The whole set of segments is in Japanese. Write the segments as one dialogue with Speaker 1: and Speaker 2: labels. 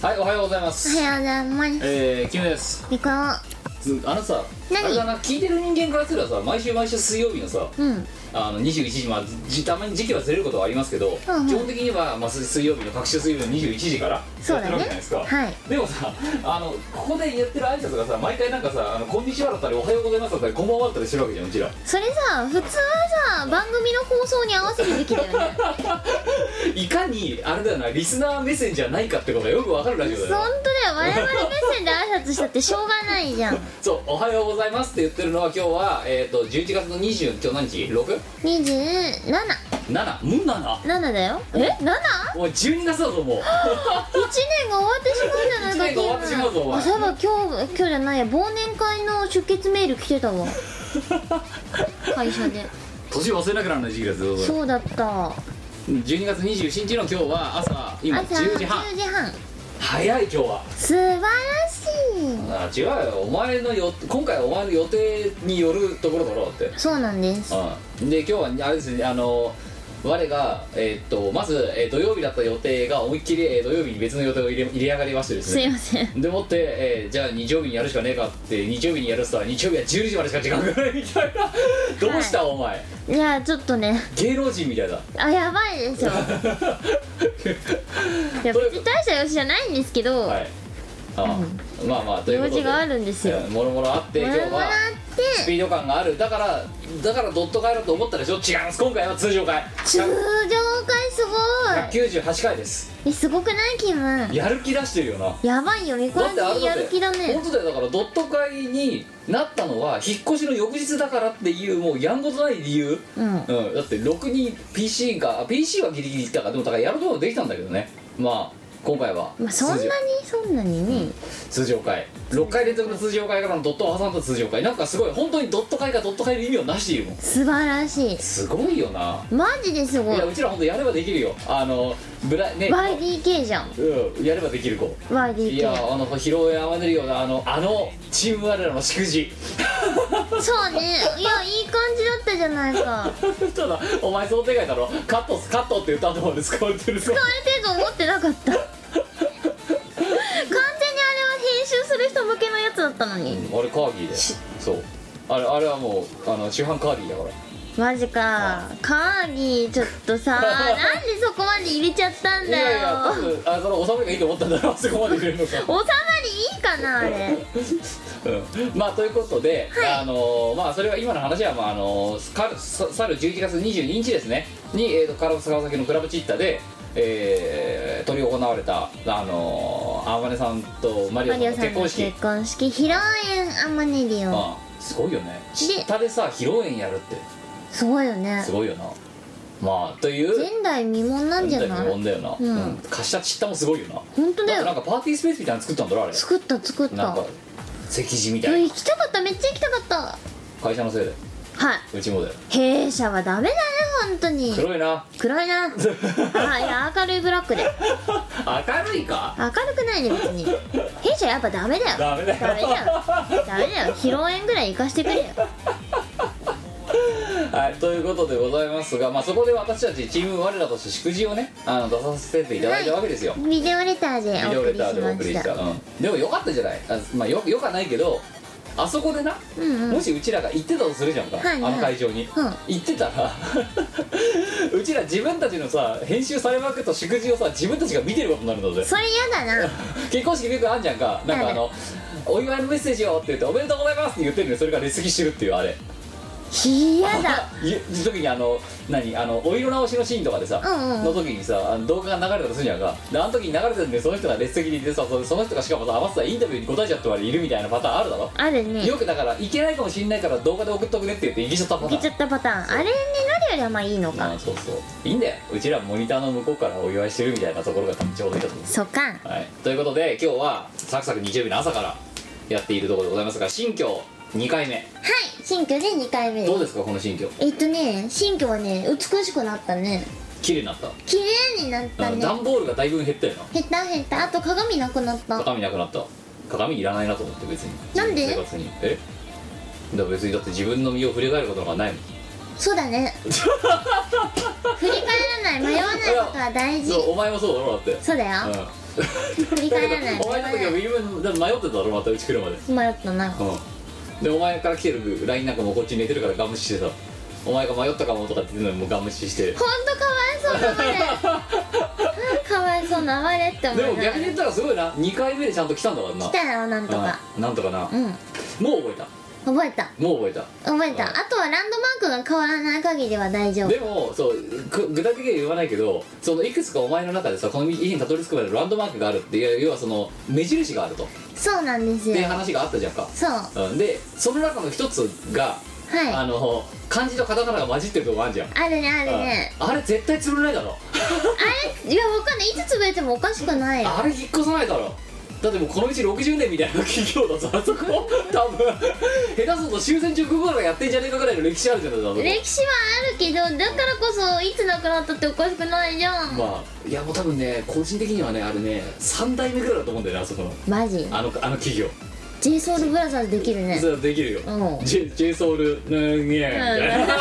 Speaker 1: はいおはようございます
Speaker 2: おはようございます
Speaker 1: えー、キムです
Speaker 2: みこ
Speaker 1: あのさ
Speaker 2: 何
Speaker 1: あれだな聞いてる人間からすればさ毎週毎週水曜日のさ
Speaker 2: うん
Speaker 1: あの21時までじたまに時期はずれることはありますけど、
Speaker 2: うんうん
Speaker 1: 基本的には、まあ、水水曜日の各週水曜日の21時から
Speaker 2: そうだね
Speaker 1: やってるわけじゃないですか、
Speaker 2: はい
Speaker 1: でもさあのここでやってる挨拶がさ毎回なんかさ「あのこんにちは」だったり「おはようございます」だったり「こんばんは」だったりしてるわけじゃんうちら
Speaker 2: それさ普通はさ番組の放送に合わせるべきだよ ね
Speaker 1: いかにあれだよなリスナー目線じゃないかってことがよくわかるラジオ
Speaker 2: 本
Speaker 1: だ
Speaker 2: 当
Speaker 1: よ
Speaker 2: だ
Speaker 1: な
Speaker 2: よ我々目線で挨拶したってしょうがないじゃん
Speaker 1: そう「おはようございます」って言ってるのは今日は、えー、と11月の20今日何日 6?7
Speaker 2: 277
Speaker 1: もう 7?
Speaker 2: だよえ 7?
Speaker 1: お前12月だぞ もう
Speaker 2: 1年が終わってしまうんじゃない
Speaker 1: 一年
Speaker 2: か
Speaker 1: が終わってしまうぞお前
Speaker 2: あそういえば今日今日じゃないや忘年会の出血メール来てた わ会社で
Speaker 1: 年忘れなくなるの時期ですよそれ
Speaker 2: そうだった
Speaker 1: 12月27日の今日は朝今
Speaker 2: 朝
Speaker 1: 10時半
Speaker 2: 10時半
Speaker 1: 早い今日は
Speaker 2: 素晴らしい
Speaker 1: あ違うよお前のよ今回はお前の予定によるところだろうって
Speaker 2: そうなんです
Speaker 1: うんで今日はあれですねあの我が、えーっとまず、えー土曜日だった予定が思いっきり、えー土曜日に別の予定を入れ入れ上がりましてです
Speaker 2: すい
Speaker 1: ね
Speaker 2: ません
Speaker 1: でもって、えーじゃあ日曜日にやるしかねえかって日曜日にやるっつったら日曜日は12時までしか時間がないみたいなどうした、お前
Speaker 2: いやちょっとね
Speaker 1: 芸能人みたいだ
Speaker 2: あやば いですよいや別に大した用事じゃないんですけ ど、
Speaker 1: はいああまあまあというこ
Speaker 2: 用
Speaker 1: と
Speaker 2: 事
Speaker 1: で
Speaker 2: があるんですよ
Speaker 1: うんもろもろあって
Speaker 2: も
Speaker 1: 今日
Speaker 2: らもらっ
Speaker 1: はスピ
Speaker 2: て
Speaker 1: ード感があるだからだからドット変えろと思ったでしょ違います今回は通常回
Speaker 2: 通常会すご
Speaker 1: 198回です
Speaker 2: いえすごくない気分
Speaker 1: やる気出してるよな
Speaker 2: やばいよみこ
Speaker 1: だってあ
Speaker 2: ら
Speaker 1: れ
Speaker 2: じやる気だね
Speaker 1: 本当だよだからドット会になったのは引っ越しの翌日だからっていうもうやんごとない理由
Speaker 2: うん
Speaker 1: うん、だってろくに PC があ PC はギリギリいったからでもだからやることはできたんだけどねまあ今回は
Speaker 2: まあそんなにそんなにね、
Speaker 1: 通常会6回連続の通常会からのドットを挟んだ通常会なんかすごい本当にドット会がドット会の意味をなしているもん
Speaker 2: 素晴らしい
Speaker 1: すごいよな
Speaker 2: マジですご
Speaker 1: い
Speaker 2: い
Speaker 1: やうちら本当やればできるよあのブラね
Speaker 2: YDK じゃん
Speaker 1: うんやればできる子いや
Speaker 2: YDK
Speaker 1: あの拾い合われるようなあのあのチーム我らの祝辞
Speaker 2: そうねいやいい感じだったじゃないか
Speaker 1: ただお前想定外だろカットカットって言った後まで使われてるぞ
Speaker 2: 使われてると思ってなかった完全にあれは編集する人向けのやつだったのに
Speaker 1: あれカーギーで
Speaker 2: し
Speaker 1: そうあれあれはもうあの主犯カーギーだから
Speaker 2: マジかカーギーちょっとさなんでそこまで入れちゃったん
Speaker 1: い
Speaker 2: だ
Speaker 1: やいや多
Speaker 2: よ
Speaker 1: 分あその収めがいいと思ったんだろあそこまで入れるのか
Speaker 2: 収まりいいかなあれ
Speaker 1: うんまあということで、
Speaker 2: はい
Speaker 1: あのーまあそれは今の話はまああのーかるさ去る11月22日ですねにえーとカラス川崎のクラブチッタで。えー、取り行われたあのーあまねさんとマリオさ
Speaker 2: マ
Speaker 1: ん
Speaker 2: リ
Speaker 1: の
Speaker 2: オさ
Speaker 1: 結
Speaker 2: んの
Speaker 1: 婚式
Speaker 2: 結婚式披露宴アマネリオ
Speaker 1: あすごいよね
Speaker 2: です
Speaker 1: 下でさ披露宴やるって
Speaker 2: すごいよね
Speaker 1: すごいよなまあという
Speaker 2: 前代未聞なんじゃ
Speaker 1: 前
Speaker 2: な
Speaker 1: 代未聞
Speaker 2: い
Speaker 1: だよな、
Speaker 2: うん
Speaker 1: うん貸したチッタもすごいよな
Speaker 2: 本当だ
Speaker 1: だってなん
Speaker 2: よ
Speaker 1: かパーティースペースみたいなの作ったんだろあれ
Speaker 2: 作った作った
Speaker 1: なんか席次み
Speaker 2: いや
Speaker 1: たいな
Speaker 2: 行きたかっためっちゃ行きたかった
Speaker 1: 会社のせいで
Speaker 2: はいう
Speaker 1: ちもだよ
Speaker 2: 弊社はダメだね本当に
Speaker 1: 黒いな
Speaker 2: 暗いな あいや明るいブラックで
Speaker 1: 明るいか
Speaker 2: 明るくないね別に弊社やっぱダメだよ
Speaker 1: ダメだよ
Speaker 2: ダメだよダメだよ披露宴ぐらい行かしてくれよ
Speaker 1: はいということでございますが、まあ、そこで私たちチーム我らとして祝辞をねあの出させていただいたわけですよ、
Speaker 2: ビデオレターで
Speaker 1: ビデ
Speaker 2: お
Speaker 1: オ
Speaker 2: 送
Speaker 1: レ
Speaker 2: り
Speaker 1: ターでお送り
Speaker 2: しま
Speaker 1: し
Speaker 2: したた
Speaker 1: うんでもよかったじゃないあまあよよかないけどあそこでな、
Speaker 2: うんうん
Speaker 1: もしうちらが行ってたとするじゃんか、
Speaker 2: はいはい
Speaker 1: あの会場に、
Speaker 2: ん
Speaker 1: 行ってたら うちら自分たちのさ編集されまくった祝辞をさ自分たちが見てることになるので
Speaker 2: それ嫌だな
Speaker 1: 結婚式よくあんじゃんかなんかあの、お祝いのメッセージをって言って「おめでとうございます」って言ってるのにそれが列席してるっていうあれ
Speaker 2: 嫌だ
Speaker 1: い特にあの何あのお色直しのシーンとかでさ、
Speaker 2: うんうん
Speaker 1: の時にさあの動画が流れたとするじゃんかであの時に流れてるんでその人が列席にいてさそその人がしかもさ余ってたインタビューに答えちゃってまでいるみたいなパターンあるだろ、
Speaker 2: あるね
Speaker 1: よくだからいけないかもしんないから動画で送っとくねって言っていけちゃったパタ
Speaker 2: 行けち
Speaker 1: ー
Speaker 2: ゃったパターンあれになるよりはまあいいの
Speaker 1: ン
Speaker 2: か
Speaker 1: うんそうそういいんだようちらモニターの向こうからお祝いしてるみたいなところが多分ちょうどいいかと思う
Speaker 2: そっか
Speaker 1: はい、ということで今日はサクサク日曜日の朝からやっているところでございますが新居2回目
Speaker 2: はい新居で2回目
Speaker 1: どう
Speaker 2: で
Speaker 1: で
Speaker 2: す
Speaker 1: すかこの新居
Speaker 2: えっとね新居はね美しくなったね
Speaker 1: 綺麗になった
Speaker 2: 綺麗になった
Speaker 1: あの
Speaker 2: ね
Speaker 1: 段ボールがだいぶ減ったよ
Speaker 2: 減った減ったあと鏡なくなっ
Speaker 1: な
Speaker 2: た
Speaker 1: 鏡なくなった鏡いらないなと思って別に
Speaker 2: なんで
Speaker 1: 生活にえだから別 にだって自分の身を振り返ることがないもん
Speaker 2: そうだね振り返らない迷わないことは大事
Speaker 1: そうお前もそうだろだって
Speaker 2: そうだよ
Speaker 1: うん
Speaker 2: 振り返らない
Speaker 1: だけどお前の時は自分で迷ってただろまたうち来るまで
Speaker 2: 迷ったな
Speaker 1: うんでお前から来てる LINE なんかもこっちに寝てるからガムシしてさお前が迷ったかもとかって言ってるのにもうガムシして
Speaker 2: ほんとかわいそうな我れかわいそうな我れって思
Speaker 1: でも
Speaker 2: いながら
Speaker 1: 逆に言ったらすごいな2回目でちゃんと来たんだからな
Speaker 2: 来たよなんとか
Speaker 1: うんなんとかな
Speaker 2: うん
Speaker 1: もう覚えた
Speaker 2: 覚えた
Speaker 1: もう覚えた
Speaker 2: 覚えた
Speaker 1: うん
Speaker 2: あとはランドマークが変わらない限りは大丈夫
Speaker 1: でもそうく具体的には言わないけどそのいくつかお前の中でさこの家にたどり着くまでのランドマークがあるっていう要はその目印があるとっ
Speaker 2: そうなんです
Speaker 1: ていう
Speaker 2: よ
Speaker 1: 話があったじゃんか、
Speaker 2: そう
Speaker 1: うん、でその中の一つが、あ
Speaker 2: はい
Speaker 1: の漢字とカタカナが混じってるとこあるじゃん
Speaker 2: あるねあるね
Speaker 1: うんあれ絶対潰れないだろ
Speaker 2: あれいやわかんないいつ潰れてもおかしくないよ
Speaker 1: あれ引っ越さないだろだってもうこのうち60年みたいな企業だぞあそ こ多分下手すると終戦直後からやってんじゃねえかぐらいの歴史あるじゃないだろ
Speaker 2: 歴史はあるけどだからこそいつなくなったっておかしくないじゃん、
Speaker 1: まあいやもう多分ね個人的にはねあれね3代目ぐらいだと思うんだよねあそこの
Speaker 2: マジ
Speaker 1: あのあの企業
Speaker 2: j ソ o u l b r o t h e できるね
Speaker 1: それはできるよ
Speaker 2: うん
Speaker 1: J, J ソウルうんいやみたいな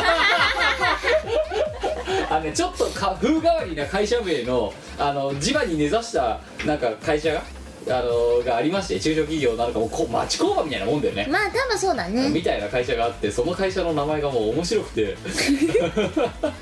Speaker 1: あのねちょっとか風変わりな会社名のあの地場に根ざしたなんか会社があのがありまして中小企業なのかもうこ町工場みたいなもんだよね、
Speaker 2: まあ多分そうだね
Speaker 1: みたいな会社があってその会社の名前がもう面白くて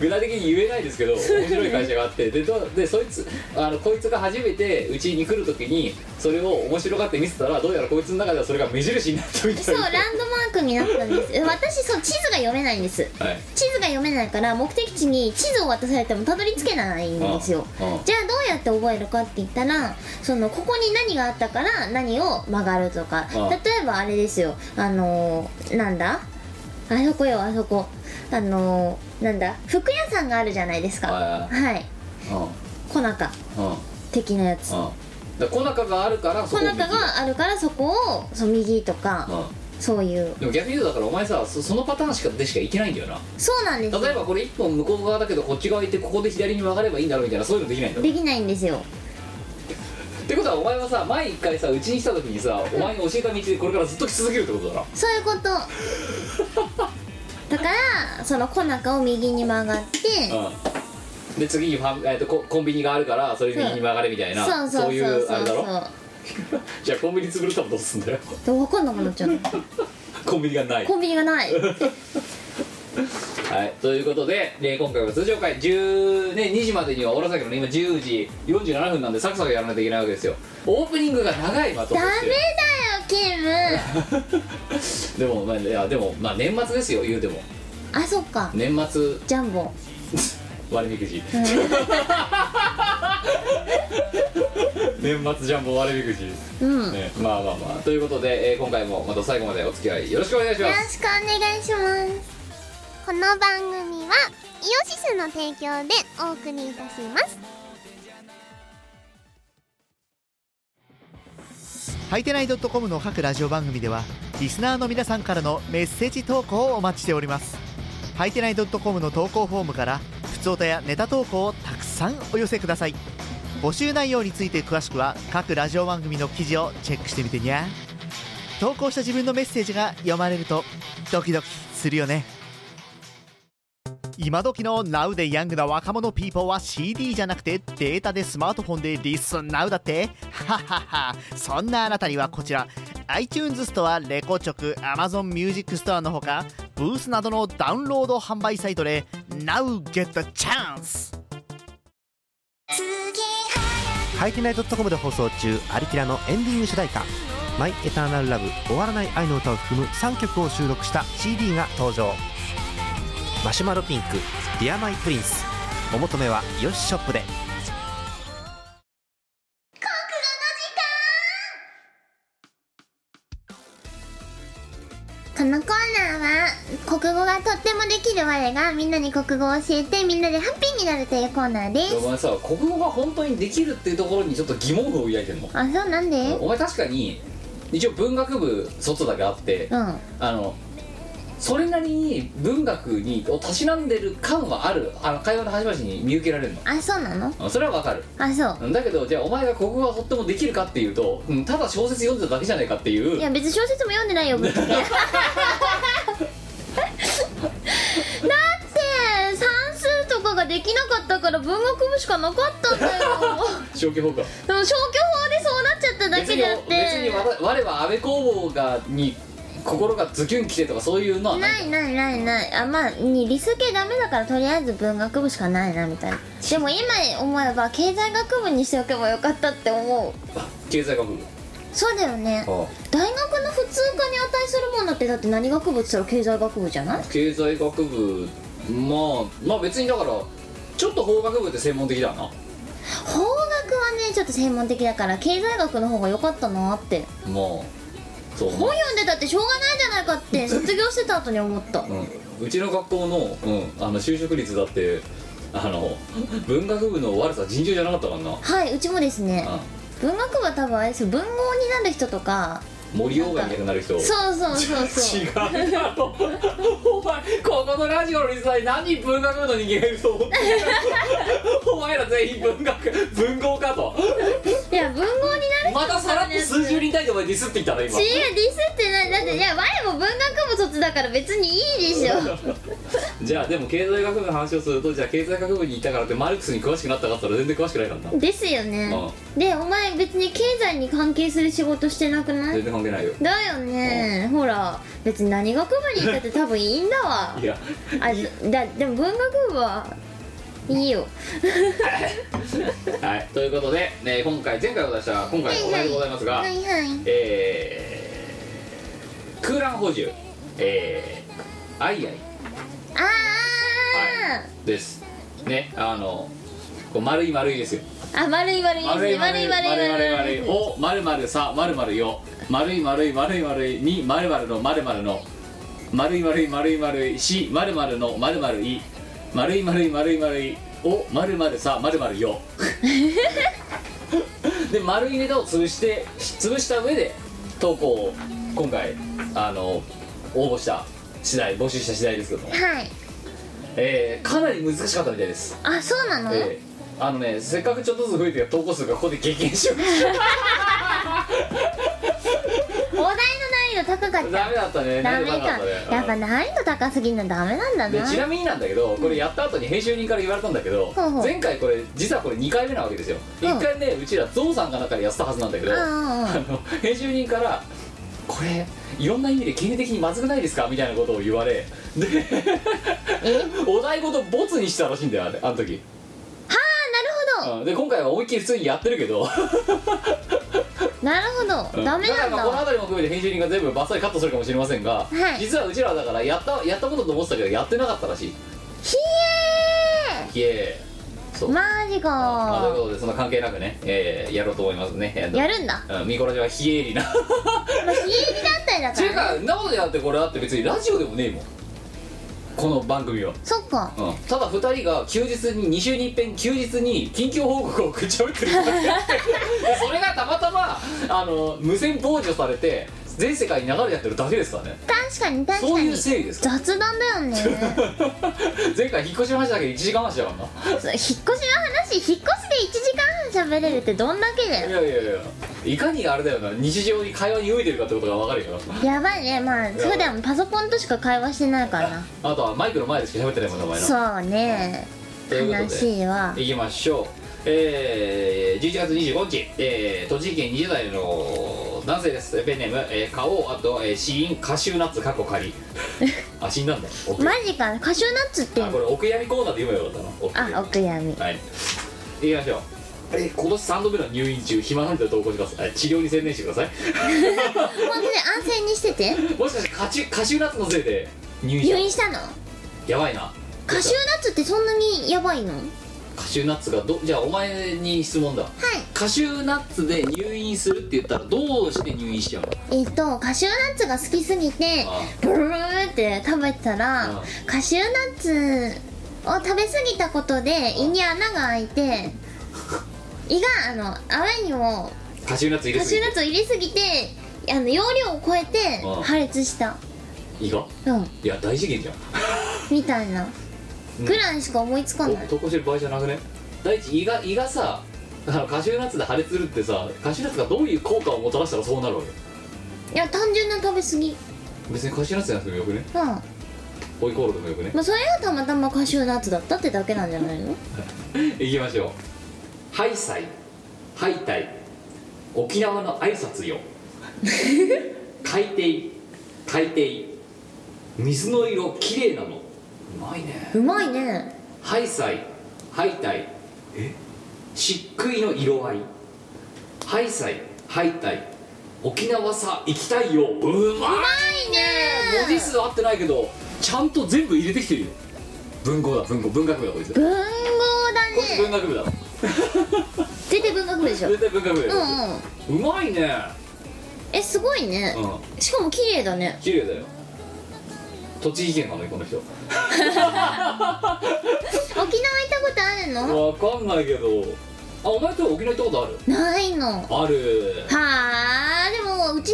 Speaker 1: 具体的に言えないですけど面白い会社があってでどでそいつあのこいつが初めてうちに来る時にそれを面白がって見せたらどうやらこいつの中ではそれが目印になったみた
Speaker 2: そ
Speaker 1: いうで
Speaker 2: ランドマークになったん です私そう地図が読めないんです
Speaker 1: はい
Speaker 2: 地図が読めないから目的地に地図を渡されてもたどり着けないんですよ
Speaker 1: うんうん
Speaker 2: じゃあどうやって覚えるかって言ったらそのここに何があったから何を曲がるとか
Speaker 1: うん
Speaker 2: 例えばあれですよあのーなんだあそこよあそこあのーなんだ服屋さんがあるじゃないですか
Speaker 1: は
Speaker 2: はい
Speaker 1: うんうん
Speaker 2: コナカ
Speaker 1: うん
Speaker 2: 的なやつ
Speaker 1: だからコナカがあるからそ
Speaker 2: コ
Speaker 1: こを
Speaker 2: ナ
Speaker 1: 右
Speaker 2: カがあるからそこをそう右とか
Speaker 1: う
Speaker 2: そういうん
Speaker 1: でも逆に言うとだからお前さそそのパターンしかでしかいけないんだよな
Speaker 2: そうなんですよ
Speaker 1: 例えばこれ1本向こう側だけどこっち側行ってここで左に曲がればいいんだろうみたいなそういうのできないんだろ
Speaker 2: できないんですよ
Speaker 1: ってことはお前はさ前一回さうちに来た時にさお前に教えた道でこれからずっと来続けるってことだな
Speaker 2: そういうことだからそのコナカを右に曲がって
Speaker 1: うんで次にファミえー、とココンビニがあるからそれ右に曲がれみたいな
Speaker 2: そうそうそう
Speaker 1: い
Speaker 2: そう
Speaker 1: うあれだ ろ
Speaker 2: そ
Speaker 1: じゃあコンビニ潰れたらどうすんだよ
Speaker 2: うで分かんなくなっちゃうた
Speaker 1: コンビニがない
Speaker 2: コンビニがない
Speaker 1: はい、ということで、えー今回は通常回10、ね、2時までには終わらせたけど、ね、今10時47分なんでサクサクやらないといけないわけですよオープニングが長いまと
Speaker 2: ダメ
Speaker 1: 思っ
Speaker 2: だよ
Speaker 1: て
Speaker 2: キ
Speaker 1: で
Speaker 2: ム
Speaker 1: も、まあ、いやでも、まあ、年末ですよ言うても
Speaker 2: あそっか
Speaker 1: 年末
Speaker 2: ジャンボ
Speaker 1: 割りみくじ
Speaker 2: うん
Speaker 1: 年末ジャンボ割りみくじ、
Speaker 2: うん、よ
Speaker 1: ね、まあまあまあということで、えー今回もまた最後までお付き合いよろしくお願いしま
Speaker 2: ろ
Speaker 1: す
Speaker 2: しくお願いします
Speaker 3: この番組はイオシスの提供でお送りいたします
Speaker 4: はいてない .com の各ラジオ番組ではリスナーの皆さんからのメッセージ投稿をお待ちしておりますはいてない .com の投稿フォームから普通歌やネタ投稿をたくさんお寄せください募集内容について詳しくは各ラジオ番組の記事をチェックしてみてにゃ投稿した自分のメッセージが読まれるとドキドキするよね今時の Now でヤングな若者ピーポーは CD じゃなくてデータでスマートフォンでリスン Now だってはははそんなあなたにはこちら iTunes ストア、レコチョク、Amazon ミュージックストアのほかブースなどのダウンロード販売サイトで Now get the chance!
Speaker 5: ハイティナイトットコムで放送中「アリキラ」のエンディング主題歌「マイ・エターナル・ラブ終わらない愛の歌」を含む3曲を収録した CD が登場マシュマロピンク「ディアマイ・プリンス」お求めはよしショップで
Speaker 3: このコーナーは国語がとってもできる我がみんなに国語を教えてみんなでハッピーになるというコーナーです
Speaker 1: お前さ国語が本当にできるっていうところにちょっと疑問符を抱いてんの
Speaker 3: あそうなんで
Speaker 1: お前確かに一応文学部外だけあって、
Speaker 2: うん
Speaker 1: あのそれなりに文学にをたしなんでる感はあるあの会話の端々に見受けられるの
Speaker 2: あそうなの
Speaker 1: あそれはわかる
Speaker 2: あそう
Speaker 1: だけどじゃあお前が国語はとってもできるかっていうと、うんただ小説読んでただけじゃないかっていう
Speaker 2: いや別に小説も読んでない よぶっちゃけだって算数とかがができなかったから文学部しかなかったんだよ
Speaker 1: 消去法か
Speaker 2: でも消去法でそうなっちゃっただ
Speaker 1: 別
Speaker 2: け
Speaker 1: に
Speaker 2: であって
Speaker 1: 別にわた我は安倍工房がに心がズキュンきてとかそういうのはない
Speaker 2: ないないないないあまあに理数系ダメだからとりあえず文学部しかないなみたいなでも今思えば経済学部にしておけばよかったって思う
Speaker 1: 経済学部
Speaker 2: そうだよね
Speaker 1: あ
Speaker 2: 大学の普通科に値するもんだってだって何学部って言ったら経済学部じゃない
Speaker 1: あ経済学部まあまあ別にだからちょっと法学部って専門的だな
Speaker 2: 法学はねちょっと専門的だから経済学の方が良かったなって
Speaker 1: もうそう
Speaker 2: 本読んでたってしょうがないじゃないかって卒業してた後に思った
Speaker 1: うん、うちの学校の,、うん、あの就職率だってあの文学部の悪さ尋常じゃなかったからな
Speaker 2: はいうちもですね
Speaker 1: あ
Speaker 2: 文学部は多分あれですよ文豪になる人とか
Speaker 1: 森鴎外みたいになる人
Speaker 2: そうそうそうそう
Speaker 1: 違うだろお前ここのラジオのリスナーに何人文学部の人間がいると思ってるお前ら全員文学文豪かと
Speaker 2: いや文豪になる人
Speaker 1: またさらっと数十人単位でお前ディスっていったの今
Speaker 2: 違うディスってないだっていや我も文学部卒だから別にいいでしょ
Speaker 1: じゃあでも経済学部の話をするとじゃあ経済学部にいたからってマルクスに詳しくなったかったら全然詳しくないからな
Speaker 2: ですよねでお前別に経済に関係する仕事してなくない
Speaker 1: 全然関係ないよ
Speaker 2: だよねほら別に何学部に行ったって多分いいんだわ
Speaker 1: いや
Speaker 2: あだでも文学部はいいよ
Speaker 1: はい、ということで、ね、今回前回お出した今回のお題でございますが、
Speaker 3: はいはい
Speaker 1: えー、空欄補充えー、アイアイ
Speaker 2: あ
Speaker 1: はですねあのこう丸い丸いですよ
Speaker 2: ーあ丸い丸いですね丸い丸
Speaker 1: 丸
Speaker 2: い
Speaker 1: い丸い丸
Speaker 2: 丸
Speaker 1: い
Speaker 2: い
Speaker 1: お丸丸さ丸丸よ丸い丸い丸い丸いに丸丸の丸丸の丸い丸い丸い丸いし丸丸の丸丸い丸い丸い丸い丸いお丸丸さ丸丸よで丸いネタを潰して潰した上で投稿を今回あの応募した次第募集した次第ですけども、
Speaker 3: はい
Speaker 1: えーかなり難しかったみたいです
Speaker 3: あそうなの
Speaker 1: ええあのねせっかくちょっとずつ増えて投稿数がここで激減しよ
Speaker 2: お題の難易度高かっ
Speaker 1: う
Speaker 2: た
Speaker 1: ダメだったね
Speaker 2: ダメか
Speaker 1: なんでバカだったね
Speaker 2: やっぱ難易度高すぎるのダメなんだ
Speaker 1: うんで
Speaker 2: な
Speaker 1: ちなみになんだけどこれやった後に編集人から言われたんだけど、
Speaker 2: ほうほう
Speaker 1: 前回これ実はこれ2回目なわけですよ、
Speaker 2: ん
Speaker 1: 1回目うちらゾウさんが中でやってたはずなんだけど、
Speaker 2: うん
Speaker 1: あ
Speaker 2: うんうん
Speaker 1: の編集人から「これいろんな意味で経営的にまずくないですか?」みたいなことを言われで お題ごとボツにしたらしいんだよあれあの時
Speaker 2: あ
Speaker 1: うんで今回は思いっきり普通にやってるけど
Speaker 2: なるほどなるほど、ダメなん
Speaker 1: からまあ
Speaker 2: だ
Speaker 1: この辺りも含めて編集人が全部バッサリカットするかもしれませんが、
Speaker 3: はい
Speaker 1: 実はうちらはだからやったやったことと思ってたけどやってなかったらしいひえひえそう、
Speaker 2: マジ
Speaker 1: まあという
Speaker 2: か
Speaker 1: ことでそんな関係なくね、えーやろうと思いますねえー
Speaker 2: やるんだ
Speaker 1: うん、ミコラジは非営利なっ
Speaker 2: まあ非営利団体だ
Speaker 1: ていう
Speaker 2: から
Speaker 1: かんなことであってこれだって別にラジオでもねえもんこの番組は、
Speaker 2: そっか
Speaker 1: うん、ただ2人が休日に2週に一遍休日に近況報告を口ちゃべってるだけでそれがたまたまあの無線傍受されて全世界に流れちゃってるだけですからね
Speaker 2: 確かに確
Speaker 1: そう
Speaker 2: か
Speaker 1: いう
Speaker 2: に
Speaker 1: 整理ですか
Speaker 2: 雑談だよねそう引っ
Speaker 1: 前回引っ越しの話だけで1時間話だからな
Speaker 2: 越しの話引っ越しで1時間半喋れるってどんだけだ
Speaker 1: いや
Speaker 2: よ
Speaker 1: いやいやいかにあれだよな日常に会話に飢えてるかってことが分かるよ
Speaker 2: やばいねまあ普段パソコンとしか会話してないからな
Speaker 1: なあとはマイクの前でしか喋ってないもんなお前な
Speaker 2: そうね
Speaker 1: ということで
Speaker 2: 話はい
Speaker 1: きましょうえー、11月25日、えー、栃木県20代の男性ですペンネーム、えー、花王あと、えー、死因カシューナッツ過去 仮あ死んだんだお悔
Speaker 2: マジかカシューナッツって
Speaker 1: あこれお悔やみコーナーで言えばよかったなお悔やみ
Speaker 2: あお悔やみ
Speaker 1: はい行きましょうえ今年3度目の入院中暇なんで投稿しますはい治療に専念してくだ さい
Speaker 2: 本当に安静にしてて
Speaker 1: もしかしてカチュカシューナッツのせいで入院
Speaker 2: 入
Speaker 1: し
Speaker 2: 院したの
Speaker 1: たやばいな
Speaker 2: カシューナッツってそんなにやばいの
Speaker 1: カシューナッツがどじゃあお前に質問だはいカシューナッツで入院するって言ったらどうして入院しちゃうの
Speaker 2: えっとカシューナッツが好きすぎて
Speaker 1: あ
Speaker 2: ブルーって食べてたら
Speaker 1: あ
Speaker 2: カシューナッツを食べ過ぎたことで胃に穴が開いて胃があのあまりにも
Speaker 1: カシューナッツ入
Speaker 2: カ
Speaker 1: れす
Speaker 2: シュ
Speaker 1: ぎ
Speaker 2: ーナッ
Speaker 1: て
Speaker 2: ツを入れすぎてあの容量を超えて
Speaker 1: あ
Speaker 2: 破裂した
Speaker 1: いいか
Speaker 2: うん
Speaker 1: いや大事件じゃん
Speaker 2: みたいなぐらいしか思いつかない
Speaker 1: 投稿してる場合じゃなくね第一胃が胃がさあのカシューナッツで破裂するってさカシューナッツがどういう効果をもたらしたらそうなるわけ
Speaker 2: いや単純な食べ過ぎ
Speaker 1: 別にカシューナッツじゃなくてもよくね
Speaker 2: うん
Speaker 1: ホイコールでもよくね
Speaker 2: まあそれがたまたまカシューナッツだったってだけなんじゃないの
Speaker 1: いきましょうハイサイハイタイ沖縄の挨拶 よ海底海底水の色きれいなのうまいね
Speaker 2: うまいね
Speaker 1: ハイサイハイタイ漆喰の色合いハイサイハイタイ沖縄さ行きたいようまいね文字数合ってないけどちゃんと全部入れてきてるよ文豪だ文豪文学部だこいつこ
Speaker 2: 文豪だ
Speaker 1: いつ
Speaker 2: ね
Speaker 1: 文学部だ
Speaker 2: 絶対文学部でしょうん
Speaker 1: 絶対文学部だよ
Speaker 2: うん
Speaker 1: うまいね
Speaker 2: えすごいね
Speaker 1: うん
Speaker 2: しかも綺麗だね
Speaker 1: 綺麗だよ栃木県なのよこの人
Speaker 2: 沖縄行ったことあるの
Speaker 1: わかんないけどあお前と沖縄行ったこと
Speaker 2: ないの
Speaker 1: あるある
Speaker 2: はあでもうち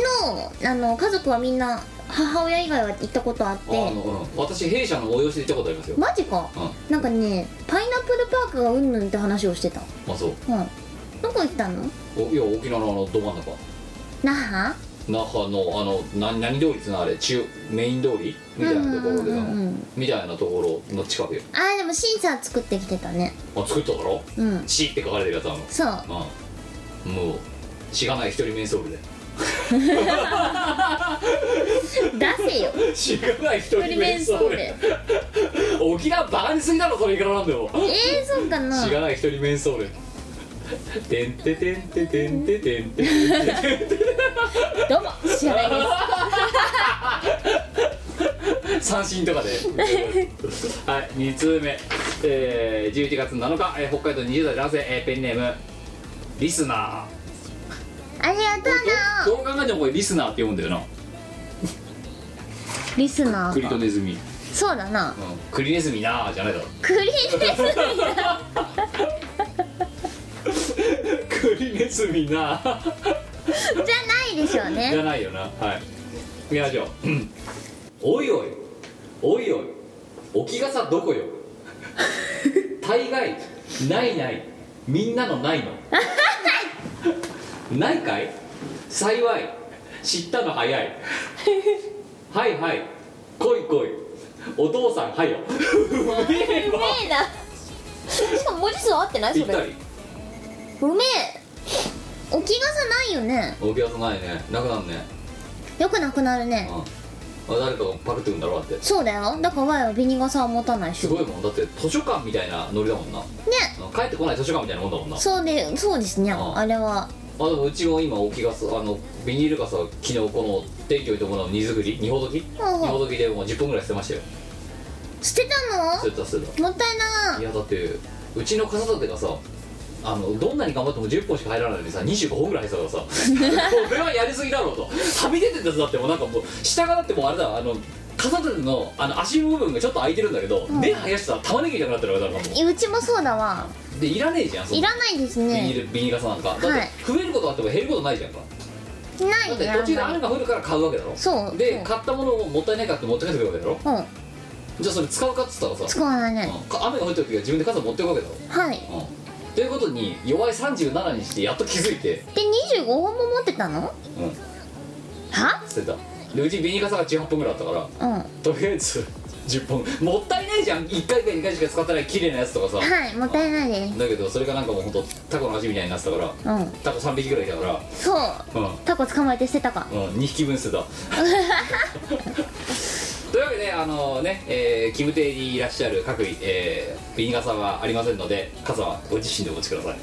Speaker 2: のあの家族はみんな母親以外は行ったことあっ
Speaker 1: あの、
Speaker 2: て
Speaker 1: うん、私弊社の催しで行ったことありますよ、
Speaker 2: マジか
Speaker 1: う
Speaker 2: なんかねパイナップルパークがうんぬんって話をしてた
Speaker 1: んあそう
Speaker 2: うんどこ行ったの
Speaker 1: おいや沖縄のあのど真ん中
Speaker 2: 那覇
Speaker 1: 那覇のあのな何通りっていうのあれ中メイン通りみたいなところで、
Speaker 2: うんうんうんうん
Speaker 1: みたいなところの近くよ
Speaker 2: あーでもシンさん作ってきてたね
Speaker 1: あ作っただろ
Speaker 2: う
Speaker 1: 「
Speaker 2: ん
Speaker 1: し」って書かれてるやつある
Speaker 2: そう
Speaker 1: のうんもうしがない一人メンソールで
Speaker 2: 出せよ
Speaker 1: しがない一人
Speaker 2: 一人
Speaker 1: メ
Speaker 2: メ
Speaker 1: ン
Speaker 2: ン
Speaker 1: ソ
Speaker 2: ソ
Speaker 1: ー
Speaker 2: ー
Speaker 1: ル
Speaker 2: ル
Speaker 1: 沖縄バカにすぎだろそれいくらなんでも
Speaker 2: えー、そうかな
Speaker 1: しがない一人メンソールてんててんててんててんてんてん
Speaker 2: どうも知らないです
Speaker 1: 三振とかではい2通目、えー、11月7日、えー北海道20代男性、えーペンネームリスナ
Speaker 3: ありがとう
Speaker 1: ーどう考えてもこれリスナーって呼んだよ
Speaker 2: リスナ
Speaker 1: なクリ
Speaker 2: ー
Speaker 1: ト
Speaker 2: か
Speaker 1: ネズミ、うん、
Speaker 2: そうだな
Speaker 1: クリネズミなーじゃないだろ
Speaker 2: クリネズミ
Speaker 1: クリネズミなー
Speaker 2: じゃないでしょう
Speaker 1: じ
Speaker 2: ね
Speaker 1: ゃないよなはい行きましょううんおいおいおいおい置き傘どこよ大概ないないみんなのないのないかい幸い知ったの早いはいはい来い来いお父さんはようめえ
Speaker 2: うめ
Speaker 1: わ
Speaker 2: えなしかも文字数合ってない
Speaker 1: ぴ
Speaker 2: そ
Speaker 1: った
Speaker 2: れ
Speaker 1: り
Speaker 2: うめえ置き傘ないよね
Speaker 1: お客さんないねなくなんね
Speaker 2: よくなくなるね
Speaker 1: うんあ誰かがパクってくんだろだって
Speaker 2: そうだよだからワイはビニ傘は持たないし
Speaker 1: す
Speaker 2: ね
Speaker 1: ごいもんだって図書館みたいなノリだもんな帰ってこない図書館みたいなもんだもんな
Speaker 2: そうでそうですね
Speaker 1: あ
Speaker 2: あれは
Speaker 1: あでもうちも今置き傘あのビニール傘昨日この提供いてもらう荷造り荷ほどき荷
Speaker 2: うんうん
Speaker 1: ほどきでもう10分ぐらい捨てましたよ
Speaker 2: 捨てた
Speaker 1: 捨てた捨てた
Speaker 2: のもったいない
Speaker 1: やだってうちの傘立てがさあのどんなに頑張っても10本しか入らないのにさ25本ぐらい入ってたからさ これはやりすぎだろうとはみ出てたやつだってもうなんかもう下がだってもうあれだあの傘立てのあの足の部分がちょっと空いてるんだけど、根生やしたら玉ねぎみたいになってるからなんかも
Speaker 2: いうちもそうだわ
Speaker 1: うでいらねえじゃんそん
Speaker 2: い
Speaker 1: な
Speaker 2: らないです
Speaker 1: ビニ
Speaker 2: ね
Speaker 1: ールビニール傘なんかだって
Speaker 2: はい
Speaker 1: 増えることあっても減ることないじゃんか
Speaker 2: な
Speaker 1: だっ
Speaker 2: い
Speaker 1: て
Speaker 2: ね
Speaker 1: 途中で雨が降るから買うわけだろ
Speaker 2: そう
Speaker 1: で
Speaker 2: そう
Speaker 1: 買ったものをもったいないからって持って帰ってくるわけだろ
Speaker 2: うん
Speaker 1: じゃあそれ使うかっつったらさ、
Speaker 2: 使わないね
Speaker 1: うんか雨が降ってる時は自分で傘持ってくわけだろ、
Speaker 2: はい
Speaker 1: うん、ということに弱い37にしてやっと気づいて、
Speaker 2: で25本も持ってたの
Speaker 1: うん、
Speaker 2: は
Speaker 1: 捨てたでうちビニ傘が18本ぐらいあったから
Speaker 2: うんは
Speaker 1: とりあえず 10本もったいないじゃん1回か2回しか使ってない綺麗なやつとかさ
Speaker 2: いもったいないです
Speaker 1: だけどそれがなんかもうほんとタコの味みたいになってたから
Speaker 2: うん
Speaker 1: タコ3匹ぐらいいたから
Speaker 2: そう
Speaker 1: うん
Speaker 2: タコ捕まえて捨てたか
Speaker 1: うん、2匹分捨て たというわけであのね、えーキム邸にいらっしゃる各位、えー、ビニ傘はありませんので傘はご自身でお持ちください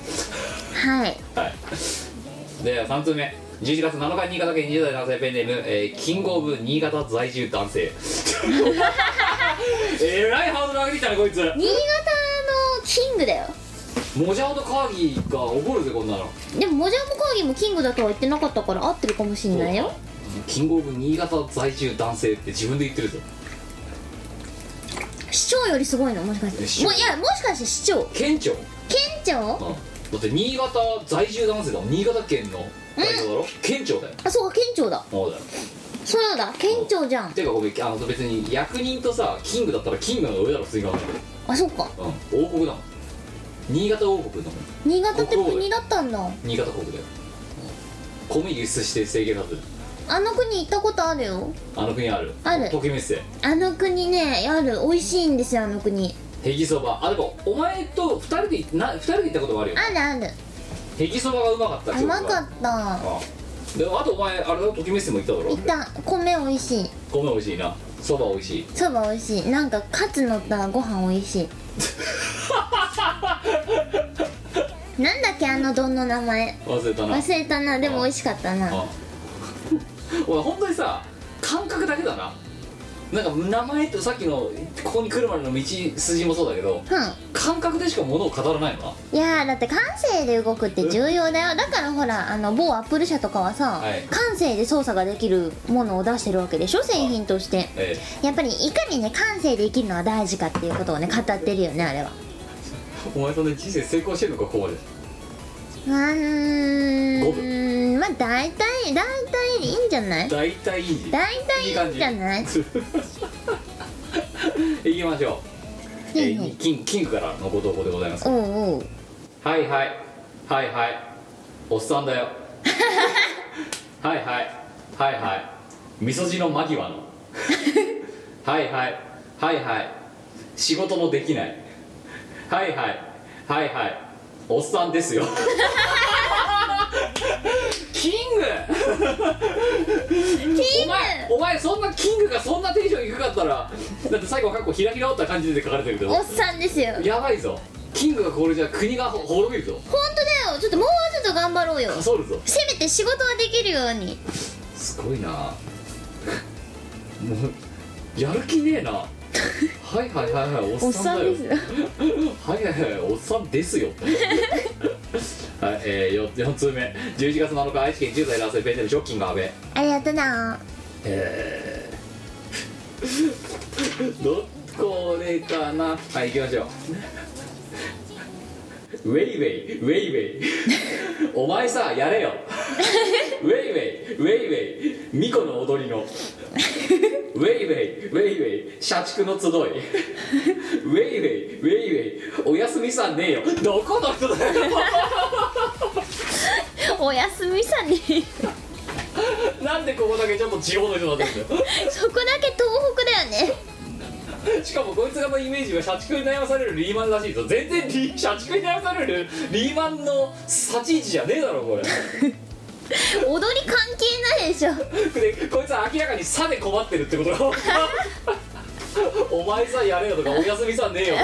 Speaker 2: はい
Speaker 1: はいでは3通目11月7日新潟県20代男性ペンネーム、えーキングオブ新潟在住男 性えらいハードル上げてきたねこいつ
Speaker 2: 新潟のキングだよ
Speaker 1: モジャオとカーギーが怒るぜこんなの
Speaker 2: でもモジャオもコーギーもキングだとは言ってなかったから合ってるかもしんないよ
Speaker 1: キングオブ新潟在住男性って自分で言ってるぞ
Speaker 2: 市長よりすごいのもしかして
Speaker 1: 市長
Speaker 2: もういやもしかして市長
Speaker 1: 県庁
Speaker 2: 県庁
Speaker 1: うんだって新潟在住男性だもん新潟県の代表だろ、県庁だよ
Speaker 2: あそうか県庁だ
Speaker 1: そうだよ
Speaker 2: そうだ県庁じゃん
Speaker 1: ていうかごめんあの別に役人とさキングだったらキングの方が上だろ普通に考
Speaker 2: あそうか
Speaker 1: えたら、うん、王国だもん新潟王国だもん
Speaker 2: 新潟って国だったんだ
Speaker 1: 新潟国だよ米輸出して政権立てる
Speaker 2: あの国行ったことあるよ
Speaker 1: あの国ある
Speaker 2: ある
Speaker 1: ときめっせ
Speaker 2: あの国ねある美味しいんですよあの国
Speaker 1: ヘギそばあでもお前と二人で行な二人で行ったことがあるよ
Speaker 2: あるある
Speaker 1: ヘギそばがうまかったっていうこ
Speaker 2: 甘
Speaker 1: と
Speaker 2: か
Speaker 1: だ
Speaker 2: った
Speaker 1: ああであとお前あれだときめっせも行っただろ
Speaker 2: いった米美味しい
Speaker 1: ごめん美味しいなそば美味しい
Speaker 2: そば美味しいなんかカツ乗ったらご飯美味しいなんだっけあの丼の名前
Speaker 1: 忘れたな
Speaker 2: 忘れたなでも美味しかったな
Speaker 1: あ お前本当にさ感覚だけだななんか名前とさっきのここに来るまでの道筋もそうだけど
Speaker 2: う
Speaker 1: 感覚でしか物を語らないのなん
Speaker 2: いやーだって感性で動くって重要だよだからほらあの某アップル社とかはさ、
Speaker 1: はい
Speaker 2: 感性で操作ができるものを出してるわけでしょ製品として
Speaker 1: え
Speaker 2: やっぱりいかにね感性で生きるのは大事かっていうことをね語ってるよねあれは
Speaker 1: えお前そんな人生成功してるのかここまで
Speaker 2: うーん
Speaker 1: 五
Speaker 2: まあ大体大体いいんじゃない
Speaker 1: 大体いい
Speaker 2: 大体いいんじゃない
Speaker 1: い感じ 行きましょう、え
Speaker 2: はいはい
Speaker 1: ー、キンキングからのご投稿でございます
Speaker 2: おうおう
Speaker 1: はいはいはいはいおっさんだ よはいはいはいはいみそ汁の間際のはいはいはいはい仕事もできないはいはいはいはいおっさんですよキングキングお前お前そんなキングがそんなテンション低かったらだって最後かっこ開き直った感じで書かれてるけど
Speaker 2: おっさんですよ本
Speaker 1: やばいぞキングがこれじゃ国が滅びるぞ
Speaker 2: 当だよちょっともうちょっと頑張ろうよ
Speaker 1: かそるぞ
Speaker 2: せめて仕事はできるように
Speaker 1: すごいなもうやる気ねえなはいはいはいはいおっさんだよ
Speaker 2: おっさんです
Speaker 1: はいはいはいおっさんですよはい、えー、4, 通目11月7日愛知県10代男性ペンネームショッキング阿部
Speaker 3: ありがとな
Speaker 1: えー、どこれかなはい行きましょうウェイウェイウェイウェイお前さやれよウェイウェイウェイウェイミコの踊りのウェイウェイウェイウェイ社畜の集いウェイウェイウェイウェイおやすみさんねえよどこの人だよ
Speaker 2: おやすみさん にそこ
Speaker 1: なんでここだけちょっと地方の人だったんだよ
Speaker 2: だけ東北だよね
Speaker 1: しかもこいつがのイメージは社畜に悩まされるリーマンらしいぞ全然リ社畜に悩まされるリーマンの立ち位置じゃねえだろこ
Speaker 2: 踊り関係ないでしょ
Speaker 1: れ でこいつは明らかに「さ」で困ってる ってことがお前さやれよとかお休みさねえよ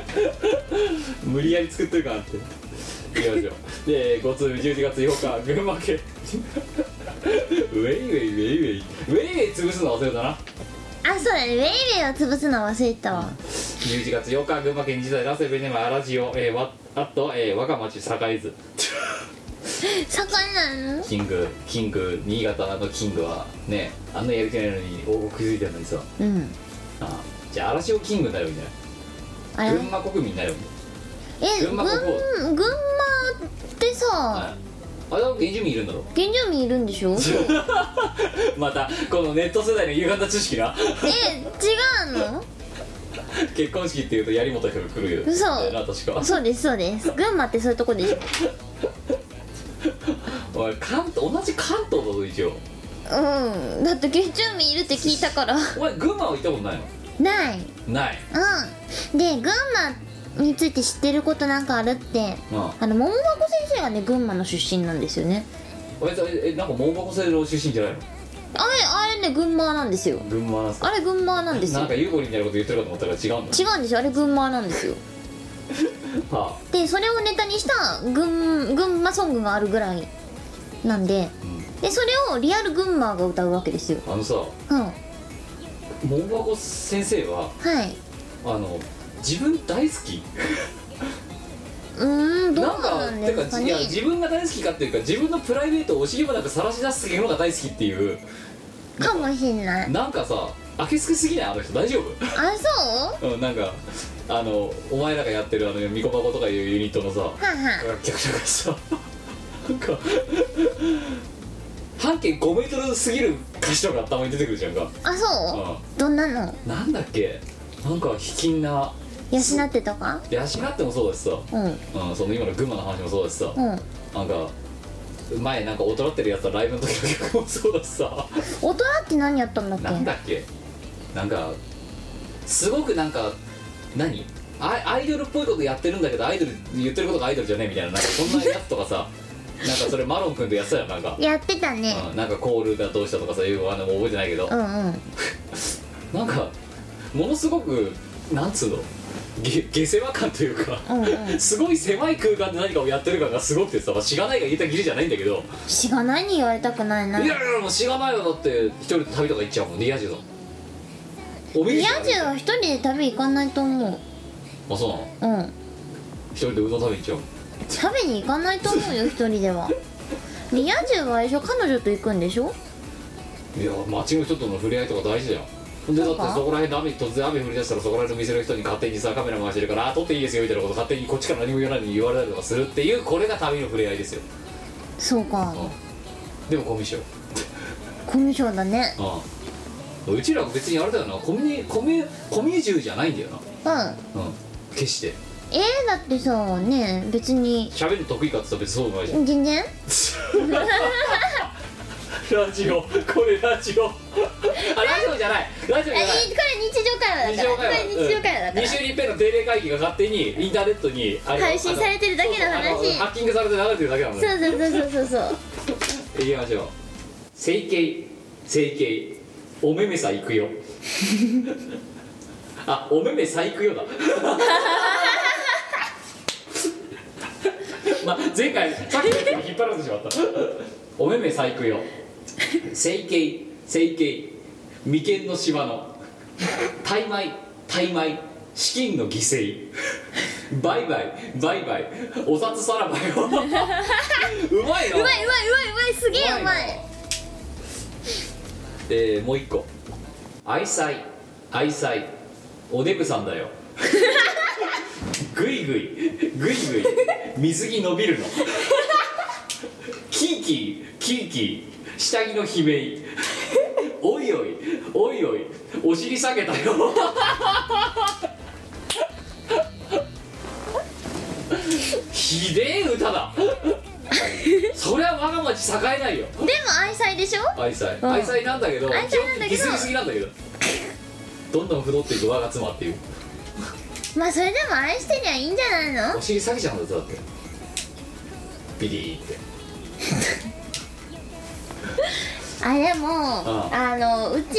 Speaker 1: 無理やり作ってるからっていきましょうで5通目11月8日群馬県 ウェイウェイウェイウェイウェイウェイ潰すの忘れたな
Speaker 2: あそうだねウェイウェイは潰すの忘れたわ
Speaker 1: 11月8日群馬県時代ラセベネマアラジオ、えー、わあと、えー、我が町堺津
Speaker 2: 盛んなの
Speaker 1: キングキング新潟のキングはねあんなやりたいのに王国づいてるのにさ
Speaker 2: うん
Speaker 1: あじゃあ嵐をキングになるみたいな
Speaker 2: あれ
Speaker 1: 群馬国民になるみたい
Speaker 2: え
Speaker 1: 群
Speaker 2: 群
Speaker 1: 馬
Speaker 2: 馬
Speaker 1: ここ
Speaker 2: 群馬って
Speaker 1: な、は
Speaker 2: さ
Speaker 1: いあれは原住民いるんだろ
Speaker 2: 原住民いるんでしょ
Speaker 1: またこのネット世代の夕方知識な
Speaker 2: え違うの
Speaker 1: 結婚式っていうと槍本人が来るよ
Speaker 2: 嘘
Speaker 1: な確か
Speaker 2: そうですそうです群馬ってそういうとこでしょ
Speaker 1: おい関東同じ関東だぞ一応
Speaker 2: うんだって原住民いるって聞いたから
Speaker 1: お前群馬は行ったことない
Speaker 2: ない
Speaker 1: のない
Speaker 2: うんで群馬について知ってることなんかあるって
Speaker 1: うん
Speaker 2: あの桃箱先生がね群馬の出身なんですよね
Speaker 1: お前さええなんか桃箱製の出身じゃないの
Speaker 2: あれあれね群馬なんですよ
Speaker 1: 群馬なんすか
Speaker 2: あれ群馬なんです
Speaker 1: な
Speaker 2: よ
Speaker 1: んかユーゴリみたいなこと言ってるかと思ったら違うんだ
Speaker 2: 違うんですよあれ群馬なんですよ
Speaker 1: は
Speaker 2: でそれをネタにした群群馬ソングがあるぐらいなんで
Speaker 1: あ、う
Speaker 2: でそれをリアル群馬が歌うわけですよ
Speaker 1: ん、あのさ
Speaker 2: うんは
Speaker 1: 桃箱先生はいあの自分大好き
Speaker 2: うーんどう
Speaker 1: なんか
Speaker 2: なんで
Speaker 1: てか
Speaker 2: すか
Speaker 1: い
Speaker 2: ね
Speaker 1: や自分が大好きかっていうか自分のプライベートを惜しげもなく晒し出すのが大好きっていう
Speaker 2: かもしんない
Speaker 1: なんかさ明けすけすぎないあの人大丈夫
Speaker 2: あそう
Speaker 1: うんなんかあのお前らがやってるあのみこ箱とかいうユニットのさ
Speaker 2: はんはん
Speaker 1: 楽曲とかさなんか半径5メートルすぎる歌詞とか頭に出てくるじゃんか
Speaker 2: あそう
Speaker 1: うん
Speaker 2: どんなの
Speaker 1: なんだっけなんか卑近な
Speaker 2: 養ってとか
Speaker 1: 養ってもそうだしさ、
Speaker 2: うん
Speaker 1: うん、その今の群馬の話もそうだしさ、
Speaker 2: うん
Speaker 1: なんか前なんか大人ってるやつはライブの時の曲もそうだしさ
Speaker 2: 大人って何やったんだっけ
Speaker 1: なんだっけなんかすごくなんか何アイアイドルっぽいことやってるんだけどアイドル言ってることがアイドルじゃねえみたいななんかそんなやつとかさなんかそれマロン君とやってたよなん か、
Speaker 3: やってたね
Speaker 1: うん、なんかコールがどうしたとかさいうあのもう覚えてないけど、
Speaker 2: うんうん
Speaker 1: なんかものすごくなんつうのげ下世話感というか、
Speaker 2: うんう
Speaker 1: すごい狭い空間で何かをやってる感がすごくてさ、まあ、しがないが言えたぎりじゃないんだけど、
Speaker 2: しがないに言われたくないない
Speaker 1: やいやもうしがないよだって一人で旅とか行っちゃうもんリア充のおみ
Speaker 2: リ
Speaker 1: じ
Speaker 2: ア充は一人で旅行かないと思う
Speaker 1: あそうなの
Speaker 2: うん
Speaker 1: 一人でうどん食べに行っちゃうの
Speaker 2: 食べに行かないと思 うよ一人ではリア充は一緒彼女と行くんでしょ
Speaker 1: いや街の人との触れ合いとか大事だよでだって
Speaker 2: そ
Speaker 1: そう
Speaker 2: か
Speaker 1: こら辺で雨突然雨降り出したらそこら辺の店の人に勝手にさカメラ回してるからあ撮っていいですよみたいなこと勝手にこっちから何も言わないのに言われたりとかするっていうこれが旅の触れ合いですよ
Speaker 2: そうか
Speaker 1: でもコミュ障
Speaker 2: コミュ障だね
Speaker 1: うんうちらは別にあれだよなコミュニコミュコミュ中じゃないんだよ
Speaker 2: うん
Speaker 1: なうん決して
Speaker 2: えー、だってさね別に
Speaker 1: 喋るの得意かって言ったら別にそうでもないじゃん
Speaker 2: 全然
Speaker 1: ラジオこれラジオあラジオじゃないラジオじゃない
Speaker 2: これ日常会話
Speaker 1: 日
Speaker 2: だから
Speaker 1: 常
Speaker 2: こ
Speaker 1: 会
Speaker 2: れ
Speaker 1: 話
Speaker 2: 日常会話だから
Speaker 1: 2週に一遍の定例会議が勝手にインターネットにあの
Speaker 2: 配信されてるだけの話
Speaker 1: あそうそうあのハッキングされて流れてるだけなのね
Speaker 2: そうそうそうそう そうそう
Speaker 1: いきましょう整形整形おめめさ行くよ あおめめさ行くよだ まあ前回さっきの時に引っ張られてしまったおめめさ行くよ整形整形眉間のシワの大米大米資金の犠牲バイバイバイバイお札さらばよ うまいよ
Speaker 2: うまいうまいうまいうまいすげえうまい
Speaker 1: えーもう一個愛妻愛妻おデブさんだよぐいぐいぐいぐい水着伸びるのキーキーキーキー下着の悲鳴おいおいおいおいお尻下げたよひでえ歌だそりゃ我が町栄えないよ
Speaker 2: でも愛妻でしょ
Speaker 1: 愛妻、
Speaker 2: ん
Speaker 1: 愛妻なんだけど
Speaker 2: 愛妻なんだけど
Speaker 1: ちょっとディスりすぎなんだけどどんどん太っていく我が妻っていう
Speaker 2: まあそれでも愛してりゃいいんじゃないの
Speaker 1: お尻下げちゃうんだぞだってビリーって
Speaker 2: あでも
Speaker 1: あ
Speaker 2: あのうち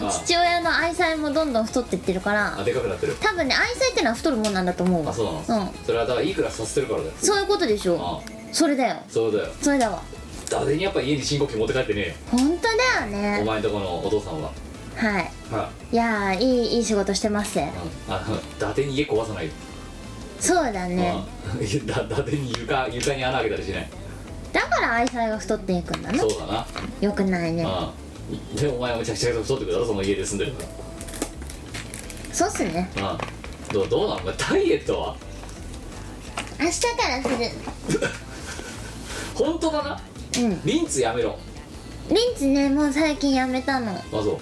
Speaker 2: の父親の愛妻もどんどん太ってってるから
Speaker 1: あでかくなってる
Speaker 2: 多分ね愛妻ってのは太るもんなんだと思うわ
Speaker 1: あそうなの、
Speaker 2: ん
Speaker 1: それはだからいいクラスさせてるからだよ
Speaker 2: そういうことでしょ
Speaker 1: あ
Speaker 2: それだよ
Speaker 1: そうだよ
Speaker 2: それだわ
Speaker 1: 誰にやっぱ家に信号機持って帰ってね
Speaker 2: 本当だよ
Speaker 1: えよお
Speaker 2: ね
Speaker 1: 前んとこのお父さんは
Speaker 2: はい
Speaker 1: はい
Speaker 2: やーいいいい仕事してます
Speaker 1: いうんあの伊達に家壊さないよ、
Speaker 2: そうだね
Speaker 1: うん いやだ伊達に床床に穴開けたりしない
Speaker 2: だから愛妻が太っていくんだな
Speaker 1: そうだな
Speaker 2: よくないね
Speaker 1: うんでお前はめちゃくちゃ太ってくだろその家で住んでるから
Speaker 2: そうっすね
Speaker 1: ああどうどうなんお前ダイエットは
Speaker 2: 明日からする
Speaker 1: 本当だな
Speaker 2: うん
Speaker 1: リンツやめろ
Speaker 2: リンツねもう最近やめたの
Speaker 1: あそ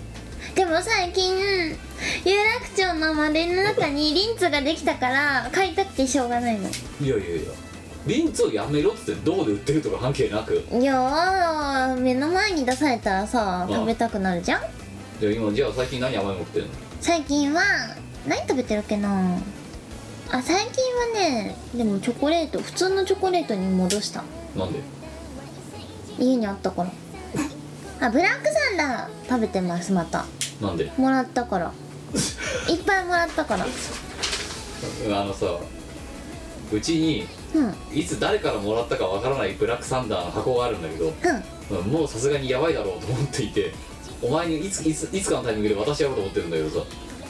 Speaker 1: う
Speaker 2: でも最近有楽町の丸井の中にリンツができたから買いたくてしょうがないの
Speaker 1: いやいやいやリンツをやめろっつってどこで売ってるとか関係なく
Speaker 2: いやー目の前に出されたらさ
Speaker 1: うん
Speaker 2: 食べたくなるじゃん
Speaker 1: じゃあ今じゃあ最近何甘いもの食ってんの
Speaker 2: 最近は何食べてるっけなあ最近はねでもチョコレート普通のチョコレートに戻した
Speaker 1: なんで
Speaker 2: 家にあったからあブラックサンダー食べてますまた
Speaker 1: なんで
Speaker 2: もらっ たからいっぱいもらったから
Speaker 1: あのさうちに
Speaker 2: うんうん
Speaker 1: いつ誰からもらったかわからないブラックサンダーの箱があるんだけどうんもうさすがにやばいだろうと思っていてお前にいついついつかのタイミングで渡し合おうと思ってるんだけどさ、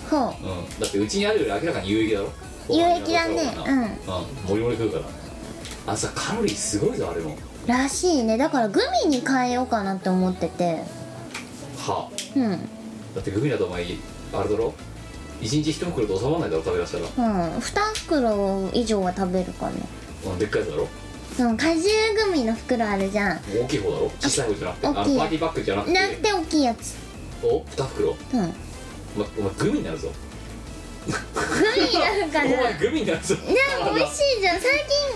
Speaker 2: ほう
Speaker 1: うん、だってうちにあるより明らかに有益だろ
Speaker 2: 有益だねうん
Speaker 1: うんもりもり食うからあのさカロリーすごいぞあれも
Speaker 2: らしいねだからグミに変えようかなって思ってて
Speaker 1: は
Speaker 2: うんうん
Speaker 1: だってグミだとお前あれだろ一日一袋と収まらないだろ食べ出したら
Speaker 2: 2袋以上は食べるか
Speaker 1: あのでっかいやつだろ
Speaker 2: なうん果汁グミの袋あるじゃん
Speaker 1: 大きい方だろ小さい方じゃなくてあの
Speaker 2: 大きい
Speaker 1: パーティーバッグじゃなくて
Speaker 2: なくて大きいやつ
Speaker 1: お二袋
Speaker 2: うんグ
Speaker 1: お前お前グミになるぞ
Speaker 2: ミになるか
Speaker 1: お
Speaker 2: な
Speaker 1: 前グミになるぞ
Speaker 2: でも美味しいじゃん最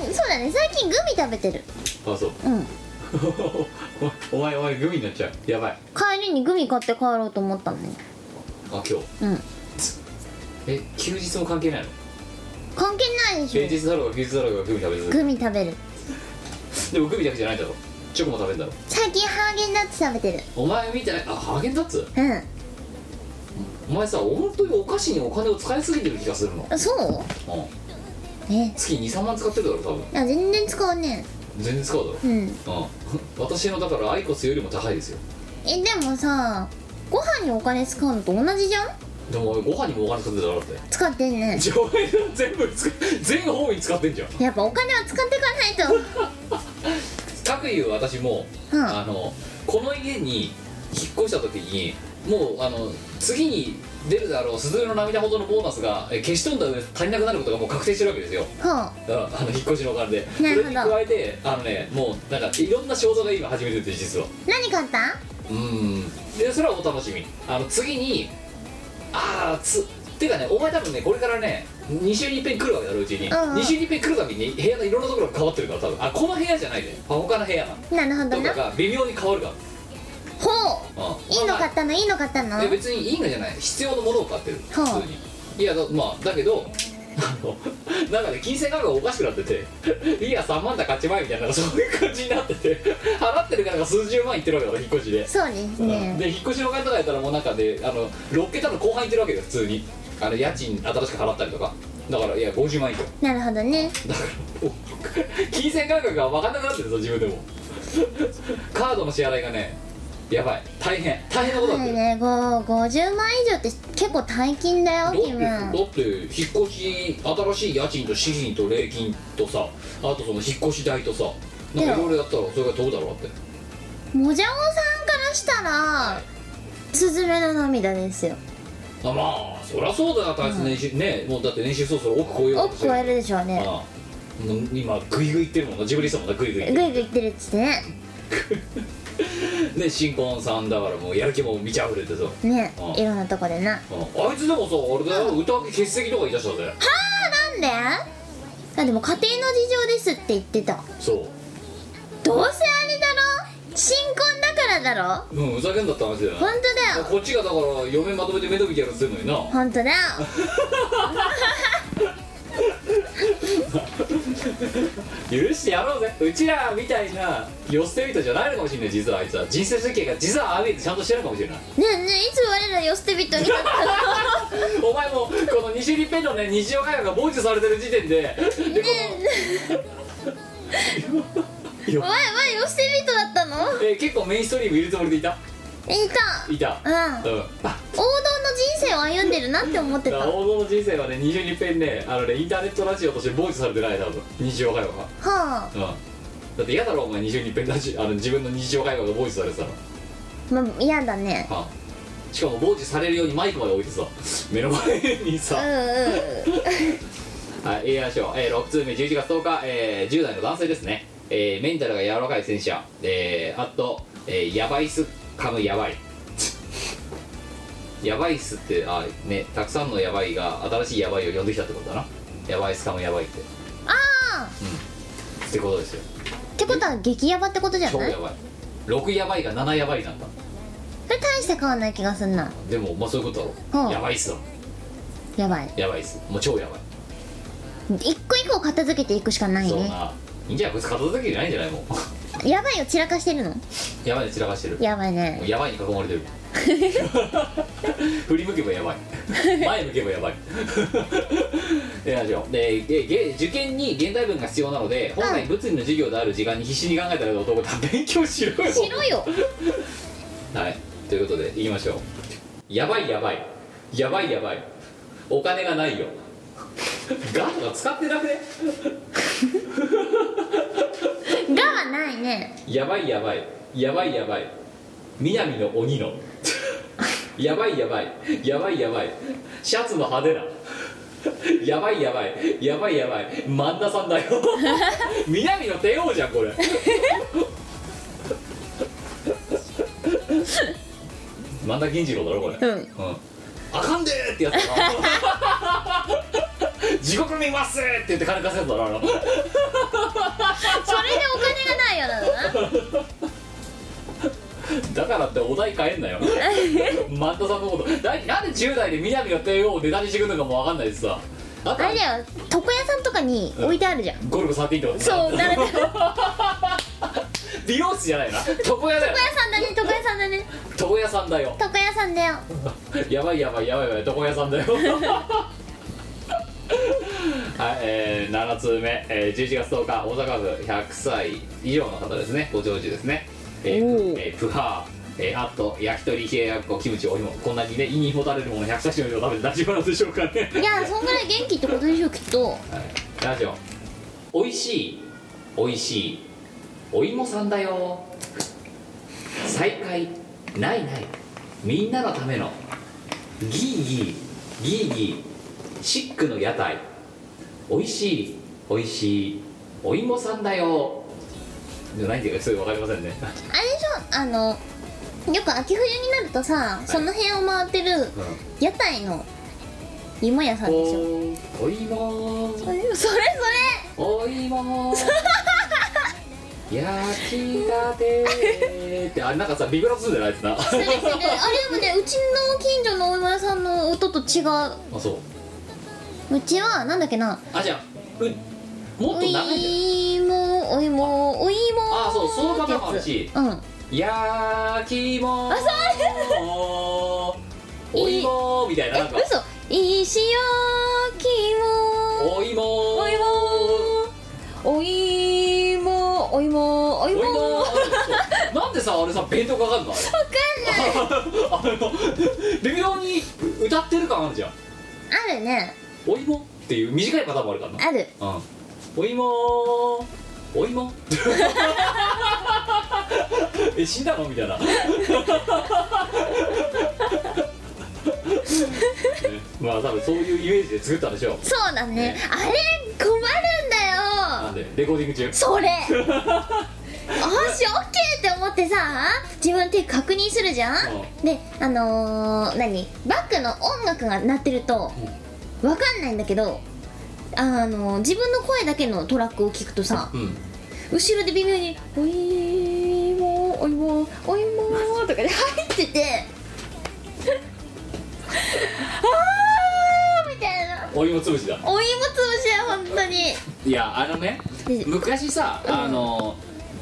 Speaker 2: 近そうだね最近グミ食べてる
Speaker 1: あそう
Speaker 2: うん
Speaker 1: お前お前グミになっちゃうやばい
Speaker 2: 帰りにグミ買って帰ろうと思ったのね
Speaker 1: あ今日
Speaker 2: うん
Speaker 1: え休日も関係ないの
Speaker 2: 関係ないで
Speaker 1: 平
Speaker 2: し
Speaker 1: 日だろうが休日だろうがグミ食べ
Speaker 2: ょ
Speaker 1: てる
Speaker 2: グミ食べる
Speaker 1: でもグミだけじゃないだろチョコも食べるんだろ
Speaker 2: 最近ハーゲンダッツ食べてる
Speaker 1: お前みたいあハーゲンダッツ
Speaker 2: う
Speaker 1: お前さ本当にお菓子にお金を使いすぎてる気がするの、うん
Speaker 2: そうえ
Speaker 1: 月23万使ってるだろ多分
Speaker 2: いや全然使わね
Speaker 1: 全然使うだろ
Speaker 2: えうん
Speaker 1: うん私のだからアイコスよりも高いですよ
Speaker 2: えでもさご飯にお金使うのと同じじゃん
Speaker 1: でも俺ご飯にもお金使ってただろだって
Speaker 2: 使ってんね
Speaker 1: 上映全部使全方位に使ってんじゃん
Speaker 2: やっぱお金は使っていかない
Speaker 1: 各言う私も、
Speaker 2: うん
Speaker 1: あのこの家に引っ越した時にもうあの次に出るだろう「鈴の涙」ほどのボーナスがえ消し飛んだ上足りなくなることがもう確定してるわけですよ
Speaker 2: とは
Speaker 1: うんあの引っ越しのお金でそ
Speaker 2: な
Speaker 1: れ
Speaker 2: る
Speaker 1: に
Speaker 2: ほど
Speaker 1: 加えてあのねもうなんかいろんな仕事が今始めてて実は
Speaker 2: あ何買った
Speaker 1: うんでそれはお楽しみあの次にああつっていうかねお前多分ねこれからね2週に一遍来るわけだろうちに、
Speaker 2: うんうん
Speaker 1: 2週に一遍来るたびに部屋のいろんなところが変わってるから多分あこの部屋じゃないで他の部屋が
Speaker 2: なるほど
Speaker 1: と
Speaker 2: な
Speaker 1: かが微妙に変わるから
Speaker 2: ほ
Speaker 1: うん
Speaker 2: ういいの買ったのいいの買ったの
Speaker 1: いや別にいいのじゃない必要なものを買ってる普
Speaker 2: はあ
Speaker 1: 通にいやだまあだけど あのなんかね金銭感覚がおかしくなってて「いや3万だ勝ち前」みたいなそういう感じになってて払ってるからが数十万いってるわけだから引っ越しで、
Speaker 2: そうですね
Speaker 1: で引っ越しの方とかやったらもうなんかであの6桁の後半いってるわけだよ普通にあの家賃新しく払ったりとかだからいや50万以上
Speaker 2: なるほどね
Speaker 1: だからお金銭感覚が分かんなくなってるぞ自分でもカードの支払いがねやばい大変大変なことにな
Speaker 2: は
Speaker 1: っ
Speaker 2: い
Speaker 1: てる、
Speaker 2: ねご50万以上って結構大金だよ
Speaker 1: だって
Speaker 2: キム
Speaker 1: だって引っ越し新しい家賃と資金と礼金とさあとその引っ越し代とさなんかいろいろやったらそれが飛ぶだろうって
Speaker 2: もじゃおさんからしたらスズメの涙ですよ
Speaker 1: あまあそりゃそうだな大切年収、ねもうだって年収そろそろ億超えようと
Speaker 2: 億
Speaker 1: して
Speaker 2: 超えるでしょうね
Speaker 1: ああもう今グイグイいってるもんなジブリさんもなグイグイ言
Speaker 2: ぐ
Speaker 1: って
Speaker 2: いぐいってるっつってね
Speaker 1: ね新婚さんだからもうやる気も満ち溢れてさ
Speaker 2: ね
Speaker 1: あ
Speaker 2: いろんなとこでなな
Speaker 1: ああいつでもさあれだよ歌わけ欠席とか言い出したぜ
Speaker 2: んであでも家庭の事情ですって言ってた
Speaker 1: そ
Speaker 2: どうせあれだろ新婚だからだろ
Speaker 1: ううんふざけんだって話だよ
Speaker 2: 本
Speaker 1: な
Speaker 2: 当だよ
Speaker 1: こっちがだから嫁まとめて目ど見てやるっつってんのにな
Speaker 2: 本当だよ
Speaker 1: 許してやろうぜうちらみたいな寄せ人じゃないのかもしれない実はあいつは人生設計が実はああ見えてちゃんとしてるかもしれない
Speaker 2: ねえねえいつ我らよ捨て人になったの
Speaker 1: お前もこの西日ペンのね日常会話が傍受されてる時点ででこのよ
Speaker 2: わいわいよ捨て人だったの
Speaker 1: えー結構メインストリームいるつもりでいた
Speaker 2: いた
Speaker 1: いた
Speaker 2: うん
Speaker 1: うんあ
Speaker 2: 王道の人生を歩んでるなって思って
Speaker 1: だか
Speaker 2: た
Speaker 1: ら
Speaker 2: は
Speaker 1: 王道の人生はね20日ペンねあのねインターネットラジオとして傍受されてない多分日常会話が
Speaker 2: あ
Speaker 1: うんだって嫌だろお前20日ペンラジオあの自分の日常会話が傍受されてたら
Speaker 2: まあ嫌だね
Speaker 1: あしかも傍受されるようにマイクまで置いてさ目の前にさ、
Speaker 2: うんうん
Speaker 1: はい、言いましょう、えー、6通目11月10日、えー10代の男性ですね、えーメンタルが柔らかい戦車、えーあと、えー、やばいっすカムや ばいやばいっすってあねたくさんのやばいが新しいやばいを呼んできたってことだなやばいっすカムやばいってああうんってことですよ
Speaker 2: ってことは激ヤバってことじゃ
Speaker 1: 超
Speaker 2: ない
Speaker 1: やばい6やばいが7やばいなんだ
Speaker 2: それ大して変わんない気がすんな
Speaker 1: でもまあそういうことだ
Speaker 2: う
Speaker 1: ろ
Speaker 2: ん
Speaker 1: やばいっすだろ
Speaker 2: やばい
Speaker 1: やばいっすもう超やばい
Speaker 2: 一個一個片付けていくしかない
Speaker 1: そう
Speaker 2: ね
Speaker 1: ないいんじゃないこいつ片付けじゃないんじゃないもう
Speaker 2: やばいよ散らかしてるの
Speaker 1: やばいで散らかしてる
Speaker 2: やばいね
Speaker 1: もうやばいに囲まれてる振り向けばやばい前向けばやばいえー以上ででげ受験に現代文が必要なので本来物理の授業である時間に必死に考えたら男だ勉強しろよ
Speaker 2: しろよ
Speaker 1: はいということでいきましょうやばいやばいやばいやばいお金がないよガードが使ってなくね
Speaker 2: がはないね
Speaker 1: やばいやばいやばいやばい南の鬼の やばいやばいやばいやばいシャツの派手なやばいやばいやばいやばい萬田さんだよ 南の帝王じゃんこれ萬田銀次郎だろこれ
Speaker 2: うん
Speaker 1: うんあかんでーってやつだな地獄見ますーって言って金稼いだろあの
Speaker 2: それでお金がないよなのな
Speaker 1: 題変えんなよマットさんのことだいなんで10代で南の帝王をネタにしてくるのかもわかんないですさあと
Speaker 2: あれだよ床屋さんとかに置いてあるじゃん、
Speaker 1: ゴルフ13とか
Speaker 2: そう誰だ床屋
Speaker 1: 美容室じゃないな床屋だよ
Speaker 2: さんだね床屋さんだね
Speaker 1: 床屋さんだよ
Speaker 3: 床屋さんだよ
Speaker 1: やばいやばいやばいやばい床屋さんだよはい、えー、7通目、えー、11月10日大阪府100歳以上の方ですねご長寿ですねえー
Speaker 2: おー
Speaker 1: えープハー、えー、あと焼き鳥冷ややっこキムチお芋こんなにね胃にもたれるもの100歳以上食べて大丈夫なんでしょうかね
Speaker 2: いやそんぐらい元気ってことでしょきっと
Speaker 1: はい、ラジオおいしいおいしいお芋さんだよ再会ないないみんなのためのギーギーギーギーシックの屋台おいしいおいしいお芋さんだよじゃないんだけどすぐ分かりませんね
Speaker 2: あれでしょあのよく秋冬になるとさその辺を回ってる屋台の芋屋さんでしょ
Speaker 1: おお芋
Speaker 2: それそ れ
Speaker 1: お芋焼きたてってあれなんかさビブラートするんじゃないですな
Speaker 2: それそれあれでもねうちの近所のお芋屋さんの音と違う
Speaker 1: あそう
Speaker 2: うちはなんだっけな
Speaker 1: あじゃあうもっ
Speaker 2: お
Speaker 1: と長いんだよ
Speaker 2: 芋お芋お芋
Speaker 1: あそうそういうパターンもあるし
Speaker 2: ってやつうん
Speaker 1: 焼き芋
Speaker 2: あそう
Speaker 1: お芋みたいな
Speaker 2: え
Speaker 1: なんか
Speaker 2: 嘘石焼き芋
Speaker 1: お芋
Speaker 2: お芋お芋お芋お
Speaker 1: お
Speaker 2: 芋
Speaker 1: 芋そうなんでさあれさ弁当かかるのあれわかんないあの微妙に歌ってる感あるじゃん
Speaker 2: あるね
Speaker 1: お芋っていう短いパターンもあるからな
Speaker 2: ある
Speaker 1: うんお芋お芋 え死んだのみたいな ねまあ多分そういうイメージで作ったんでしょう
Speaker 2: そうだね
Speaker 1: ね
Speaker 2: あれ困るんだ
Speaker 1: な
Speaker 2: よ
Speaker 1: んでレコーディング中
Speaker 2: それよしオッケーって思ってさ自分で確認するじゃん
Speaker 1: う
Speaker 2: であのー、何バックの音楽が鳴ってるとわかんないんだけどあのー、自分の声だけのトラックを聞くとさ
Speaker 1: うん
Speaker 2: 後ろで微妙に「おいもおいもおいも」とかで入ってて「あー」みたいな
Speaker 1: お芋潰しだ
Speaker 2: お芋潰しだよ本当に
Speaker 1: いやあのね
Speaker 2: で
Speaker 1: 昔さあの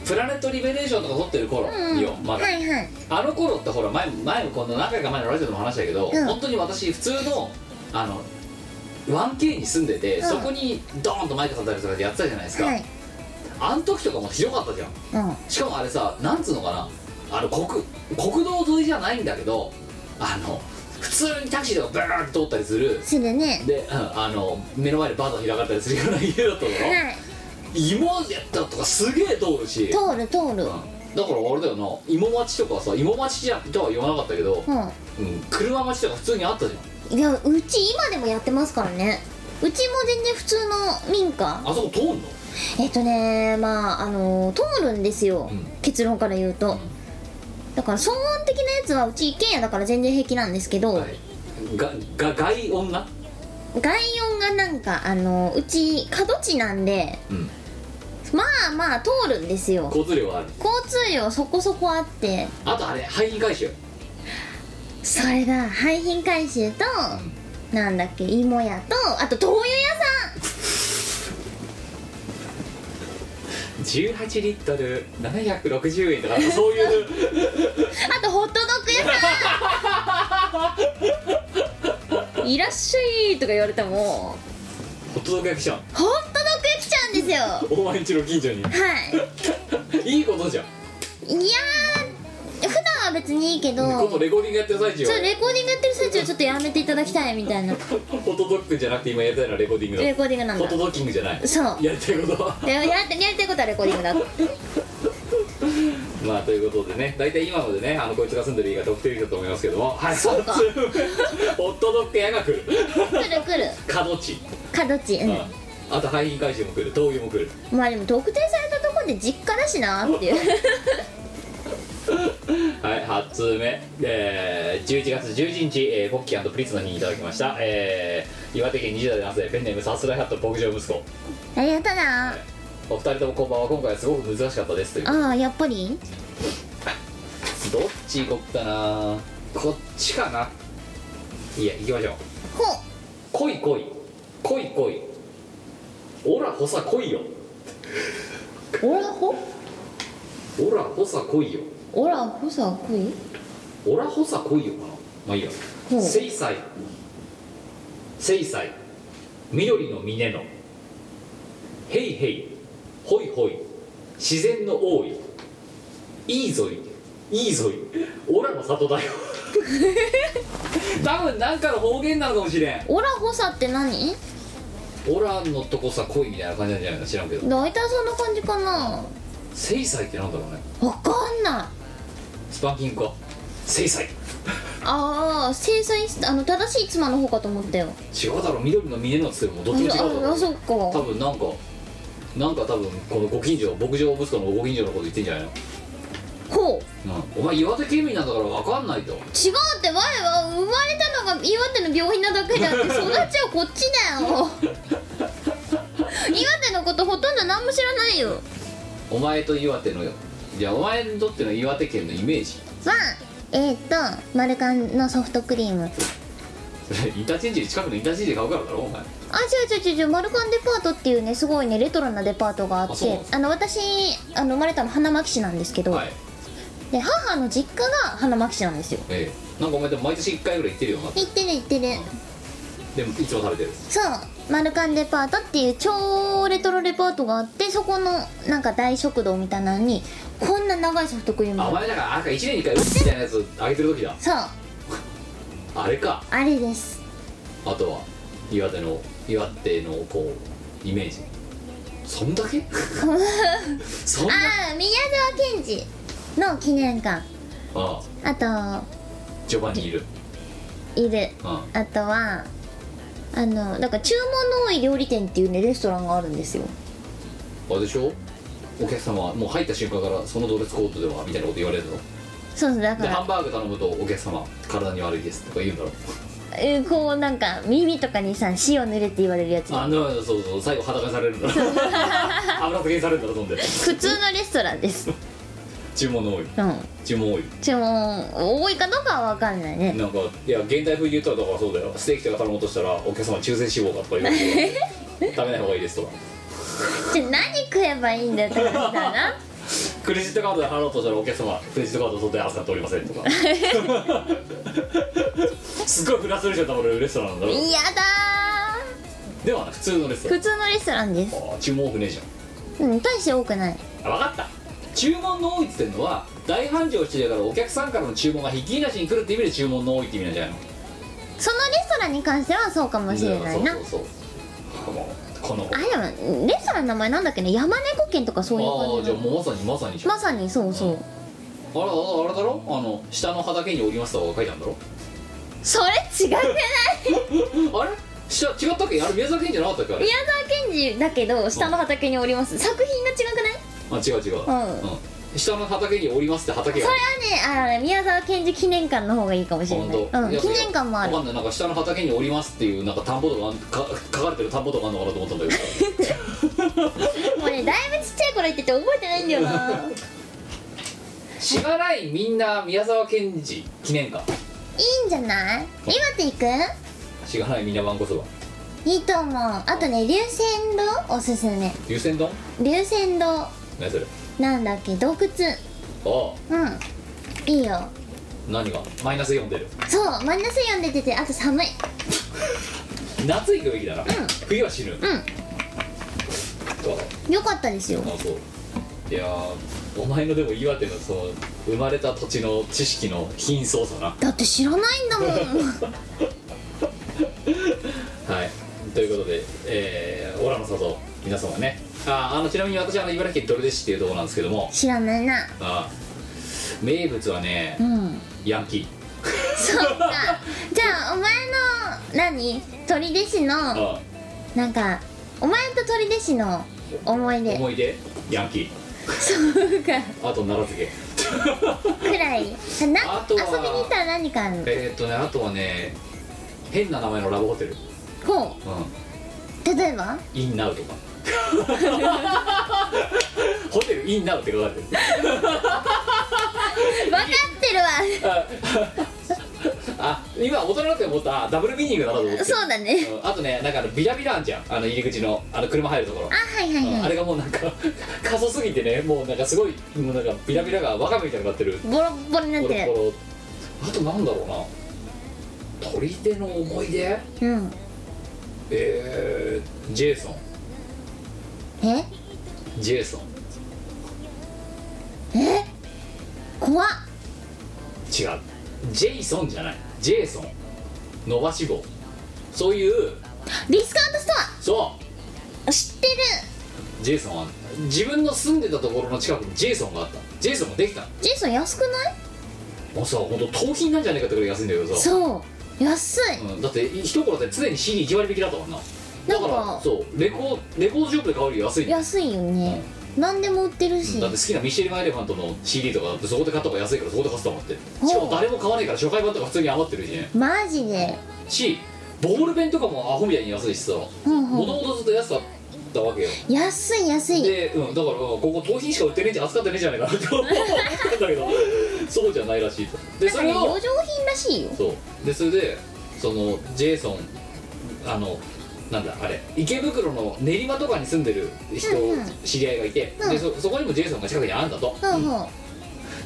Speaker 1: プラネットリベレーションとか撮ってる頃よまだ
Speaker 2: はいはい
Speaker 1: あの頃ってほら前も前もこの何回か前のラジオでも話したけど、
Speaker 2: うん
Speaker 1: 本当に私普通のあの 1K に住んでて、
Speaker 2: うん
Speaker 1: そこにドーンとマイクさんたりとかでやってたじゃないですか、
Speaker 2: はい
Speaker 1: あの時とかもひどかったじゃん
Speaker 2: うん
Speaker 1: しかもあれさなんつうのかなあの国国道沿いじゃないんだけどあの普通にタクシーとかブーンって通ったりする
Speaker 2: するね
Speaker 1: で、うんあの目の前でバーが開かれたりするような家だったの、
Speaker 2: はい
Speaker 1: 芋やったとかすげえ通るし
Speaker 2: 通る通
Speaker 1: だか
Speaker 2: る
Speaker 1: らあれだよな芋町とかさ芋町じゃとは言わなかったけど、
Speaker 2: う
Speaker 1: うん、車町とか普通にあったじゃ
Speaker 2: んいやうち今でもやってますからねうちも全然普通の民家
Speaker 1: んあそこ通んの
Speaker 2: えっとねまああの通るんですよ、
Speaker 1: うん
Speaker 2: 結論から言うと、だから騒音的なやつはうち一軒家だから全然平気なんですけど、
Speaker 1: はいがが外女
Speaker 2: 外音がなんかあのうち角地なんで
Speaker 1: うん
Speaker 2: まあまあ通るんですよ
Speaker 1: 交通量はある
Speaker 2: 交通量そこそこあって
Speaker 1: あとあれ廃品回収
Speaker 2: それが廃品回収と、なんだっけ芋屋とあと灯油屋さ
Speaker 1: 18リットル760円とかなんかそういう
Speaker 2: んあとホットドッグ屋 さんいらっしゃいとか言われても
Speaker 1: ホットドッグ屋来ちゃう
Speaker 2: ホットドッグ屋来ちゃうんですよは
Speaker 1: お前んちの近 所にいいことじゃん
Speaker 2: いいやー普段は別にいいけど
Speaker 1: 今度
Speaker 2: ち
Speaker 1: レコーディングやってる最中
Speaker 2: ょレコーディングやってる最中はちょっとやめていただきたいみたいな
Speaker 1: ホットドッグじゃなくて今やりたいのはレコーディングだ
Speaker 2: レコーディングなん
Speaker 1: ホ
Speaker 2: だ
Speaker 1: ットドッキングじゃない
Speaker 2: そう
Speaker 1: やりたいことは
Speaker 2: でややってやりたいことはレコーディングだ
Speaker 1: まあということでね大体今のでねあのこいつが住んでる家が特定だと思いますけどもはい
Speaker 2: そ うか
Speaker 1: ホットドッグ屋が来る
Speaker 2: 来る来る
Speaker 1: 角地、
Speaker 2: 角地うん
Speaker 1: うんあと廃品回収も来る灯油も来る
Speaker 2: まあでも特定されたところで実家だしなっていう
Speaker 1: はい8通目、えー、11月11日、えー、ポッキープリッツの日にいただきました、えー、岩手県20代男性ペンネームさすらいハット牧場息子
Speaker 2: ありがとうな
Speaker 1: お二人ともこんばんは今回はすごく難しかったですという
Speaker 2: ああやっぱり
Speaker 1: どっち行こっかなこっちかないや行きましょう
Speaker 2: ほ
Speaker 1: 来い来い来い来いオラホサ来いよ
Speaker 6: オラホ
Speaker 1: オラホサ来いよ
Speaker 6: オラホさ来い
Speaker 1: オラホサ来いよかなまあいいや
Speaker 6: ほう
Speaker 1: セイサイセイサイ緑の峰のヘイヘイホイホイ自然の多いいいぞいいいぞいオラの里だよ 多分なんかの方言なのかもしれん
Speaker 6: オラホさって何
Speaker 1: オラのとこさ来いみたいな感じなんじゃないの知らんけど
Speaker 6: 大体そんな感じかな
Speaker 1: セイサイってなんだろうね
Speaker 6: わかんない
Speaker 1: スパンキングかセイサイ
Speaker 6: ああ制裁あの正しい妻の方かと思ったよ
Speaker 1: 違うだろ緑の峰のっつってもどっちも違うだ
Speaker 6: あ
Speaker 1: ろ
Speaker 6: あそっか
Speaker 1: 多分なんかなんか多分このご近所牧場息子のご近所のこと言ってんじゃないの、
Speaker 6: ほう
Speaker 1: うん、お前岩手県民なんだから分かんないと
Speaker 6: 違うって我は生まれたのが岩手の病院なだけで あって育ちはこっちだよ岩手のことほとんど何も知らないよ
Speaker 1: お前と岩手のじゃあお前にとっての岩手県のイメージ
Speaker 2: はえっ、ー、と丸カンのソフトクリーム
Speaker 1: インターチェンジ近くのインターチェンジで買うからだろお前
Speaker 2: あ違う違う違う違うマルカンデパートっていうねすごいねレトロなデパートがあ
Speaker 1: あ
Speaker 2: っ
Speaker 1: そうなん
Speaker 2: て
Speaker 1: です
Speaker 2: あの私あの生まれたの花巻市なんですけど、
Speaker 1: はい
Speaker 2: で母の実家が花巻市なんですよ
Speaker 1: ええなんかお前でも毎年1回ぐらい行ってるよな
Speaker 2: 行ってる行ってる
Speaker 1: でもいつも食べてる
Speaker 2: そうマルカンデパートっていう超レトロレパートがあってそこのなんか大食堂みたいなのにこんな長いソフトクリーム
Speaker 1: あお
Speaker 2: が
Speaker 1: 前だからあれか1年に1回うっみたいなやつあげてる時だ
Speaker 2: そう
Speaker 1: あれか
Speaker 2: あれです
Speaker 1: あとは岩手の岩手のこうイメージそんだ けそんな
Speaker 2: ああ宮沢賢治の記念館
Speaker 1: ああ
Speaker 2: あと
Speaker 1: ジョバンニいる
Speaker 2: いる
Speaker 1: あ
Speaker 2: あとはあのだから注文の多い料理店っていうねレストランがあるんですよ
Speaker 1: あれでしょお客様はもう入った瞬間からそのドレスコートではみたいなこと言われるの
Speaker 2: そうそうだか
Speaker 1: でハン
Speaker 2: ら、
Speaker 1: バーグ頼むとお客様体に悪いですとか言うんだろ
Speaker 2: えーこうなんか耳とかにさ塩塗れって言われるやつ
Speaker 1: あなそうそう最後裸にされるんだろ油付けにされるんだろそんで
Speaker 2: 普通のレストランです
Speaker 1: 注文の多い
Speaker 2: うん
Speaker 1: 注文多い
Speaker 2: 注文多いかどうかは分かんないね
Speaker 1: なんかいや現代風に言ったらだからそうだよステーキとか頼もうとしたらお客様中性脂肪かとか言われて食べない方がいいですとか
Speaker 2: じゃあ何食えばいいんだよって話だな
Speaker 1: クレジットカードで払おうとしたらお客様クレジットカードを取って扱っておりませんと かすっごいフラストレーションたまるレストランなんだろう
Speaker 2: いやだ
Speaker 1: では普通のレス
Speaker 2: ー
Speaker 1: トラン
Speaker 2: 普通のレストランです
Speaker 1: あー注文多くねえじ
Speaker 2: うん大して多くない
Speaker 1: ゃんあ分かった注文の多いっつってんのは大繁盛してるからお客さんからの注文がひっきりなしに来るって意味で注文の多いって意味なんじゃないの
Speaker 2: そのレストランに関してはそうかもしれないな
Speaker 1: そうそうそうもうこの
Speaker 2: あでもレストランの名前なんだっけね山猫軒とかそういう
Speaker 1: ああ
Speaker 2: 感
Speaker 1: じ
Speaker 2: じ
Speaker 1: ゃあ
Speaker 2: の
Speaker 1: もうまさにまさにじゃん、
Speaker 2: まさにそうそ
Speaker 1: あ
Speaker 2: う
Speaker 1: れあれあれだろあの下の畑におりますとか書いてあるんだろ
Speaker 2: それ違くない
Speaker 1: あれ下違ったっけあれ宮沢賢治じゃなかったっけあれ
Speaker 2: 宮沢賢治だけど下の畑におります作品が違くない
Speaker 1: あ違う違う、
Speaker 2: うん
Speaker 1: 下の畑におりますって畑がある
Speaker 2: それはねあのね宮沢賢治記念館の方がいいかもしれ
Speaker 1: 本
Speaker 2: な
Speaker 1: 当、
Speaker 2: い、うん、記念館もある
Speaker 1: わかんないなんか下の畑におりますっていうなんか田んぼとかあんか書かれてる田んぼとかあんのかなと思ったんだ けど
Speaker 2: もうねだいぶちっちゃい頃行ってて覚えてないんだよない
Speaker 1: しがないみんな宮沢賢治記念館
Speaker 2: いんじゃない岩手行く
Speaker 1: しがないみんなわんこそば
Speaker 2: いいと思うあとね龍泉堂おすすめ
Speaker 1: 湯煎丼
Speaker 2: 龍泉堂
Speaker 1: 何それ
Speaker 2: なんだっけ洞窟
Speaker 1: あ
Speaker 2: うんいいよ
Speaker 1: あ何がマイナス4出る
Speaker 2: そうマイナス4で出ててあと寒い
Speaker 1: 夏行くべきだな、冬は死ぬうん
Speaker 2: よかったですよ
Speaker 1: あそういやーお前のでも岩手のその生まれた土地の知識の貧相さな
Speaker 2: だって知らないんだもん
Speaker 1: はい、ということで、えー、オラの里、皆様ね、あーあのちなみに私はあの茨城県取手市っていうところなんですけども、
Speaker 2: 知らないな
Speaker 1: あー名物はね、
Speaker 2: うん
Speaker 1: ヤンキー。
Speaker 2: そっかじゃあお前の何鳥弟子の
Speaker 1: あ
Speaker 2: なんかお前と鳥弟子の思い
Speaker 1: ー
Speaker 2: 出
Speaker 1: 思い出、ヤンキ
Speaker 2: そうか
Speaker 1: ー。あと奈良漬け。
Speaker 2: くらいな
Speaker 1: あ
Speaker 2: 遊
Speaker 1: と
Speaker 2: びに
Speaker 1: は
Speaker 2: 行ったら何かある
Speaker 1: えー、っとね、あとはね、変な名前のラブホテル。
Speaker 2: ほ
Speaker 1: う
Speaker 2: う例えば
Speaker 1: ん、インナウとか。ホテルインナウって書かれてる。
Speaker 2: 分かってるわ
Speaker 1: あ今大人だって思ったあダブルミーニングだなと思って
Speaker 2: そうだね
Speaker 1: うんあとねなんかあのビラビラあんじゃんあの入り口のあの車入るところ
Speaker 2: あはいはい
Speaker 1: うん
Speaker 2: は
Speaker 1: あ
Speaker 2: い
Speaker 1: れがもうなんか過疎すぎてねもうなんかすごいもうなんかビラビラがわかめみたいになってる
Speaker 2: ボロッボロになっ
Speaker 1: ボロ
Speaker 2: て
Speaker 1: ボロあとなんだろうな砦の思い出
Speaker 2: るうん
Speaker 1: えー、ジェイソン
Speaker 2: え
Speaker 1: ジェイソン
Speaker 2: え怖っ
Speaker 1: 違うジェイソンじゃないジェイソン伸ばし棒そういう
Speaker 2: ディスカウントスト
Speaker 1: そ
Speaker 2: ア知ってる
Speaker 1: うジェイソンは自分の住んでたところの近くにジェイソンがあったジェイソンができた
Speaker 2: ジェイソン安くない
Speaker 1: もうさ本当盗品なんじゃないかってくらい安いんだけどさ
Speaker 2: そう安い
Speaker 1: うん、だって一頃で常に CD1 割引きだったもんなだから
Speaker 2: なんか
Speaker 1: そうレコーレコードショップで買うより安いんだよ
Speaker 2: 安いよね何でも売ってる
Speaker 1: う
Speaker 2: し
Speaker 1: んだって好きなミシェル・マイレファントの CD とかだってそこで買った方が安いからそこで買ってたもんってしかも誰も買わないから初回版とか普通に余ってるしね
Speaker 2: マジで
Speaker 1: しボールペンとかもアホみたいに安いしさもと
Speaker 2: んうん
Speaker 1: もとずっと安かったわけよ
Speaker 2: 安い安い
Speaker 1: で、うん、だからここ盗品しか売ってねえじゃん扱ってねえじゃねえかなっ て思ったんだけどそうじゃないらしいとでそれ
Speaker 2: なんかね
Speaker 1: を
Speaker 2: 余剰品らしいよ
Speaker 1: そうでそれでそのジェイソンあのなんだあれ池袋の練馬とかに住んでる人、
Speaker 2: うんうん
Speaker 1: 知り合いがいて、
Speaker 2: うん
Speaker 1: でそそこにもジェイソンが近くにあるんだと、
Speaker 2: うんうん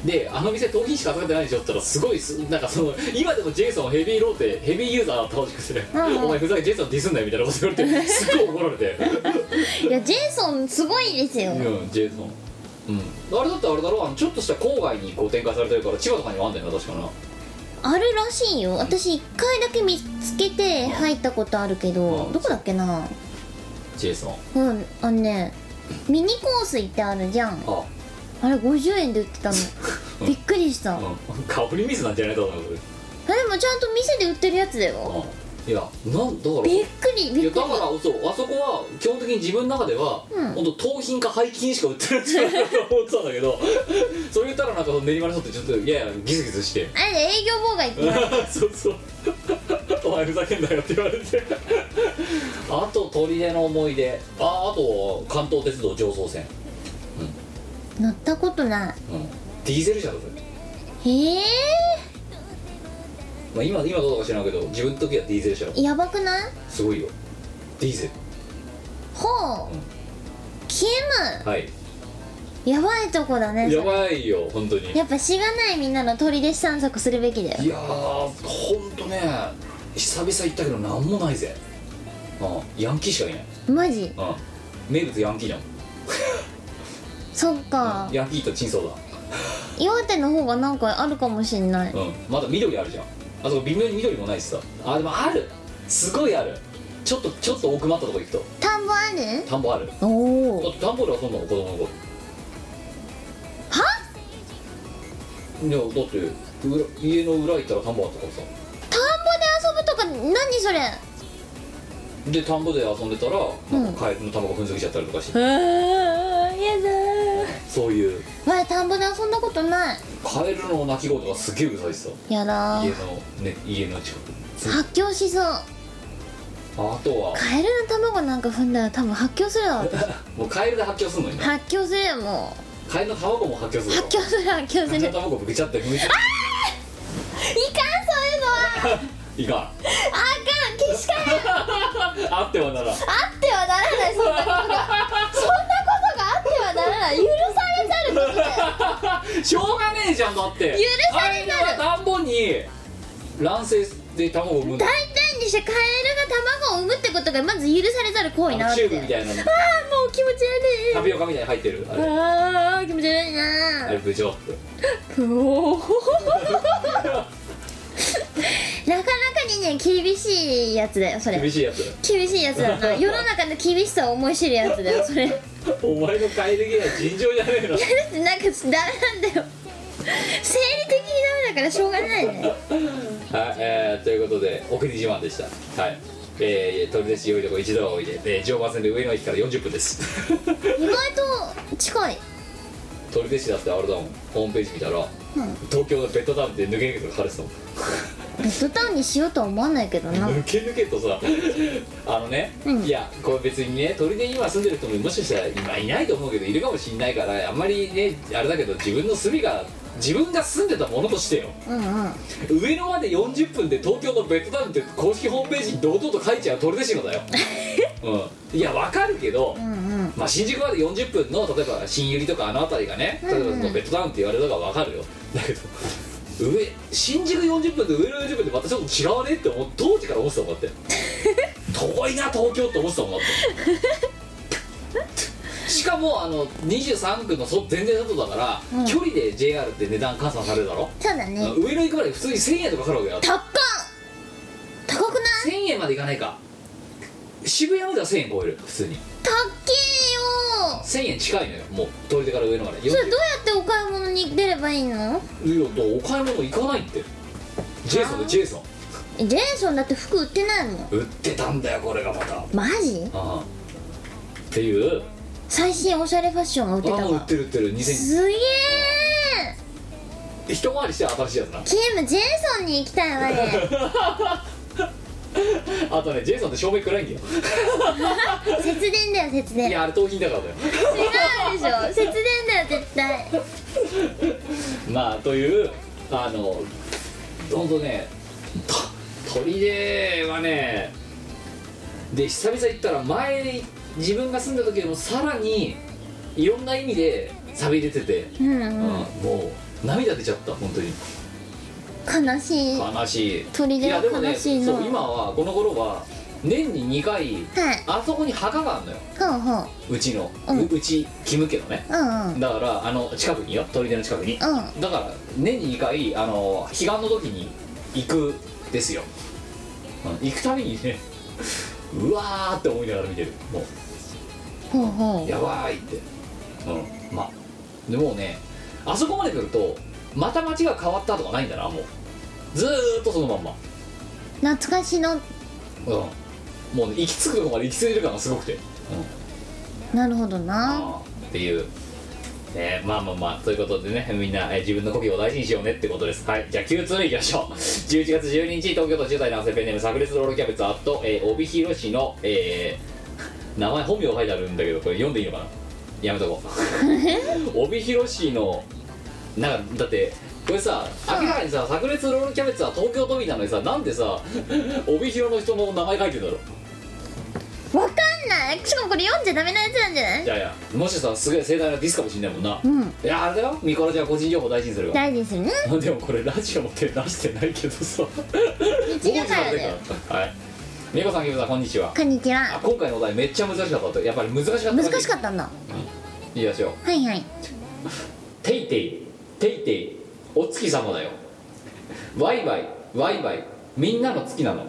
Speaker 1: であの店盗品しか扱ってないでしょって言ったらすごいすなんかその今でもジェイソンヘビーローテヘビーユーザーだったらしくて、ね
Speaker 2: うんうん
Speaker 1: お前ふざけジェイソンディスんなよみたいなこと言われてすっごい怒られて
Speaker 2: いやジェイソンすごいですよ
Speaker 1: うんジェイソンうん、あれだってあれだろあのちょっとした郊外にこう展開されてるから千葉とかにもあんだよな確かな
Speaker 2: あるらしいよ私一回だけ見つけて入ったことあるけど
Speaker 1: うん
Speaker 2: どこだっけな
Speaker 1: ジェイソン
Speaker 2: うんあのねミニ香水ってあるじゃん
Speaker 1: あ
Speaker 2: あれ50円で売ってたの
Speaker 1: うん
Speaker 2: びっくりしたあで
Speaker 1: うんかぶりミスなんじゃないかなこれ
Speaker 2: もちゃんと店で売ってるやつだよ
Speaker 1: うんいやなんだから
Speaker 2: びっくり
Speaker 1: い
Speaker 2: び
Speaker 1: や
Speaker 2: っく
Speaker 1: だ
Speaker 2: り
Speaker 1: からそうあそこは基本的に自分の中では、
Speaker 2: うん
Speaker 1: 本当盗品か廃品しか売ってるんじゃないかと思ってたんだけど そう言ったらなんかその練馬の人ってちょっとややギスギスして
Speaker 2: あれで営業妨害って言われた
Speaker 1: そうそうお前ふざけんなよって言われて あと砦の思い出ああと関東鉄道常総線、
Speaker 2: 乗ったことない
Speaker 1: うん、ディーゼル車だぜ、
Speaker 2: へえ
Speaker 1: まあ、今今どうか知らんけど自分の時はディーゼル車だ
Speaker 2: やばくない
Speaker 1: すごいよディーゼ
Speaker 2: ほう
Speaker 1: うん
Speaker 2: キ
Speaker 1: ルはい
Speaker 2: ムやばいとこだね
Speaker 1: やばいよ本当に
Speaker 2: やっぱしがないみんなの砦散策するべきだよ
Speaker 1: いやーほんとね久々行ったけど何もないぜうんヤンキーしかいない
Speaker 2: マジ
Speaker 1: うん名物ヤンキーだもん
Speaker 2: そっか
Speaker 1: ヤンキーとチンソー
Speaker 2: 岩手の方がなんかあるかもしんない
Speaker 1: だうんまだ緑あるじゃんあそこ微妙に緑もないしさあでもあるすごいあるちょっとちょっと奥まったとこ行くと
Speaker 2: 田んぼある
Speaker 1: 田んぼあるだ
Speaker 2: おお
Speaker 1: って田んぼで遊んだの子供の頃はいやだって裏家の裏行ったら田んぼあったからさ
Speaker 2: 田んぼで遊ぶとか何それ
Speaker 1: で田んぼで遊んでたらなんかカエルの卵踏んづけちゃったりとかして、
Speaker 2: あーやだ
Speaker 1: そういう
Speaker 2: ーわ田んぼで遊んだことない
Speaker 1: カエルの鳴き声とかすげえうざいしさ
Speaker 2: やだ
Speaker 1: 家
Speaker 2: ー
Speaker 1: のね家の近くに
Speaker 2: 発狂しそう
Speaker 1: あとは
Speaker 2: カエルの卵なんか踏んだら多分発狂するわ
Speaker 1: もうカエルで発狂するのにね
Speaker 2: 発狂するよも
Speaker 1: カエルの卵も発狂す
Speaker 2: う
Speaker 1: るよ
Speaker 2: 発狂する発 狂
Speaker 1: カエ
Speaker 2: するい
Speaker 1: ル
Speaker 2: か
Speaker 1: の卵ぶけちゃって踏みつ
Speaker 2: んそういうの
Speaker 1: か
Speaker 2: はいあかんけしからん
Speaker 1: んあってはなら
Speaker 2: あってはならないそんなことがそんなことがあってはならない許されざることだよ
Speaker 1: しょうがねえじゃんだって
Speaker 2: 許されざ
Speaker 1: カエル
Speaker 2: る
Speaker 1: が田んぼに卵生で卵を産むんだ
Speaker 2: 大体にしてカエルが卵を産むってことがまず許されざる行為なわ
Speaker 1: チ
Speaker 2: け
Speaker 1: ューブ
Speaker 2: だよ
Speaker 1: みたいなの
Speaker 2: ああもう気持ち
Speaker 1: タ
Speaker 2: 悪い
Speaker 1: ピオカみたいに入ってるあれ
Speaker 2: ああ気持ち悪い
Speaker 1: あ
Speaker 2: な
Speaker 1: れ部長って
Speaker 2: うおなかなかにね厳しいやつだよそれ
Speaker 1: 厳しいやつ
Speaker 2: 厳しいやつだな世の中の厳しさを思い知るやつだよそれだ
Speaker 1: お前のカエル嫌い尋常じゃねえの
Speaker 2: ってなんかダメなんだよ生理的にダメだからしょうがないね
Speaker 1: はい、えーということで送り自慢でしたはいえー、取り出し良いとこ一度はおいで、えー、常磐線で上野駅から40分です
Speaker 2: 意外と近い
Speaker 1: 取り出しだってあれだもんホームページ見たら、東京のベッドタウンで抜け抜けとか書かれてたもん
Speaker 2: ベッドタウンにしようとは思わないけどな
Speaker 1: 抜け抜けとさ あのね、
Speaker 2: うん
Speaker 1: いやこれ別にね鳥で今住んでる人ももしかしたら今いないと思うけどいるかもしんないからあんまりねあれだけど自分の住みが自分が住んでたものとしてよ
Speaker 2: うんうん
Speaker 1: 上野まで40分で東京のベッドタウンって公式ホームページに堂々と書いちゃう取れてし のだよ、うん、いやわかるけど、
Speaker 2: うんうん
Speaker 1: まあ、新宿まで40分の例えば新百合とかあの辺りがね例えばそのベッドタウンって言われるのがわかるよだけど上新宿40分と上野40分でまたちょっと違わねって思う当時から思ってたもんだって 遠いな東京って思ってたもんだってしかもあの23区のそ全然外だから、距離で JR って値段換算されるだろ
Speaker 2: そうだね
Speaker 1: 上野行くまで普通に1000円とかかかるわけだ
Speaker 2: 高っ高くない
Speaker 1: 1000円までいかないか渋谷までは1000円超える普通に
Speaker 2: 高えよ
Speaker 1: 1000円近いのよもう取り手から上野まで
Speaker 2: それどうやってお買い物に出ればいいの
Speaker 1: いやお買い物行かないってジェイソンでジェイソン
Speaker 2: えジェイソンだって服売ってないもん
Speaker 1: 売ってたんだよこれがまたあ
Speaker 2: マジ
Speaker 1: あっていう
Speaker 2: 最新おしゃれファッションが売って
Speaker 1: あ
Speaker 2: た
Speaker 1: もう売っ
Speaker 2: わ
Speaker 1: てる売ってる2000
Speaker 2: すげえ
Speaker 1: 一回りして新しいやつな
Speaker 2: キムジェイソンに行きたいわ ね
Speaker 1: あとねジェイソンって照明暗いんだよ
Speaker 2: 節電だよ節
Speaker 1: い
Speaker 2: 電違う
Speaker 1: やあれ盗品だからだよ
Speaker 2: でしょ節電だよ絶対
Speaker 1: まあというあのどんどんねと鳥出はねで久々行ったら前自分が住んだ時よりもさらにいろんな意味で錆びれてて、
Speaker 2: うん
Speaker 1: うん
Speaker 2: うん
Speaker 1: もう涙出ちゃった本当に
Speaker 2: 悲しいは
Speaker 1: 悲しい
Speaker 2: 鳥出は悲しいな
Speaker 1: そう今はこの頃は年に2回
Speaker 2: い
Speaker 1: あそこに墓があるのよ
Speaker 2: ほうほう
Speaker 1: うちの、う
Speaker 2: うん
Speaker 1: うちキム家のね
Speaker 2: うんうん
Speaker 1: だからあの近くによ鳥出の近くに
Speaker 2: うん
Speaker 1: だから年に2回あの彼岸の時に行くですよ、うん行くたびにね うわーって思いながら見てるも
Speaker 2: ほうほ
Speaker 1: うやばいってうんまあでもうねあそこまで来るとまた街が変わったとかないんだなもうずーっとそのまんま
Speaker 2: う懐かしの
Speaker 1: うんもうね行き着くとこまで行き着いてる感がすごくて、うん、
Speaker 2: なるほどな
Speaker 1: あーっていうねまあまあまあということでねみんな、えー自分の故郷を大事にしようねってことですはいじゃあ Q2 行きましょう 11月12日東京都10代男性ペンネーム炸裂ロールキャベツアット、えー帯広市の、えー名前本名書いてあるんだけどこれ読んでいいのかなやめとこう帯広市のなんかだってこれさ明らかにさ炸裂ロールキャベツは東京都民なのにさなんでさ帯広の人の名前書いてるんだろう
Speaker 2: わかんないしかもこれ読んじゃダメなやつなんじゃない
Speaker 1: いやいやもしさすげえ盛大なディスかもしんないもんな、
Speaker 2: うん
Speaker 1: いやあれだよミコラちゃんは個人情報大事にするよ
Speaker 2: 大事ですよね
Speaker 1: でもこれラジオも手出してないけどさ
Speaker 2: 日常会話だよ
Speaker 1: はい美子さんキムさんこんにちは
Speaker 2: こんにち
Speaker 1: あ
Speaker 2: は
Speaker 1: 今回のお題めっちゃ難しかったとやっぱり難しかった
Speaker 2: 難しか
Speaker 1: っ
Speaker 2: ったんだ
Speaker 1: たいいでしょう
Speaker 2: はいはい
Speaker 1: テイテイテイテイお月様だよワイワイワイワイみんなの月なの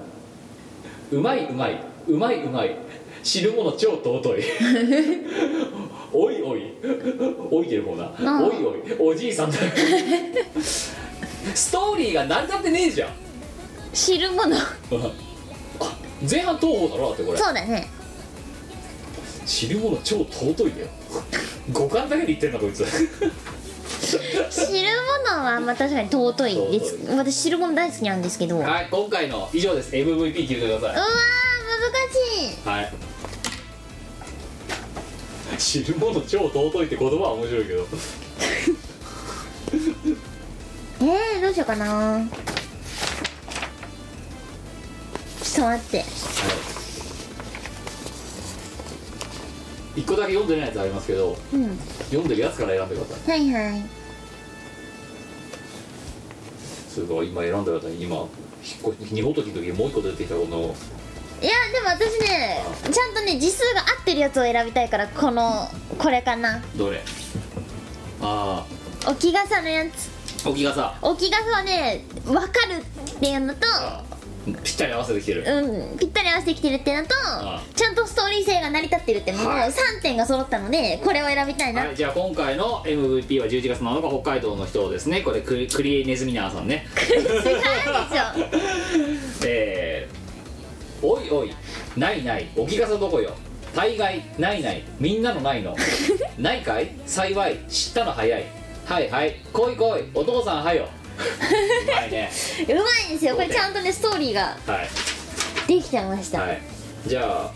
Speaker 1: うまいうまいうまいうまい死ぬもの超尊い おいおいおいてる方な
Speaker 2: あ
Speaker 1: おいおいおじいさんだよストーリーが成り立ってねえじゃん
Speaker 2: 知るもの
Speaker 1: あ前半東方だろだってこれ
Speaker 2: そうだね
Speaker 1: 死ぬもの超尊いだよ五感だけで言ってんだこいつ
Speaker 2: 知るものはまあ確かに尊いです
Speaker 1: 尊
Speaker 2: 私知るもの大好きなんですけどうわー難
Speaker 1: はい今回の以上です MVP 聞いてください
Speaker 2: しい
Speaker 1: はい知るもの超尊いって言葉は面白いけど
Speaker 2: えー、どうしようかなちょっと待って
Speaker 1: 一個だけ読んでないやつありますけど
Speaker 2: うん
Speaker 1: 読んでるやつから選んでください
Speaker 2: はいはい
Speaker 1: それから今選んだ方に今引っ越し二ほときの時にもう一個出てきたこの
Speaker 2: いやでも私ねちゃんとね字数が合ってるやつを選びたいからこのこれかな
Speaker 1: どれあ
Speaker 2: 置き傘のやつ
Speaker 1: あ沖がさ
Speaker 2: 置き傘はね分かるっていうのと
Speaker 1: あぴったり合わせてきてる
Speaker 2: うんぴったり合わせてきてるっていうのと
Speaker 1: あ
Speaker 2: ちゃんとストーリー性が成り立ってるってもう
Speaker 1: はい
Speaker 2: 3点が揃ったのでこれを選びたいな、
Speaker 1: はい、じゃあ今回の MVP は11月7日北海道の人ですねこれクリクリエネズミナーさんね
Speaker 2: 違うんですよ
Speaker 1: えー、おいおいないない置き傘どこよ大概ないないみんなのないのないかい幸い知ったの早いはいはい来い来いお父さんはようまいね
Speaker 2: うまいんですよこれちゃんとねストーリーが
Speaker 1: はい
Speaker 2: できてました、
Speaker 1: はいじゃあ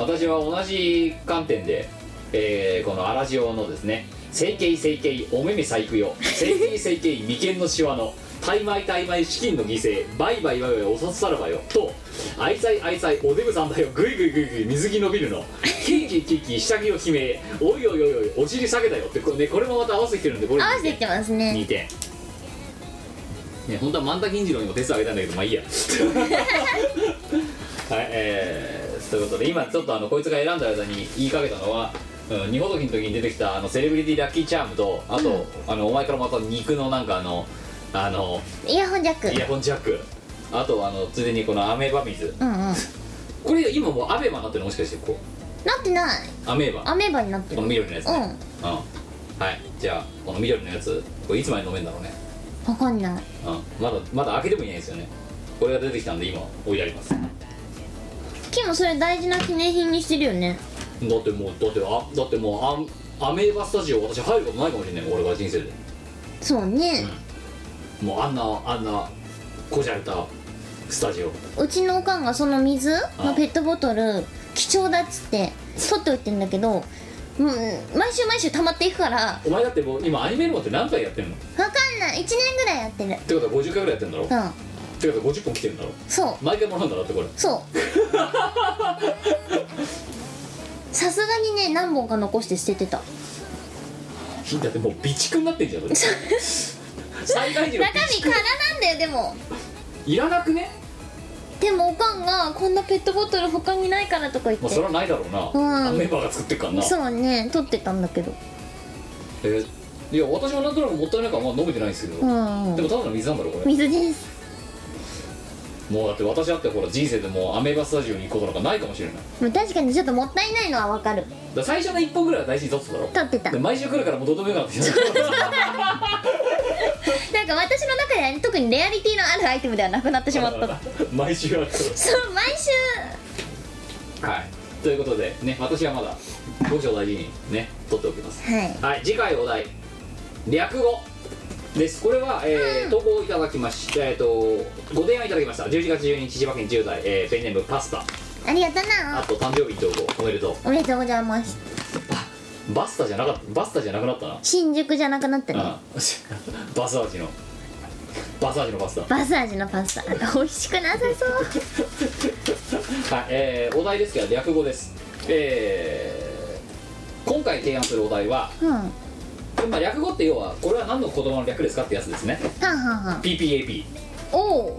Speaker 1: 私は同じ観点でえーこのアラジオのですね「整形整形お目目細工よ整形整形眉間のしわの」タイマイタイマイ資金の犠牲バイバイバイバイお札さらばよと愛妻愛妻おデブさんだよグイグイグイグイ水着伸びるのキーキーキーキー下着を決めおいおいおいおいお尻下げたよってこれ,、ね、これもまた合わせてきてるんでこれ
Speaker 2: 合わせてきてますね
Speaker 1: 2点ね本当は万田銀次郎にも手数あげたんだけどまあいいや はいえー、ということで今ちょっとあのこいつが選んだ間に言いかけたのはうん二ほどきの時に出てきたあのセレブリティラッキーチャームとあと、あのお前からもらった肉のなんかあのあの
Speaker 2: イヤホンジャック
Speaker 1: イヤホンジャックあとあのついでにこのアメーバ水
Speaker 2: うんうんなっ
Speaker 1: これ今もうアベーバになってるのもしかしてこ
Speaker 2: てないう
Speaker 1: アメーバ
Speaker 2: アメーバになって
Speaker 1: この
Speaker 2: る
Speaker 1: 緑のやつ
Speaker 2: う
Speaker 1: ね
Speaker 2: ん
Speaker 1: うん、はいじゃあこの緑のやつこれいつまで飲めんだろうね
Speaker 2: わかんない
Speaker 1: うんまだまだ開けてもいないですよねこれが出てきたんで今置いてありますだ
Speaker 2: キもそれ大事な記念品にしてるよね
Speaker 1: ってもうだってあだってもうあアメーバスタジオ私入ることないかもしれない俺が人生で
Speaker 2: そうね
Speaker 1: もうあんなあんなこじゃれたスタジオ
Speaker 2: うちのおかんがその水のペットボトル貴重だっつって取っておいてんだけど、うん、毎週毎週溜まっていくから
Speaker 1: お前だってもう今アニメルモって何回やってんのっ
Speaker 2: わかんない1年ぐらいやってる
Speaker 1: てことは50回ぐらいやってんだろっ
Speaker 2: うん
Speaker 1: てことは50本来てるんだろ
Speaker 2: そう
Speaker 1: 毎回もらうんだろってこれ
Speaker 2: そうさすがにね何本か残して捨ててた
Speaker 1: だってもう備蓄になってん じゃんそれ最大時の
Speaker 2: 中
Speaker 1: 備
Speaker 2: 身空なんだよでも
Speaker 1: 蓄いらなくね
Speaker 2: でもおかんがこんなペットボトル他にないからとか言っ
Speaker 1: まあ
Speaker 2: て
Speaker 1: それはないだろうな、
Speaker 2: うん
Speaker 1: アメーバが作ってっからな
Speaker 2: そうね取ってたんだけど
Speaker 1: えーいや私もなんとなくもったいないからまあ飲めてないんですけど、
Speaker 2: うん
Speaker 1: でもただの水なんだろこれ
Speaker 2: 水です
Speaker 1: もうだって私だってほら人生でもうアメーバスタジオに行くことなんかないかもしれないだか
Speaker 2: もう確かにちょっともったいないのはわかる
Speaker 1: ら最初の1本ぐらいは大事に取ってただろ
Speaker 2: 取って
Speaker 1: で
Speaker 2: たなんか
Speaker 1: 毎週来るからもうどうでもよくなってきた
Speaker 2: 私の中では特にレアリティのあるアイテムではなくなってしまった
Speaker 1: 毎週は来る
Speaker 2: そう毎週
Speaker 1: はいということでね私はまだ読書を大事にね取っておきます
Speaker 2: はい
Speaker 1: はい次回お題略語ですこれは、えー投稿いただきまして、えー、とご提案いただきました11月12日千葉県10代、えーペンネームパスタ
Speaker 2: ありがと
Speaker 1: あ
Speaker 2: な
Speaker 1: と誕生日に投稿おめでと
Speaker 2: おめでとうございます
Speaker 1: うバスタじゃなかったバスタじゃなくなったな
Speaker 2: 新宿じゃなくなったね
Speaker 1: うん、バス味のバス味のパスタ
Speaker 2: バス味のパスタ美味しくなさそう
Speaker 1: はい、えーお題ですけど略語ですえー今回提案するお題は、
Speaker 2: うんは
Speaker 1: まあ、略語って要はこれは何の言葉の略ですかってやつですね
Speaker 2: んはんはん
Speaker 1: PPAP
Speaker 2: おう
Speaker 1: うん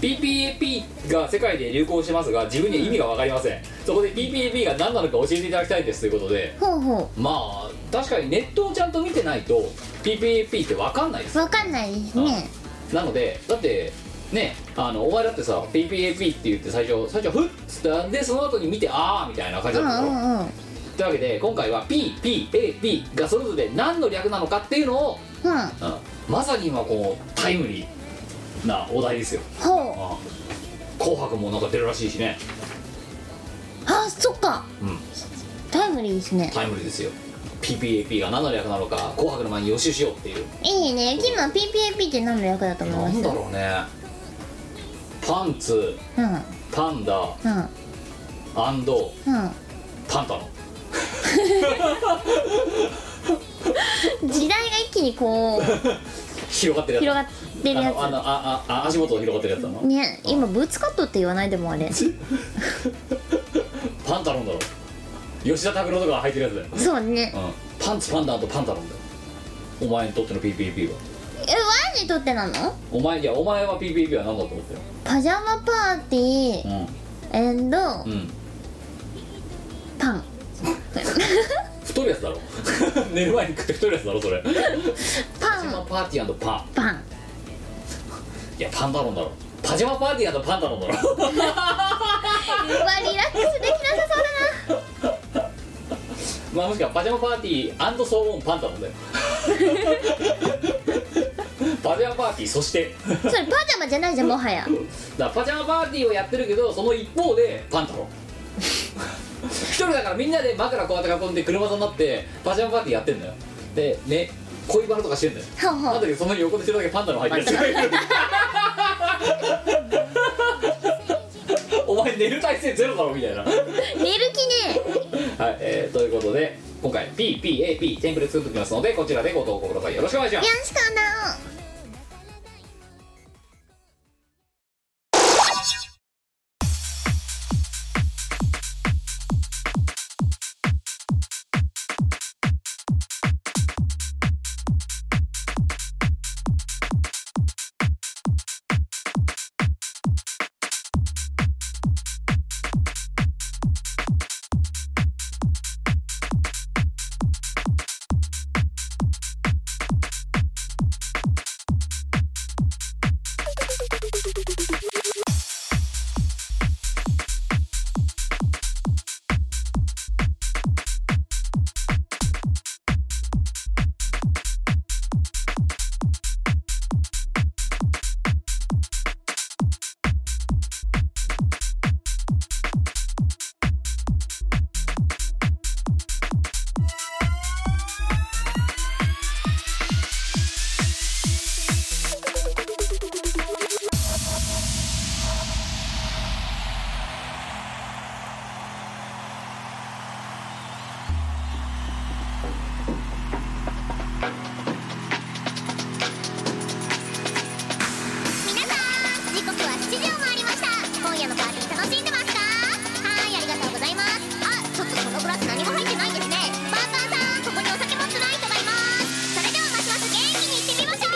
Speaker 1: PPAP が世界で流行しますが自分には意味が分かりませんそこで PPAP が何なのか教えていただきたいですということで
Speaker 2: ほうほ
Speaker 1: まあ確かにネットをちゃんと見てないと PPAP って分かんないです
Speaker 2: うわかんないですね
Speaker 1: なのでだってねあのお前だってさ PPAP って言って最初最初はふっつったでその後に見てああみたいな感じ
Speaker 2: う
Speaker 1: だ
Speaker 2: ん
Speaker 1: った
Speaker 2: う
Speaker 1: でしょ
Speaker 2: んうん
Speaker 1: というわけで今回は PPAP がそれぞれ何の略なのかっていうのを、
Speaker 2: うん
Speaker 1: うんまさに今こうタイムリーなお題ですよ
Speaker 2: ほう
Speaker 1: あ紅白もなんか出るらしいしね
Speaker 2: あそっか
Speaker 1: うん
Speaker 2: タイムリーですね
Speaker 1: タイムリーですよ PPAP が何の略なのか紅白の前に予習しようっていう
Speaker 2: いいねキムは PPAP って何の役だと思い
Speaker 1: な
Speaker 2: ま
Speaker 1: ん
Speaker 2: す
Speaker 1: だろうねパンツ
Speaker 2: うんうん
Speaker 1: パンダアンドパンタの
Speaker 2: うん時代が一気にこう
Speaker 1: 広がってる
Speaker 2: 広
Speaker 1: や
Speaker 2: がって
Speaker 1: つ
Speaker 2: る
Speaker 1: あ
Speaker 2: や
Speaker 1: のあのあああ足元が広がってるやつだな
Speaker 2: つね今ブーツカットって言わないでもあれ
Speaker 1: パンタロンだろ吉田拓郎とかが履いてるやつだよ、
Speaker 2: そうね
Speaker 1: うん、パンツパンダとパンタロンだよお前にとっての PPAP は
Speaker 2: えワンにとってなの
Speaker 1: お前いやお前は PPAP は何だと思ってる
Speaker 2: パジャマパーティーエンド
Speaker 1: うん、うん、
Speaker 2: パン
Speaker 1: 太るやつだろ 寝る前に食って太るやつだろそれパ
Speaker 2: パ
Speaker 1: ジャマ
Speaker 2: ン
Speaker 1: パーティーパン
Speaker 2: パン
Speaker 1: いやパンタロンだろパジャマパーティーパンタロンだろ
Speaker 2: うわリラックスできなさそうだな
Speaker 1: まあもしくはパジャマパーティー総合パンタロンだよ パジャマパーティーそして
Speaker 2: それパジャマじゃないじゃんもはや
Speaker 1: だからパジャマパーティーをやってるけどその一方でパンタロン一人だからみんなで枕こうやって囲んで車座になってパジャマパーティーやってんだよでね恋バナとかしてんだよ
Speaker 2: ほう
Speaker 1: なん
Speaker 2: ほ
Speaker 1: だ
Speaker 2: う
Speaker 1: けどその横で一人だけパンタロン入ってるお前寝る体勢ゼロだろみたいな
Speaker 2: 寝る気ね
Speaker 1: はい、えーということで今回 PPAP テンプレ作っておきますのでこちらでご投稿くださいよろしくお願いします
Speaker 3: しくな皆さん時刻は7時を回りました今夜のパーティー楽しんでますかはいありがとうございますあちょっとこのグラス何も入ってないですねバーカーさんここにお酒持ってない人がいますそれではますます元気にいってみましょう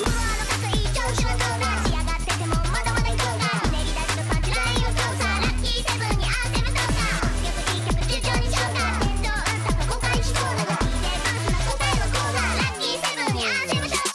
Speaker 3: パワーの角い調子のコーナー仕上がっててもまだまだいこうか練り出しのパンチラインを強さラッキーセブンに当てるとかよくいい曲順調にしようか天井アンサーが公開しそうなラッキーでパンスな答えのコーナーラッキーセブンに当てるとか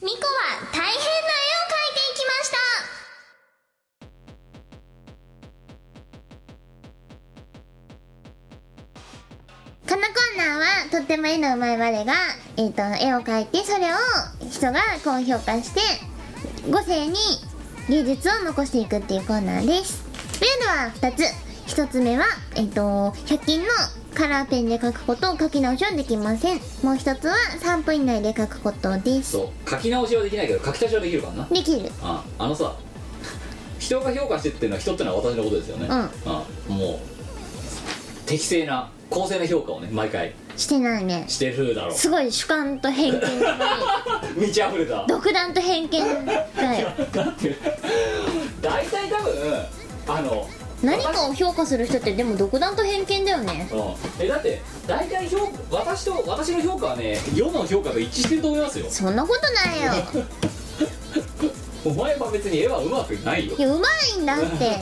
Speaker 3: ミコは大変な絵を描いていきましたこのコーナーはとっても絵の上手い我が、えー、と絵を描いてそれを人が高評価して後世に芸術を残していくっていうコーナーですルールは2つ1つ目は、えー、と100均のカラーペンで描くことを描き直しはできませんもう1つは3分以内で描くことです
Speaker 1: そう書き直しはできないけど書き足しはできるからな
Speaker 3: できる
Speaker 1: ああのさ人が評価してっていうのは人ってのは私のことですよね、
Speaker 3: ん
Speaker 1: あもう適正な公正な評価をね毎回
Speaker 3: してないね
Speaker 1: してるだろう
Speaker 3: すごい主観と偏見が
Speaker 1: 満ち溢れた
Speaker 3: 独断と偏見だよ
Speaker 1: だって大体多分あの
Speaker 3: 何かを評価する人ってでも独断と偏見だよね
Speaker 1: うんえだって大体評私と私の評価はね世の評価と一致してると思いますよ
Speaker 3: そんなことないよ
Speaker 1: お前は別に絵はうまくないよ
Speaker 3: いやうまいんだって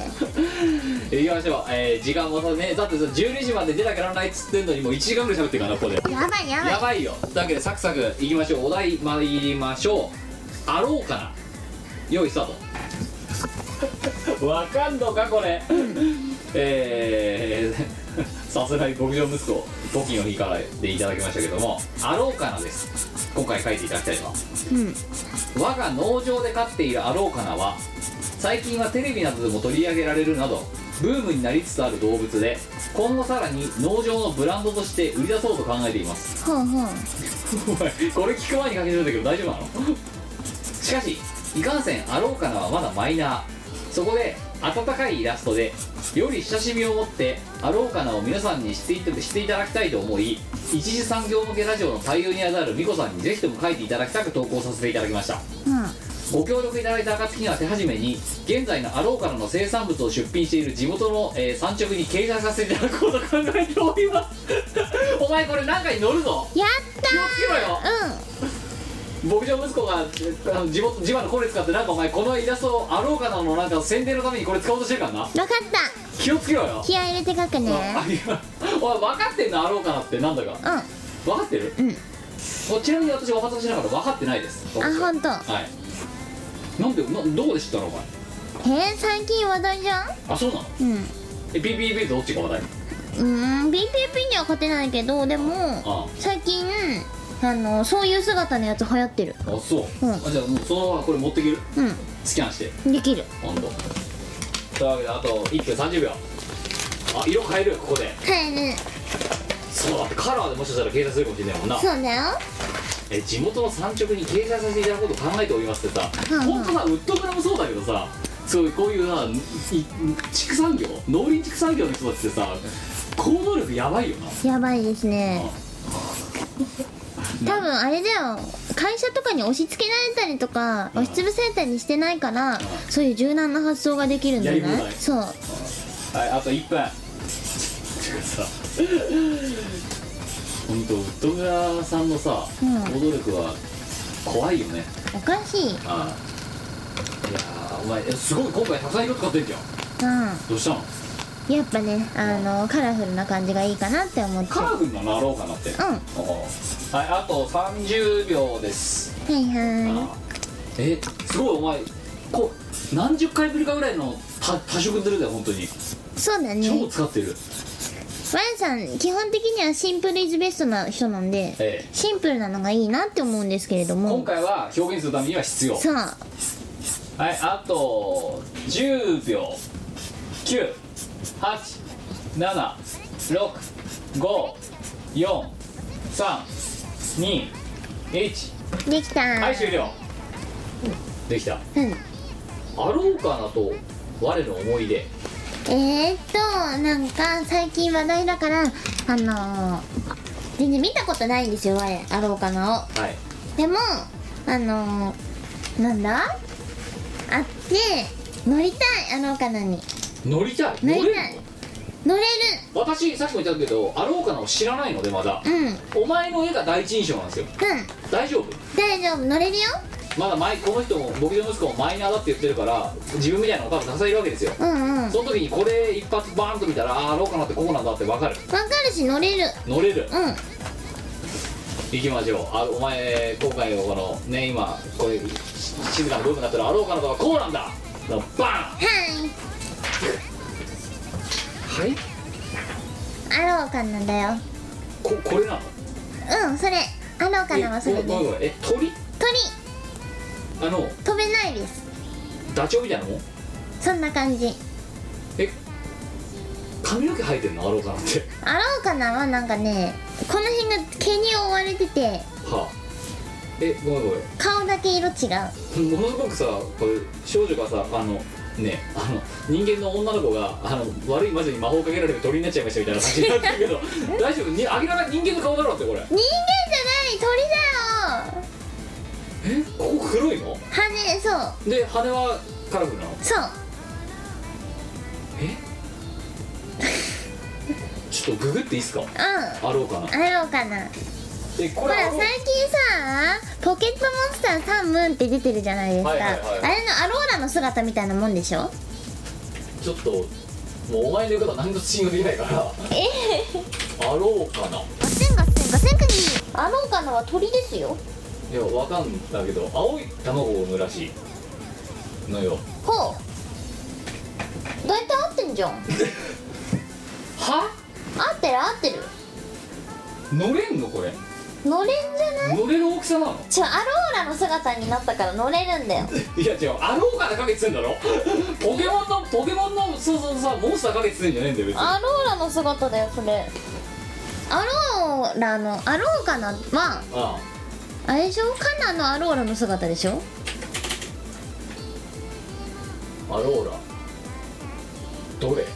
Speaker 1: え行きましょう、えー時間もさねだってさ12時まで出なきゃならないっつってんのにもう1時間ぐらい喋ってるからなここで
Speaker 3: やばいやばい
Speaker 1: やばいよだけでサクサクいきましょうお題参りましょうあろうかな用意スタートわかんのかこれえーさすがに牧場息子募金を引かれていただきましたけどもあろうかなです今回書いていただきたいのは、我が農場で飼っているあろうかなは最近はテレビなどでも取り上げられるなどブームになりつつある動物で今後さらに農場のブランドとして売り出そうと考えています
Speaker 3: ほうほう
Speaker 1: お前これ聞く前にかけてるんだけど大丈夫なのしかしいかんせん「あろうかな」はまだマイナーそこで温かいイラストでより親しみを持って「あろうかな」を皆さんにしていてしていただきたいと思い一次産業向けラジオのパイオニアであるミコさんにぜひとも書いていただきたく投稿させていただきましたご協力いただいた暁には手始めに現在のあろうからの生産物を出品している地元の、えー産直に掲載させていただこうと考えておりますお前これ何かに乗るぞ
Speaker 2: やっ
Speaker 1: 気をつけろよ
Speaker 2: たうん
Speaker 1: 牧場息子がえあの地元地場のコネ使ってなんかお前このイラストをあろうかなのなんか宣伝のためにこれ使おうとしてるからな
Speaker 2: 分かった
Speaker 1: 気をつけろよ
Speaker 2: 気合い入れて書くね
Speaker 1: あいやおい分かってんのあろうかなってなんだか
Speaker 2: うんあ
Speaker 1: 分かってる
Speaker 2: うん
Speaker 1: おちなみに私お話ししながら分かってないです
Speaker 2: 本当。
Speaker 1: はいなんでなどこで知ったのお前
Speaker 2: えー、最近話題じゃん
Speaker 1: あそうなの
Speaker 2: うんう
Speaker 1: え PPP とどっちが話題
Speaker 2: ーん BPP には勝てないけどでも
Speaker 1: あ
Speaker 2: 最近あのそういう姿のやつ流行ってる
Speaker 1: あそう、
Speaker 2: うん
Speaker 1: あじゃあもうそのままこれ持ってける
Speaker 2: う
Speaker 1: スキャンして
Speaker 2: んできる
Speaker 1: ほんとというわけであと1分30秒あ色変えるよここで
Speaker 2: はいね
Speaker 1: そうだってカラーでもしかしたら掲載するかもしれないもんな
Speaker 2: そうだよ
Speaker 1: え地元の産直に掲載させていただこうと考えておりますってさ、
Speaker 2: うんうん
Speaker 1: ほんとさウッドグラもそうだけどさそういうこういうない畜産業農林畜産業の人たちってさ行動力やばいよな
Speaker 2: やばいですね多分あれだよ会社とかに押し付けられたりとか押しつぶされたりしてないからそういう柔軟な発想ができるんじゃ
Speaker 1: やり放
Speaker 2: ない
Speaker 1: 題
Speaker 2: そう
Speaker 1: はい、あと1分。てかさ、本当ウッドグラさんのさ、
Speaker 2: うん
Speaker 1: 行動力は怖いよね。
Speaker 2: おかしいうん
Speaker 1: ああいやーお前えすごい今回たくさん色使ってんじゃん。どうしたの？
Speaker 2: やっぱねあのカラフルな感じがいいかなって思って
Speaker 1: カ
Speaker 2: は
Speaker 1: ラフルなのあろうかなって。
Speaker 2: ん
Speaker 1: おーはい、あと30秒です。
Speaker 2: いは
Speaker 1: あーえ、すごいお前こう何十回ぶりかぐらいの多多色ずるだよ本当に。
Speaker 2: いそうだね
Speaker 1: 超使ってる。
Speaker 2: ワンさん基本的にはシンプルイズベストな人なんで、
Speaker 1: ええ
Speaker 2: シンプルなのがいいなって思うんですけれども
Speaker 1: 今回は表現するためには必要。
Speaker 2: そう
Speaker 1: はいあと10秒987654321
Speaker 2: できた
Speaker 1: はい終了できた
Speaker 2: うん
Speaker 1: あろうかなと我の思い出
Speaker 2: えー、っとなんか最近話題だからあのー、全然見たことないんですよ我あろうかなを
Speaker 1: はい
Speaker 2: でもあのー、なんだあって乗りたいあろうかなに
Speaker 1: 乗りたい
Speaker 2: 乗り
Speaker 1: れる
Speaker 2: たい乗れる
Speaker 1: 私さっきも言ったけどあろうかなを知らないのでまだ
Speaker 2: うんうん
Speaker 1: お前の絵が第一印象なんですよ大丈夫
Speaker 2: 大丈夫乗れるよ
Speaker 1: まだ前この人も牧場息子もマイナーだって言ってるから自分みたいなのが多分たくさんいるわけですよ
Speaker 2: うんうんわか
Speaker 1: その時にこれ一発バーンと見たらああろうかなってこうなんだってわかる
Speaker 2: るし乗れる
Speaker 1: 乗れる
Speaker 2: うん
Speaker 1: 行きましょうあお前今回はこのね今こういうし静かな部分になったらあろうかなとはこうなんだのバ
Speaker 2: はい
Speaker 1: ーンはい
Speaker 2: アローカンなんだよ
Speaker 1: ここれなの
Speaker 2: うんそれアローカンはそれ
Speaker 1: え
Speaker 2: です
Speaker 1: ごめんごめんえ鳥
Speaker 2: 鳥
Speaker 1: あの
Speaker 2: 飛べないです
Speaker 1: ダチョウみたいなもん
Speaker 2: そんな感じ
Speaker 1: え髪の毛生えてんのあろうかなって
Speaker 2: アローカナはなんかねこの辺が毛に覆われてて
Speaker 1: はあえごめんご
Speaker 2: 顔だけ色違う
Speaker 1: めんものすごくさこれ少女がさあのねあの人間の女の子があの悪い魔女に魔法かけられて鳥になっちゃいましたみたいな感じになってるけど 大丈夫に明らかに人間の顔だろうってこれ
Speaker 2: 人間じゃない鳥だよ
Speaker 1: えここ黒いの
Speaker 2: 羽そう
Speaker 1: で羽はカラフルなの
Speaker 2: そう
Speaker 1: え ちょっとググっていいっすか
Speaker 2: う
Speaker 1: あろうかなん
Speaker 2: アローカナ
Speaker 1: でこ
Speaker 2: ほ
Speaker 1: れ
Speaker 2: ら
Speaker 1: あろう
Speaker 2: 最近さポケットモンスターサンムーンって出てるじゃないですか、
Speaker 1: はいはいはい
Speaker 2: あれのアローラの姿みたいなもんでしょ
Speaker 1: ちょっともうお前の言うことは何と信用できないからあろうかな
Speaker 2: ガセンガセンガセンクニーアローカナは鳥ですよ
Speaker 1: いやわかんだけど青い卵を産むらしいのよ
Speaker 2: ほう大体合ってんじゃん合
Speaker 1: は
Speaker 2: ってる合ってる
Speaker 1: 乗れんのこれ
Speaker 2: 乗れんじゃない
Speaker 1: 乗れる大きさなの
Speaker 2: ちょアローラの姿になったから乗れるんだよ
Speaker 1: いや違うあろうかなかけてんだろ ポケモンのポケモンのそうそうさモンスターかけてんじゃねえんだよ別に
Speaker 2: アローラの姿だよそれアローラのアローカナは
Speaker 1: あ
Speaker 2: あれでしょカナのアローラの姿でしょ
Speaker 1: アローラどれ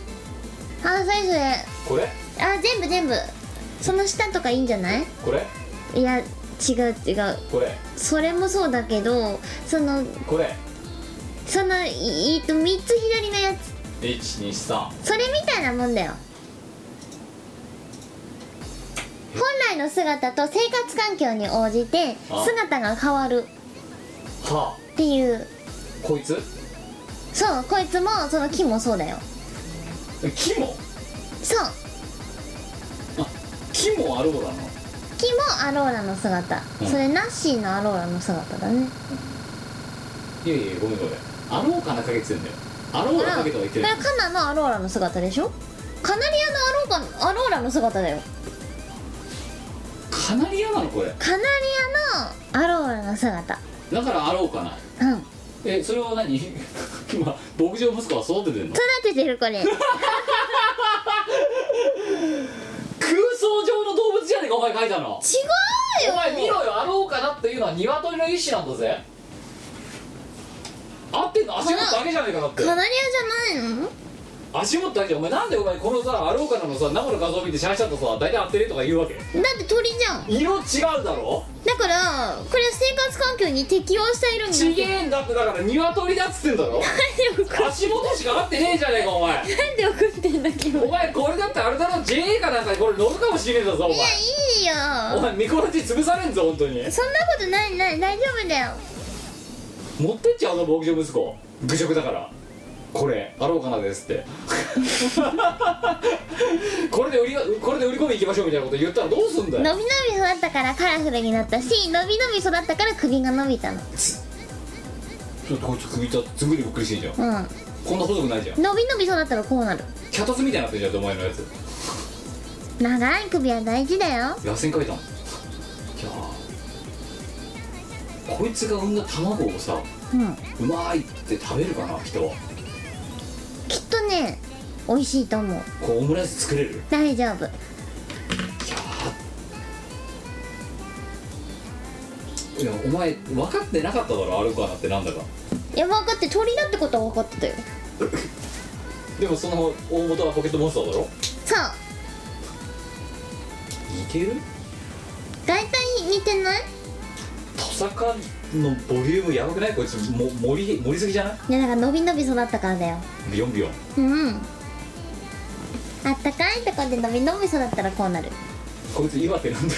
Speaker 2: あそれそれあ
Speaker 1: これ
Speaker 2: 全部全部その下とかいいんじゃない
Speaker 1: これ
Speaker 2: いや違う違う
Speaker 1: これ
Speaker 2: それもそうだけどその
Speaker 1: これ
Speaker 2: そのいえっと3つ左のやつ
Speaker 1: 123
Speaker 2: それみたいなもんだよ本来の姿と生活環境に応じて
Speaker 1: あ
Speaker 2: 姿が変わる
Speaker 1: はあ
Speaker 2: っていう
Speaker 1: こいつ
Speaker 2: そうこいつもその木もそうだよ
Speaker 1: 木も
Speaker 2: そう
Speaker 1: 木もアローラなの
Speaker 2: 木もアローラの姿、
Speaker 1: うん
Speaker 2: それナッシーのアローラの姿だね
Speaker 1: いやいやごめんごめんアローかなかけてんだよアローラかけては言って
Speaker 2: こ
Speaker 1: な
Speaker 2: れ
Speaker 1: い
Speaker 2: はカナのアローラの姿でしょカナリアのアローラアローラの姿だよ
Speaker 1: かなり嫌なのこれ
Speaker 2: カナリアのアローラの姿
Speaker 1: だからアローかな
Speaker 2: うん育
Speaker 1: えそれは何 今牧場息子は育ててんの
Speaker 2: てて るこれ
Speaker 1: 空想上の動物じゃねえかお前書いたの
Speaker 2: 違うよ
Speaker 1: お前見ろよアローかなっていうのは鶏の一種なんだぜ合ってんの足元だけじゃねえかだって
Speaker 2: カナリアじゃないの
Speaker 1: 足元だけじゃんお前なんでお前このさアローカナのさ生の画像を見てシャーシャーとさ大体合ってるとか言うわけ
Speaker 2: だって鳥じゃん
Speaker 1: 色違うだろ
Speaker 2: だからこれは生活環境に適応した色になって
Speaker 1: ち
Speaker 2: る
Speaker 1: げえんだってだから鶏だっつってんだろ
Speaker 2: なんで怒
Speaker 1: 足元しか合ってねえじゃねえかお前
Speaker 2: なんで怒ってんだけど
Speaker 1: お前これだってあれだろ JA かなんかにこれ乗るかもしれねえんだぞお
Speaker 2: いや
Speaker 1: 前
Speaker 2: いいよ
Speaker 1: お前見殺し潰されんぞ本当に
Speaker 2: そんなことないない大丈夫だよ
Speaker 1: 持ってっちゃうの牧場息子愚直だからこれあろうかなですって これで売りこれで売り込み行きましょうみたいなこと言ったらどうすんだ
Speaker 2: 伸び
Speaker 1: よ
Speaker 2: 伸び育ったからカラフルになったし伸び伸び育ったから首が伸びたの
Speaker 1: ちょっとこいつ首とすぐにびっくりしてんじゃん
Speaker 2: うん伸
Speaker 1: こんな細くないじゃん
Speaker 2: び伸び育ったらこうなる
Speaker 1: 脚立みたいになってんじゃんお前のやつ
Speaker 2: 長い首は大事だよ
Speaker 1: 螺旋階段いやーこいつが産んだ卵をさ
Speaker 2: うん
Speaker 1: うまーいって食べるかな人は
Speaker 2: きっとね美味しいと思う
Speaker 1: こうオムライス作れるいや
Speaker 2: 大丈夫
Speaker 1: ーいやお前分かってなかっただろアルカナってなんだか
Speaker 2: いや分かって鳥だってことは分かってたよ
Speaker 1: でもその大元はポケットモンスターだろ
Speaker 2: そう
Speaker 1: 似てる
Speaker 2: 大体似てない
Speaker 1: トサカのボリュームやばくないこいつも盛り盛りすぎじゃない
Speaker 2: いやだから伸び伸び育ったからだよ
Speaker 1: ビヨンビヨン
Speaker 2: うんあったかいとこで伸び伸び育ったらこうなる
Speaker 1: こいつ岩手なんだ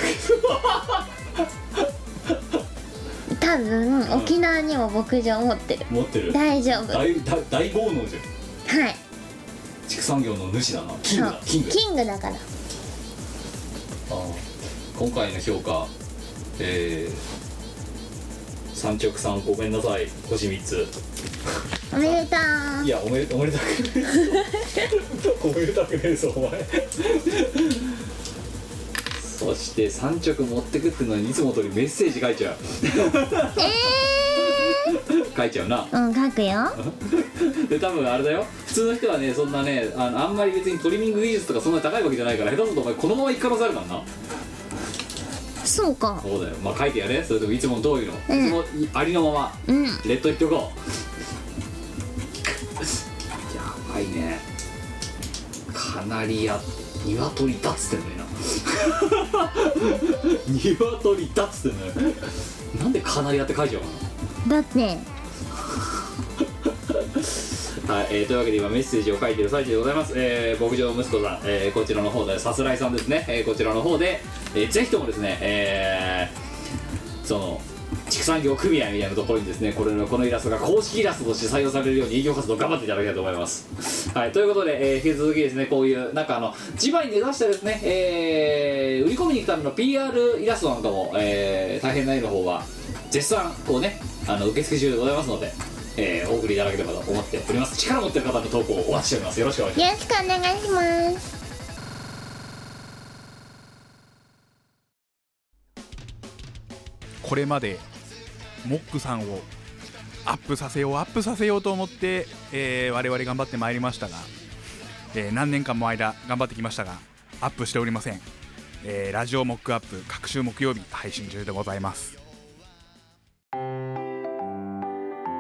Speaker 2: 多分沖縄にも牧場持ってる
Speaker 1: けど 持ってる
Speaker 2: 大丈夫はい
Speaker 1: 大大大豪農じゃん畜産業の主だなキング
Speaker 2: そ
Speaker 1: だ
Speaker 2: う
Speaker 1: キング
Speaker 2: キングだから
Speaker 1: ああ今回の評価えー三直さんごめんなさい星3つ
Speaker 2: おめでと
Speaker 1: いやおめおめでたくねえおめでたくねえぞお前そして三直持ってくってのにいつも通りメッセージ書いちゃう
Speaker 2: うえ
Speaker 1: 書いちゃうな
Speaker 2: ー、うん書くよ
Speaker 1: で多分あれだよ普通の人はねそんなねあのあんまり別にトリミング技術とかそんな高いわけじゃないから下手するとお前このまま行く可能性あるからな
Speaker 2: そうか
Speaker 1: そうだよまあ書いてやれそれともいつも通りの、
Speaker 2: うん
Speaker 1: いつもいありのまま
Speaker 2: うん
Speaker 1: レッドヒットゴーやばいねかなりや鶏だっつってんのよ な鶏だっつってんのよなんでカナリアって書いちゃうか
Speaker 2: だって
Speaker 1: なはい、えーというわけで今メッセージを書いてる最中でございます、えー牧場息子さん、えーこちらの方でさすらいさんですね、えーこちらの方で、えーぜひともですね、えーその畜産業組合みたいなところにですねこれのこのイラストが公式イラストとして採用されるように営業活動頑張っていただきたいと思います、はい、ということで、えー引き続きですねこういうなんかあの地場に根ざしてですね、えー売り込みに行くための PR イラストなんかも、えー大変な絵の方は絶賛こうねあの受付中でございますので、えーお送りいただければと思っております力持ってる方の投稿をお待ちしておりますよろしくお願いします
Speaker 2: よろしくお願いします
Speaker 7: これまでモックさんをアップさせようアップさせようと思って、えー我々頑張ってまいりましたが、えー何年間も間頑張ってきましたがアップしておりません、えーラジオモックアップ各週木曜日配信中でございます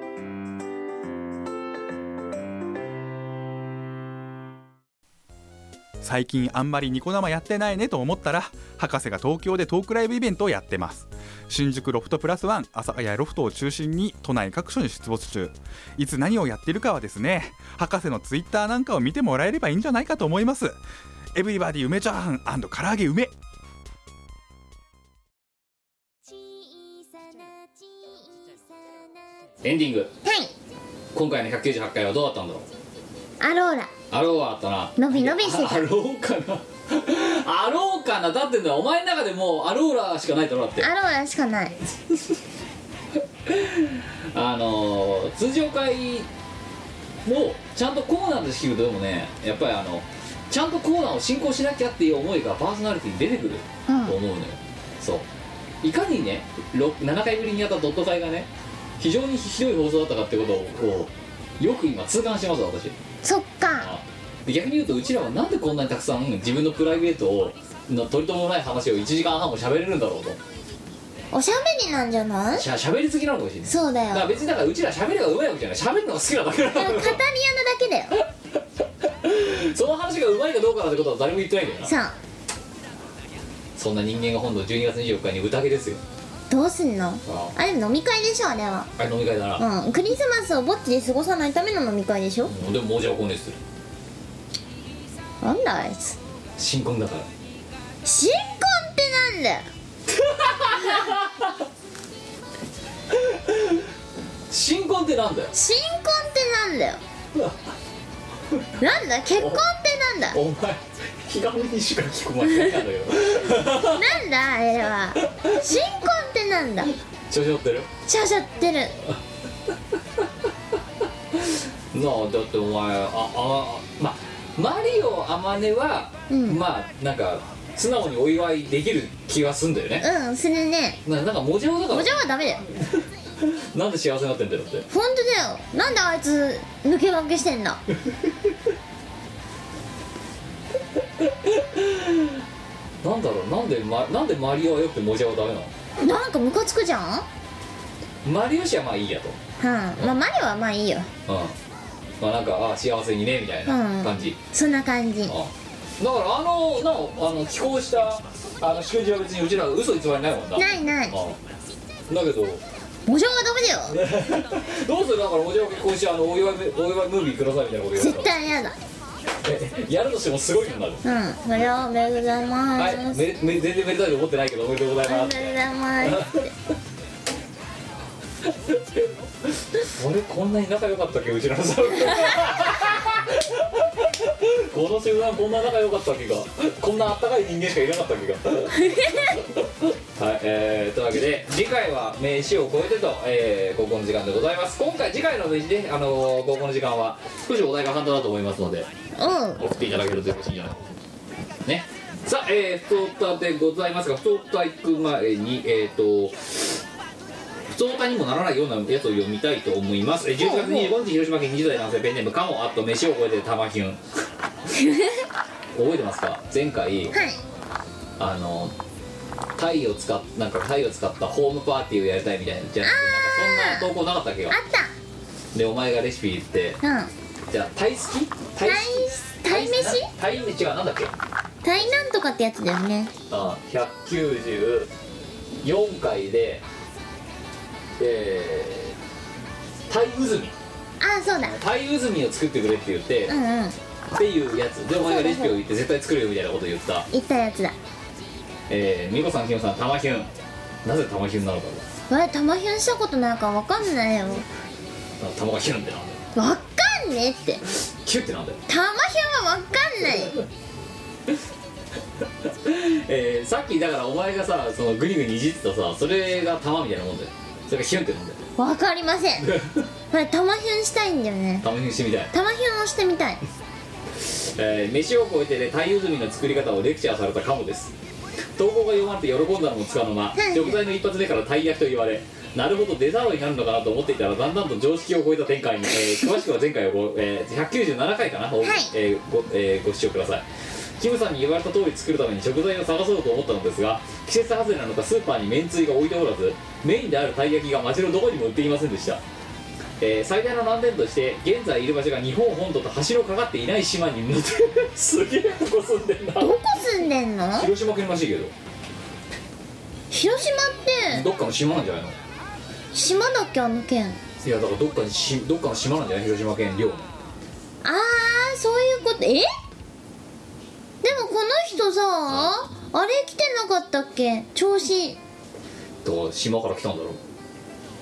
Speaker 5: う」
Speaker 7: 最近あんまりニコ生やってないねと思ったら博士が東京でトークライブイベントをやってます新宿ロフトプラスワン朝早ロフトを中心に都内各所に出没中いつ何をやってるかはですね博士のツイッターなんかを見てもらえればいいんじゃないかと思いますエブリバディ梅チャーハン唐揚げ梅
Speaker 1: エンディング
Speaker 2: はい
Speaker 1: 今回の198回はどうだったんだろう
Speaker 2: アローラ
Speaker 1: あろうはあったな
Speaker 2: 伸び伸びしてた
Speaker 1: ああろうかな あろうかなだってんだお前の中でもうあろうらしかないだろだって
Speaker 2: アローラしかない
Speaker 1: あのー通常会をちゃんとコーナーで仕切るとでもねやっぱりあのちゃんとコーナーを進行しなきゃっていう思いがパーソナリティに出てくる
Speaker 2: うん
Speaker 1: と思うのよ、そういかにねろ7回ぶりにやったドット会がね非常にひどい放送だったかってことをよく今痛感してます私
Speaker 2: そっか
Speaker 1: で逆に言うとうちらはなんでこんなにたくさん自分のプライベートをの取り留めもない話を1時間半も喋れるんだろうと
Speaker 2: おしゃべりなんじゃない
Speaker 1: しゃ喋りすぎなのかもしれない
Speaker 2: そうだ
Speaker 1: だ
Speaker 2: よ
Speaker 1: か
Speaker 2: だ
Speaker 1: ら
Speaker 2: か
Speaker 1: 別にだからうちら喋るのがうまいわけじゃない喋るのが好きなだけ
Speaker 2: ら
Speaker 1: な
Speaker 2: 語
Speaker 1: の
Speaker 2: り穴だけだ よ
Speaker 1: その話がうまいかどうかなんてことは誰も言ってないんだよな
Speaker 2: さあ
Speaker 1: そんな人間が今度12月24日に宴ですよ
Speaker 2: どうすんの
Speaker 1: あ
Speaker 2: あれ飲み会でしょあれは
Speaker 1: あれ飲み会だな、
Speaker 2: うんクリスマスをぼっちで過ごさないための飲み会でしょ
Speaker 1: うんでももうじゃあ今年する
Speaker 2: なんだあいつ
Speaker 1: 新婚だから
Speaker 2: 新婚ってなんだよ
Speaker 1: 新婚ってなんだよ
Speaker 2: 新婚ってなんだよ なんだ結婚ってなんだ
Speaker 1: お前気軽にしか聞こえないんだけど
Speaker 2: なんだあれは新婚ってなんだ
Speaker 1: 調子乗ってる
Speaker 2: しゃしゃってる
Speaker 1: なあだってお前ああまあマリオあまねは、
Speaker 2: うん
Speaker 1: まあなんか素直にお祝いできる気がすんだよね、
Speaker 2: うんするね
Speaker 1: ななんか文字ほだか
Speaker 2: お
Speaker 1: ら
Speaker 2: 嬢はダメだよ
Speaker 1: なんで幸せになってんだろうって
Speaker 2: 本当だよなんであいつ抜け駆けしてんだ
Speaker 1: なんだろうなんで、ま、なんでマリオはよくてモジャはダメなの
Speaker 2: なんかムカつくじゃん
Speaker 1: マリオ氏はまあいいやと
Speaker 2: うんまあマリオはまあいいよ
Speaker 1: うんまあなんかああ幸せにねみたいな感じ、
Speaker 2: そんな感じ
Speaker 1: うんだからあのなおあの寄稿したあの祝辞は別にうちら嘘偽りないもんな
Speaker 2: ないない
Speaker 1: うんだけど
Speaker 2: お嬢はダメだよ
Speaker 1: どうするだからおじゃ結婚してあのお祝いお祝いムービーくださいみたいなこと言わ
Speaker 2: 絶
Speaker 1: れたら
Speaker 2: 対嫌だ
Speaker 1: え やるとしてもすごいことになる
Speaker 2: うんそれはおめでとうございま
Speaker 1: はい
Speaker 2: す
Speaker 1: めめ全然めでたいと思ってないけどおめでとうござい
Speaker 2: おめ
Speaker 1: ま
Speaker 2: ですとうござい ます
Speaker 1: 俺こんなに仲良かったっけうちらのサウナこの集団こんな仲良かったっけかこんなあったかい人間しかいなかったっけかはいえー、というわけで次回は名刺を超えてと、えー、高校の時間でございます今回次回の名刺で、あのー、高校の時間は少しお題が簡単だと思いますので
Speaker 2: うん
Speaker 1: 送っていただけるとよろしいんじゃないねさあ、えー、太田でございますが太田行く前にえっ、と太田にもならないようなやつを読みたいと思いますえー11月25日広島県20代男性ペンネームカモあと飯を覚えてる玉ひゅん覚えてますか前回
Speaker 2: はい
Speaker 1: あのタイを使っなんかタイを使ったホームパーティーをやりたいみたいなじゃなくてなんかそんな投稿なかったっけよ
Speaker 2: あっ
Speaker 1: でお前がレシピ言って
Speaker 2: たうん
Speaker 1: じゃあタイ好きタ
Speaker 2: 鯛
Speaker 1: 好き
Speaker 2: 鯛飯
Speaker 1: タイ飯違うなんだっけ
Speaker 2: 鯛なんとかってやつだよね
Speaker 1: あ194回でえー、タイウズミ
Speaker 2: あそうだ
Speaker 1: タイウズミを作ってくれって言って、
Speaker 2: うんうん
Speaker 1: っていうやつでお前がレシピを言って絶対作るよみたいなことを言った
Speaker 2: 言ったやつだ
Speaker 1: えー、美子さんキムさん玉ひゅんなぜ玉ひゅんなのかな
Speaker 2: 俺玉ひゅんしたことないからわかんないよ
Speaker 1: 玉がひゅんってなんだよ
Speaker 2: わかんねえって
Speaker 1: キュってなんだよ
Speaker 2: 玉ひゅんはわかんないよ
Speaker 1: えー、さっきだからお前がさそのグニグニいじってたさそれが玉みたいなもんだよそれがひゅんってなんだよ
Speaker 2: わかりません俺玉ひゅんしたいんだよね
Speaker 1: 玉ひゅんしてみたい
Speaker 2: 玉ひゅんをしてみたい
Speaker 1: えー飯を超えてで鯛ゆずみの作り方をレクチャーされたカモです投稿が読まれて喜んだのもつかの間食材の一発目から鯛焼きと言われなるほどデザートになるのかなと思っていたらだんだんと常識を超えた展開に、えー詳しくは前回をご、えー197回かな、おえーごえーご視聴くださいキムさんに言われた通り作るために食材を探そうと思ったのですが季節外れなのかスーパーにめんつゆが置いておらずメインであるたい焼きが街のどこにも売っていませんでしたえー最大の難点として現在いる場所が日本本土と橋のかかっていない島に似て すげえとこ住んでんな
Speaker 2: どこ住んでんの
Speaker 1: 広島県らしいけど
Speaker 2: 広島って
Speaker 1: どっかの島なんじゃないの
Speaker 2: 島だっけあの県
Speaker 1: いやだからどっかにしどっかの島なんじゃない広島県領の
Speaker 2: あーそういうことえでもこの人さあれ来てなかったっけ調子
Speaker 1: だから島から来たんだろう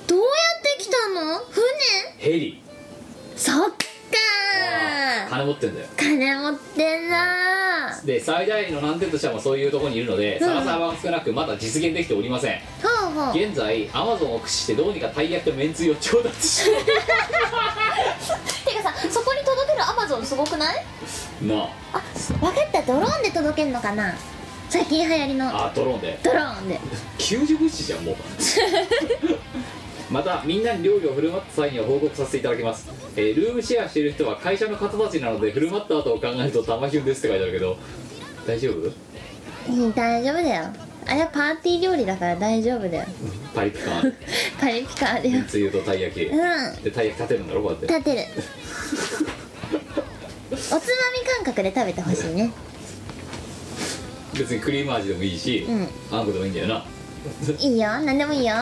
Speaker 2: どうやって来たの船
Speaker 1: ヘリ
Speaker 2: そっかー
Speaker 1: 金持ってんだよ
Speaker 2: 金持ってんなー
Speaker 1: で最大の難点としてはもうそういうところにいるので
Speaker 2: ん
Speaker 1: 探す幅が少なくまだ実現できておりません
Speaker 2: ほうほう
Speaker 1: 現在アマゾンを駆使してどうにかたい焼きとめんつゆを調達し よ
Speaker 2: てかさそこに届けるアマゾンすごくないう
Speaker 1: な
Speaker 2: あ分かったドローンで届けんのかな最近流行りの
Speaker 1: ああドローンで
Speaker 2: ドローンで
Speaker 1: 救助物資じゃんもうまたみんなに料理を振る舞った際には報告させていただきます、えールームシェアしている人は会社の方たちなので振る舞った後を考えると玉ひゅんですって書いてあるけど大丈夫
Speaker 2: うん大丈夫だよあれはパーティー料理だから大丈夫だよ
Speaker 1: パリピカン
Speaker 2: パリピカーだよ
Speaker 1: つゆとたい焼き
Speaker 2: うん
Speaker 1: でたい焼き立てるんだろこうやって
Speaker 2: 立てる おつまみ感覚で食べてほしいね
Speaker 1: 別にクリーム味でもいいし、
Speaker 2: うん
Speaker 1: あんこでもいいんだよない
Speaker 2: いよ何でもいいよ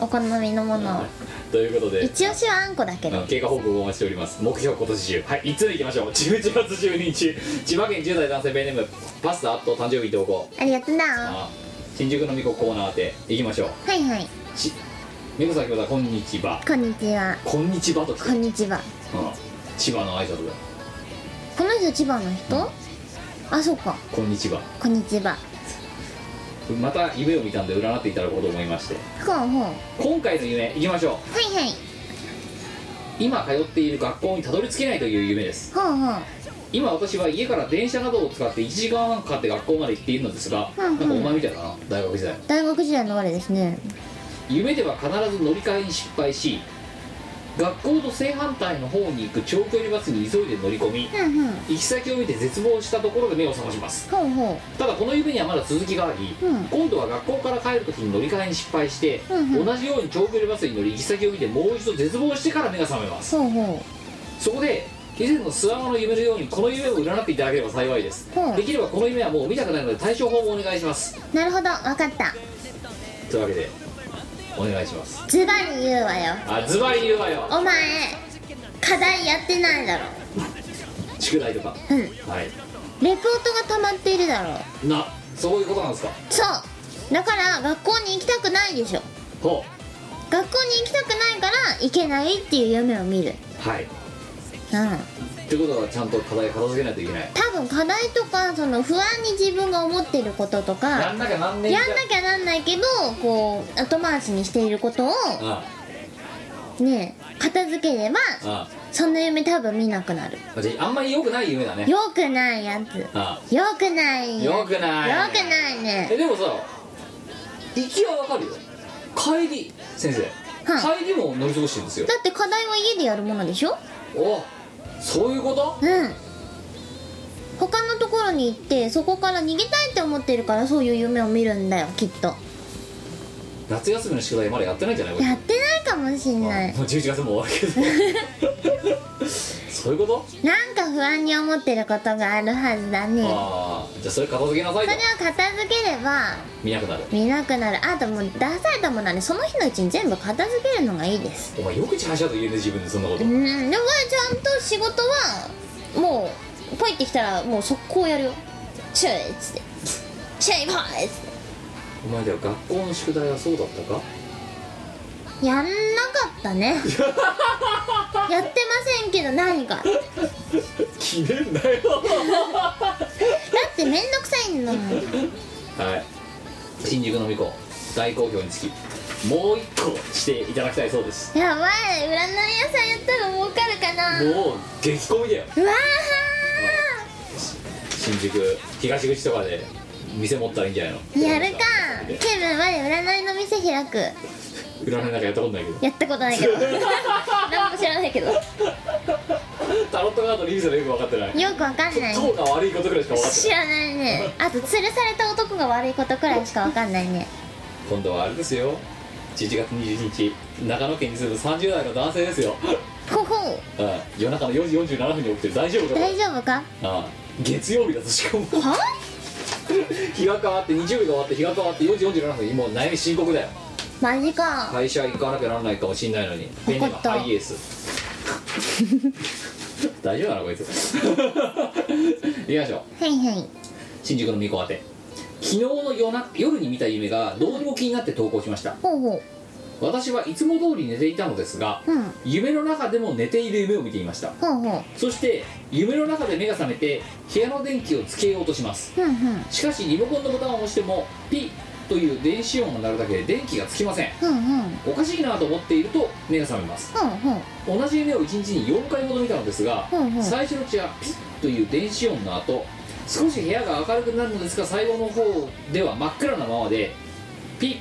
Speaker 2: お好みのものを
Speaker 1: ということで
Speaker 2: 一押しはあんこだけど
Speaker 1: 経過報告をお待ちしております目標今年中はい5つ目いきましょう11月12日千葉県10代男性ベイネームパスタと誕生日投稿
Speaker 2: ありがとうな
Speaker 1: あ新宿のみこコーナーでいきましょう
Speaker 2: はいはい
Speaker 1: ちみこさん今日はこんにちは
Speaker 2: こんにちは
Speaker 1: こんにちはと来て
Speaker 2: こんにちは
Speaker 1: うん千葉の挨拶だ
Speaker 2: この人千葉の人あそうか
Speaker 1: こんにちは
Speaker 2: こんにちは
Speaker 1: また夢を見たんで占っていただこうと思いまして
Speaker 2: ほうほうは
Speaker 1: 今回の夢いきましょう
Speaker 2: いはい
Speaker 1: 今通っている学校にたどり着けないという夢です
Speaker 2: ほうほう
Speaker 1: 今私は家から電車などを使って1時間半かかって学校まで行っているのですが、
Speaker 2: うんうん
Speaker 1: なんかお前みたいだな大学時代
Speaker 2: 大学時代の我ですね
Speaker 1: 夢では必ず乗り換えに失敗し学校と正反対の方に行く長距離バスに急いで乗り込み
Speaker 2: ふんふん
Speaker 1: 行き先を見て絶望したところで目を覚まします
Speaker 2: ほうほ
Speaker 1: ただこの夢にはまだ続きがあり、
Speaker 2: うん
Speaker 1: 今度は学校から帰る時に乗り換えに失敗して、
Speaker 2: うんうん
Speaker 1: 同じように長距離バスに乗り行き先を見てもう一度絶望してから目が覚めま
Speaker 2: う
Speaker 1: す
Speaker 2: そうほ
Speaker 1: そこで以前の諏訪間の夢のようにこの夢を占っていただければ幸いです、
Speaker 2: うん
Speaker 1: できればこの夢はもう見たくないので対処法をお願いします
Speaker 2: うなるほどわかった
Speaker 1: というわけでお願いします
Speaker 2: ズバリ言うわよ
Speaker 1: あズバリ言うわよ
Speaker 2: お前課題やってないだろ
Speaker 1: 宿題とか
Speaker 2: うん
Speaker 1: はい
Speaker 2: レポートが溜まっているだろ
Speaker 1: なそういうことなんですか
Speaker 2: そうだから学校に行きたくないでしょ
Speaker 1: ほ
Speaker 2: 学校に行きたくないから行けないっていう夢を見る
Speaker 1: うはい
Speaker 2: うん
Speaker 1: ってことはちゃんと課題片付けないといけない
Speaker 2: 多分課題とかその不安に自分が思ってることとか
Speaker 1: やんなきゃなんねえん
Speaker 2: や
Speaker 1: だ
Speaker 2: んなきゃなんないけどこう後回しにしていることを
Speaker 1: あ
Speaker 2: ね片付ければ
Speaker 1: ああ
Speaker 2: その夢多分見なくなる
Speaker 1: あじゃああんまり良くない夢だね
Speaker 2: よくないやつ
Speaker 1: あ
Speaker 2: よくないや
Speaker 1: 良くない
Speaker 2: よくない
Speaker 1: あ
Speaker 2: ね
Speaker 1: えでもさ行きはわかるよ帰り先生、
Speaker 2: は
Speaker 1: 帰りも乗り過ごしてるんですよ
Speaker 2: だって課題は家でやるものでしょ
Speaker 1: おそういうこと
Speaker 2: うん他のところに行ってそこから逃げたいって思ってるからそういう夢を見るんだよきっと
Speaker 1: 夏休みの宿題まだやってないんじゃないこれ
Speaker 2: やってないかもしんない
Speaker 1: もう11月も終わるけど そういうこと
Speaker 2: なんか不安に思ってることがあるはずだね
Speaker 1: ああじゃあそれ片付けなさい
Speaker 2: そ
Speaker 1: と
Speaker 2: れを片付ければ
Speaker 1: 見なくなる
Speaker 2: 見なくなるあともう出されたものはねその日のうちに全部片付けるのがいいです
Speaker 1: お前よく自販車と言えるね自分でそんなこと、
Speaker 2: うんでもちゃんと仕事はもうポイってきたらもう速攻やるよチュイっつってチュイポイっつっ
Speaker 1: お前では学校の宿題はそうだったか
Speaker 2: てやんなかっ たねやってませんけど何かだ
Speaker 1: 決めんなよ
Speaker 2: ってめんどくさいんだもん
Speaker 1: はい新宿のみこ大好評につきもう一個していただきたいそうです
Speaker 2: やばい占い屋さんやったら儲かるかな
Speaker 1: もう激込みだよ
Speaker 2: うわ
Speaker 1: 新宿東口とかで店持ったらいいんじゃないの
Speaker 2: やるかケブンまで占いの店開く
Speaker 1: 占いなんかやったことないけど
Speaker 2: やったことな いけど何も知らないけどよ
Speaker 1: タロットカードの意味すらよく分かってない
Speaker 2: くわかんない
Speaker 1: そうか悪いことくらいしか分かって
Speaker 2: 知
Speaker 1: ない
Speaker 2: らないねあと吊るされた男が悪いことくらいしかわかんないね
Speaker 1: 今度はあれですよ11月22日長野県に住む30代の男性ですよ、
Speaker 2: ほほう
Speaker 1: うん、夜中の4時47分に起きてる大丈夫かこれ
Speaker 2: 大丈夫か
Speaker 1: ああ月曜日だとしかも
Speaker 2: は
Speaker 1: 日が変わって日曜日が終わって日が変わって4時47分にもう悩み深刻だよ
Speaker 2: マジか
Speaker 1: 会社行かなきゃならないかもしんないのに
Speaker 2: 怒
Speaker 1: 便
Speaker 2: った
Speaker 1: 利がハイエース 大丈夫なのこいつ行きましょう
Speaker 2: へいへい
Speaker 1: 新宿の巫女宛て昨日の夜な夜に見た夢がどうにも気になって投稿しました
Speaker 2: ほうほ
Speaker 1: 私はいつも通り寝ていたのですが
Speaker 2: ううん
Speaker 1: 夢の中でも寝ている夢を見ていました
Speaker 2: ほうほ
Speaker 1: そして夢の中で目が覚めて部屋の電気をつけようとします
Speaker 2: うふんふん
Speaker 1: しかしリモコンのボタンを押してもピッという電子音が鳴るだけで電気がつきません
Speaker 2: ふんふん
Speaker 1: おかしいなと思っていると目が覚めます
Speaker 2: ほうほう
Speaker 1: 同じ夢を1日に4回ほど見たのですが、
Speaker 2: うんうん
Speaker 1: 最初のうちはピッという電子音の後少し部屋が明るくなるのですが最後の方では真っ暗なままでピッ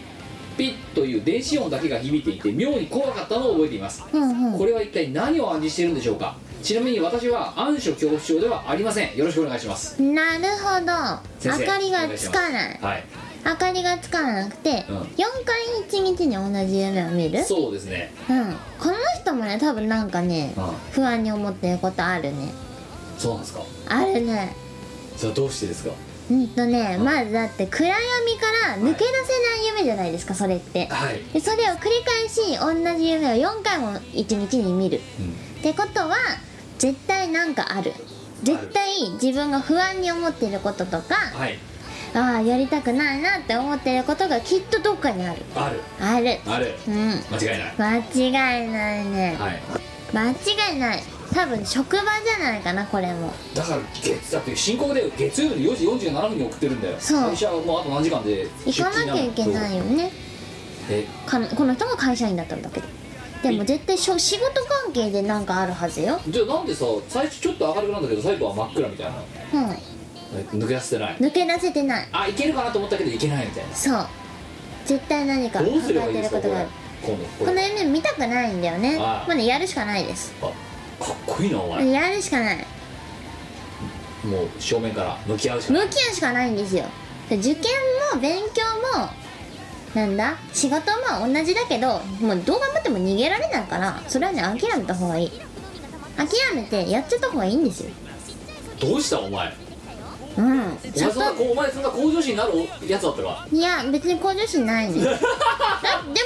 Speaker 1: ピッという電子音だけが響いていて妙に怖かったのを覚えています
Speaker 2: ふんふん
Speaker 1: これは一体何を暗示しているんでしょうかちなみに私は暗所恐怖症ではありませんよろしくお願いします
Speaker 2: なるほど
Speaker 1: 先生
Speaker 2: 明かりがつかない
Speaker 1: はい
Speaker 2: 明かりがつかなくて、
Speaker 1: うん
Speaker 2: 4回1日に同じ夢を見る
Speaker 1: そうですね、
Speaker 2: うんこの人もね多分なんかね
Speaker 1: うん、
Speaker 2: 不安に思ってることあるね
Speaker 1: そうなんですか
Speaker 2: あるね
Speaker 1: それはどうしてですか
Speaker 2: うんとね
Speaker 1: ん
Speaker 2: まずだって暗闇から抜け出せない夢じゃないですかそれって
Speaker 1: はい、
Speaker 2: でそれを繰り返し同じ夢を4回も1日に見る
Speaker 1: うん
Speaker 2: ってことは絶対なんかある絶対自分が不安に思ってることとか
Speaker 1: はい
Speaker 2: ああやりたくないなって思ってることがきっとどっかにある
Speaker 1: ある
Speaker 2: ある
Speaker 1: ある
Speaker 2: うん
Speaker 1: 間違いない
Speaker 2: 間違いないね
Speaker 1: はい
Speaker 2: 間違いない多分職場じゃないかなこれも
Speaker 1: だから月だって深刻だよ月曜日の4時47分に送ってるんだよ
Speaker 2: そう
Speaker 1: 会社はもうあと何時間で
Speaker 2: 行かなきゃいけない
Speaker 1: よ
Speaker 2: よね
Speaker 1: え
Speaker 2: かこの人も会社員だったんだけどでも絶対しょ仕事関係でなんかあるはずよ
Speaker 1: じゃあなんでさ最初ちょっと明るくなるんだけど最後は真っ暗みたいな
Speaker 2: うん
Speaker 1: え抜け出せてない
Speaker 2: 抜け出せてない
Speaker 1: あいけるかなと思ったけどいけないみたいな
Speaker 2: そう絶対何か考
Speaker 1: どうすればい
Speaker 2: え
Speaker 1: いで
Speaker 2: てる
Speaker 1: す
Speaker 2: こ
Speaker 1: かこと
Speaker 2: があ
Speaker 1: れ
Speaker 2: る
Speaker 1: 今度こ
Speaker 2: この
Speaker 1: れ
Speaker 2: 夢見たくないんだよね
Speaker 1: ああ
Speaker 2: まあねやるしかないです
Speaker 1: あかっこいいなお前
Speaker 2: やるしかない
Speaker 1: もう正面から向き合うしか
Speaker 2: 向
Speaker 1: ない
Speaker 2: き合うしかないんですよ受験も勉強もなんだ仕事も同じだけどもうどう頑張っても逃げられないからそれはね諦めた方がいい諦めてやっちゃった方がいいんですよ
Speaker 1: どうしたお前
Speaker 2: うん
Speaker 1: お
Speaker 2: ち
Speaker 1: 前そ
Speaker 2: ょっ
Speaker 1: んなこうお前そんな向上心になるやつだったか
Speaker 2: といや別に向上心な いねだで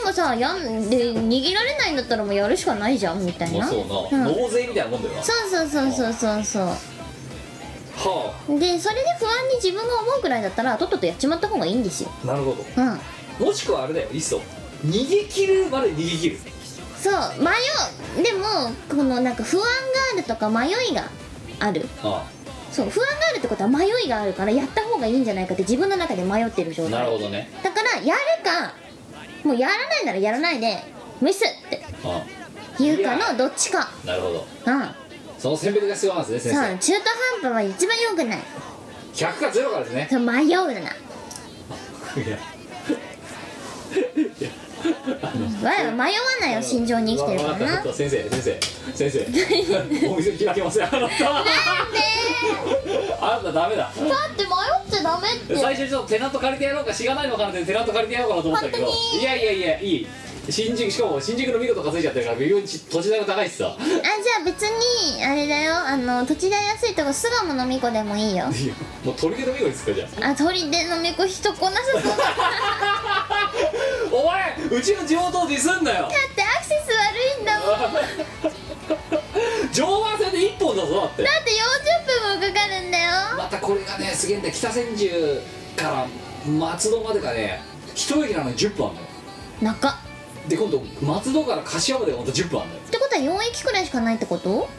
Speaker 2: もさやんで逃げられないんだったらもうやるしかないじゃんみたい
Speaker 1: ま
Speaker 2: な
Speaker 1: あそ
Speaker 2: うん
Speaker 1: うな納税みたいなもんだよな
Speaker 2: そうそうそうそうそうそう
Speaker 1: は
Speaker 2: でそれで不安に自分が思うくらいだったらとっととやっちまった方がいいんですよ
Speaker 1: あなるほ
Speaker 2: うん
Speaker 1: どもしくはあれだよいっそ逃げ切るまで逃げ切る
Speaker 2: そう迷うでもこのなんか不安があるとか迷いがある
Speaker 1: あ
Speaker 2: そう不安があるってことは迷いがあるからやった方がいいんじゃないかって自分の中で迷ってる状
Speaker 1: あ
Speaker 2: 態
Speaker 1: なるほどね
Speaker 2: だからやるかもうやらないならやらないで無視って
Speaker 1: あ
Speaker 2: 言うかのどっちか
Speaker 1: なるほど
Speaker 2: うん
Speaker 1: その選別が必要なんです
Speaker 2: そ
Speaker 1: ね
Speaker 2: う
Speaker 1: 先生
Speaker 2: 中途半端は一番良くない
Speaker 1: 100か0かですね
Speaker 2: そう迷うない
Speaker 1: や
Speaker 2: わいは迷わないよ心情に生きてるから
Speaker 1: わわ
Speaker 2: な
Speaker 1: った先生先生先生お店開けませんあなたあなたダメだ
Speaker 2: って迷ってダメって
Speaker 1: 最初ちょっとテナント借りてやろうかしがないのかなってテナント借りてやろうかなと思ったけど
Speaker 2: 本当に
Speaker 1: いやいやいやいい新宿しかも新宿の見事稼いちゃってるから微妙にち土地代が高いしさ
Speaker 2: あじゃあ別にあれだよあの土地代安いとこ巣鴨のみこでもいいよ
Speaker 1: いやもう鳥毛の見事ですかじゃあ
Speaker 2: あ鳥でのみこ人来なさそうだだ
Speaker 1: お前うちの地元をディスんだよ
Speaker 2: ってアクセス悪いんだもんだ
Speaker 1: 上腕線で1本だぞだって
Speaker 2: って40分もかかるんだよ
Speaker 1: またこれがねすげえんだよ北千住から松戸までがね一駅なのに10分あんのよ
Speaker 2: 中っ
Speaker 1: で今度松戸から柏までがまた10分あんのよ
Speaker 2: てことは4駅くらいしかないってこと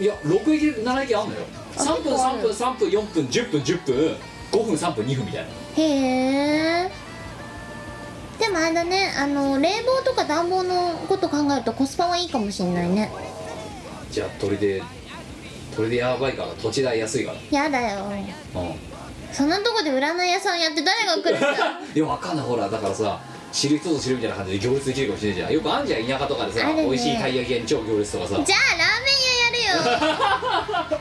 Speaker 1: いや6駅7駅あんのよ
Speaker 2: あ
Speaker 1: 3分
Speaker 2: 結構あ
Speaker 1: 3
Speaker 2: る
Speaker 1: 分3分4分10分10分5分3分2分みたいな
Speaker 2: へえでもあれだねあの冷房とか暖房のこと考えるとコスパはいいかもしんないね
Speaker 1: じゃあ鳥でこれでやばいから土地代安いか
Speaker 2: やだよ
Speaker 1: らうん
Speaker 2: そんなとこで占い屋さんやって誰が来るんだ
Speaker 1: いやわかんないほらだからさ知る人ぞ知るみたいな感じで行列できるかもしれないじゃんよくあんじゃん田舎とかでさ、
Speaker 2: あるね
Speaker 1: 美味しいたい焼き屋に超行列とかさ
Speaker 2: じゃあラーメン屋やるよ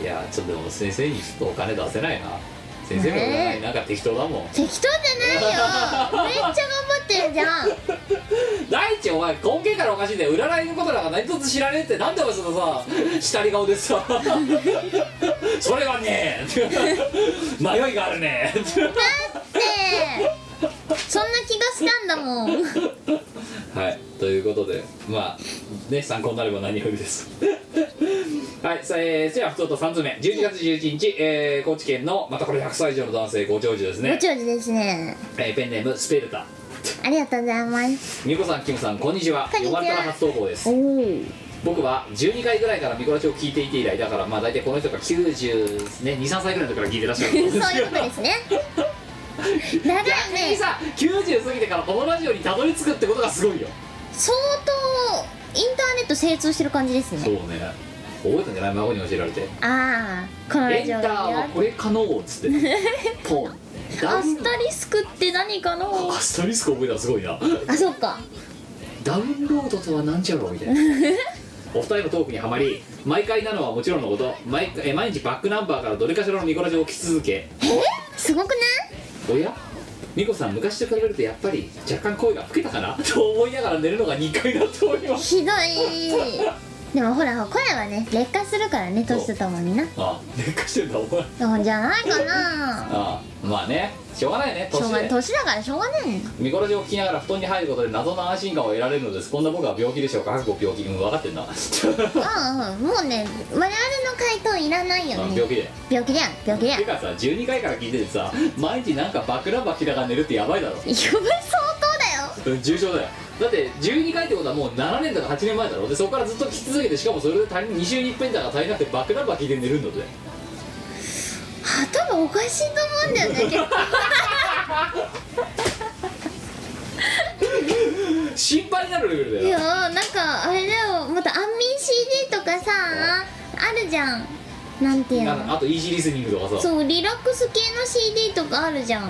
Speaker 1: いやちょっとでも先生にちょっとお金出せないな先生の占いなんか適当だもん
Speaker 2: 適当じゃないよめっちゃ頑張ってるじゃん
Speaker 1: 第一お前根源からおかしいんだよ占いのことなんか何一つ知らねえってなんでお前そのさ下り顔でさそれはね 迷いがあるね
Speaker 2: ねえそんな気がしたんだもん
Speaker 1: はいということでまあね参考になれば何よりですはいさあ、えー、じゃあふつおと3つ目11月11日、えー、高知県のまたこれ100歳以上の男性ご長寿です
Speaker 2: ご
Speaker 1: ね、
Speaker 2: 長寿ですね
Speaker 1: えーペンネームスペルタ
Speaker 2: ありがとうございます
Speaker 1: みこさんキムさんこんにちは
Speaker 2: こんにちは
Speaker 1: 読まれたら初投稿です
Speaker 2: おお
Speaker 1: 僕は12回ぐらいからミコラチを聞いていて以来だからまあ大体この人が9ね23歳ぐらいの時から聞いてらっし ゃると思うんで
Speaker 2: そう
Speaker 1: す
Speaker 2: い
Speaker 1: よ
Speaker 2: うことですね長い
Speaker 1: 逆に
Speaker 2: ね
Speaker 1: さ90過ぎてからこのラジオにたどり着くってことがすごいよ
Speaker 2: 相当インターネット精通してる感じです
Speaker 1: そう
Speaker 2: ね
Speaker 1: ね覚えたんじゃない孫に教えられて「
Speaker 2: ああこのラ
Speaker 1: エン
Speaker 2: ジオ
Speaker 1: タ
Speaker 2: が
Speaker 1: ーはこれ可能」っつって ポンダ
Speaker 2: ア
Speaker 1: ウン
Speaker 2: スタリスクって何かの
Speaker 1: アスタリスク覚えたらすごいな
Speaker 2: あそっか
Speaker 1: ダウンロードとは何じゃろうみたい なお二人のトークにはまり毎回なのはもちろんのこと毎え毎日バックナンバーからどれかしらのミコラジオを聞き続 け
Speaker 2: すごくない
Speaker 1: おやミコさん昔と比べるとやっぱり若干声が老けたかな と思いながら寝るのが2回だっております
Speaker 2: ひどいでもほら声はね劣化するからね年とともにな
Speaker 1: あ劣化してんだお前
Speaker 2: そうじゃないかな
Speaker 1: ああまあねしょうがないね
Speaker 2: し
Speaker 1: 年
Speaker 2: ょうが
Speaker 1: で
Speaker 2: 年だからしょうがないの
Speaker 1: 見殺しを聞きながら布団に入ることで謎の安心感を得られるのですこんな僕は病気でしょうか覚悟病気うん分か ってんなうん
Speaker 2: ああもうね我々の回答いらないよね
Speaker 1: 病気で
Speaker 2: 病気だよ病気だ
Speaker 1: て
Speaker 2: よ
Speaker 1: かさ12回から聞いててさ毎日なんかバックナンバー聞きながら寝るってやばいだろ
Speaker 2: 呼ぶ相当だよ
Speaker 1: うん重症だよだって12回ってことはもう7年とか8年前だろでそこからずっと聞き続けてしかもそれで足り2週に1遍だから足りなくてバックナンバー聞いて寝るんだって
Speaker 2: 頭おかしいと思うんだよね結構
Speaker 1: 心配になるレベルだよ
Speaker 2: いやなんかあれだよまた安眠 CD とかさあるじゃんなんていう
Speaker 1: あの
Speaker 2: の
Speaker 1: あとイージーリスニングとかさ
Speaker 2: そうリラックス系の CD とかあるじゃん
Speaker 1: う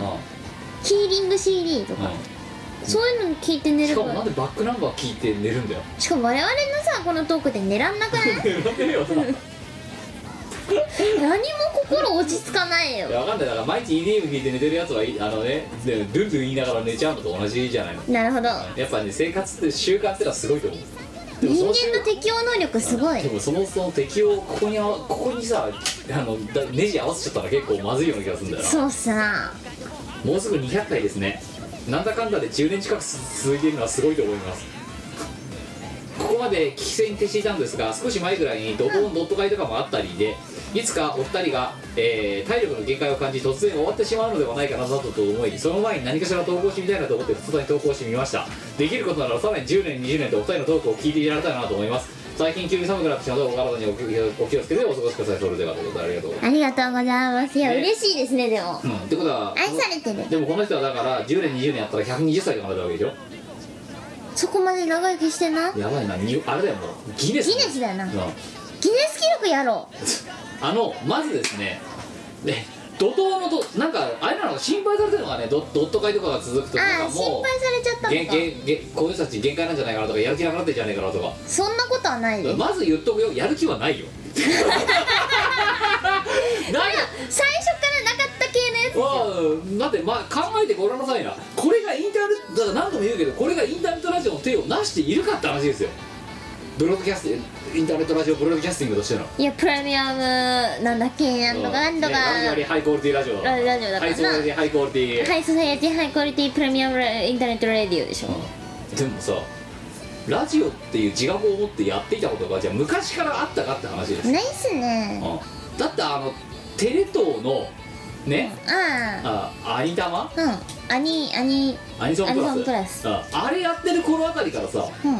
Speaker 2: ヒーリング CD と
Speaker 1: ん
Speaker 2: かそういうの聞いて寝
Speaker 1: し
Speaker 2: る
Speaker 1: か
Speaker 2: か
Speaker 1: もなんで
Speaker 2: ら
Speaker 1: バックナンバー聞いて寝るんだよ
Speaker 2: しかも我々のさこのトークで寝らんなくな い
Speaker 1: 寝らんねえよさい
Speaker 2: 何も心落ち着かないよ
Speaker 1: やわかんないだから毎日 EDM 聞いて寝てるやつはいいあのねでルンルン言いながら寝ちゃうのと同じじゃないの
Speaker 2: なるほど
Speaker 1: やっぱね生活って習慣ってのはすごいと思うでもそ
Speaker 2: 人
Speaker 1: の
Speaker 2: 間の適応能力すごい
Speaker 1: でもそのその敵をここにあわここにさあのだネジ合わせちゃったら結構まずいような気がするんだよな
Speaker 2: そうっすな
Speaker 1: もうすぐ200回ですねなんだかんだで10年近く続いているのはすごいと思いますここまで聞き戦に徹していたんですが少し前ぐらいにドボンドット会とかもあったりでいつかお二人が、えー体力の限界を感じ突然終わってしまうのではないかなどと思いその前に何かしら投稿してみたいなと思って外に投稿してみましたできることならさらに10年20年とお二人のトークを聞いていられたらなと思います最近急に寒くなってしまうのでお体にお気をお気をつけてお過ごしくださいそれではということでありがとうござい
Speaker 2: ありがとうございますいや
Speaker 1: ね
Speaker 2: 嬉しいですねでも
Speaker 1: ます、うん、ってことは
Speaker 2: 愛されてる
Speaker 1: でもこの人はだから10年20年やったら120歳で生まれたわけでしょ
Speaker 2: そこまで長生きしてない
Speaker 1: やばいなにあれだよもうギネス
Speaker 2: ギネスだよな
Speaker 1: うん
Speaker 2: ギネス記録やろう
Speaker 1: あのまずですねね怒涛のとなんかあれなの心配されてるのがねドドット会とかが続くとな
Speaker 2: あ
Speaker 1: ん
Speaker 2: あ
Speaker 1: か
Speaker 2: 心
Speaker 1: も
Speaker 2: 配されちゃった
Speaker 1: うげん
Speaker 2: の
Speaker 1: げんげんこの人たち限界なんじゃないかなとかやる気なくなってんじゃないかなとか
Speaker 2: かそんなことはないです
Speaker 1: まず言っとくよやる気は ないよなんか
Speaker 2: 最初からなかった系のやつ
Speaker 1: うんだって、まあ、考えてごらんなさいなこれがインターネットだから何度も言うけどこれがインターネットラジオの手をなしているかって話ですよブロードキャスティングインターネットラジオブロードキャスティングとしての
Speaker 2: いやプレミアムなんだっけなんとかなんとか
Speaker 1: ねラジオよりハイクオリティラジオ
Speaker 2: ララジオだからな
Speaker 1: ハイソよりハイクオリティ、
Speaker 2: ハイソサイエティハイクオリティプレミアムインターネットレディオでしょ
Speaker 1: うんでもさラジオっていう自覚を持ってやっていたことがじゃあ昔からあったかって話です、
Speaker 2: ないっすね
Speaker 1: うんだってあのテレ東のね、
Speaker 2: ああ
Speaker 1: あアニタマ
Speaker 2: うんアニアニ
Speaker 1: アニソンプラス
Speaker 2: アニソンプラス
Speaker 1: うんあれやってる頃あたりからさ
Speaker 2: うん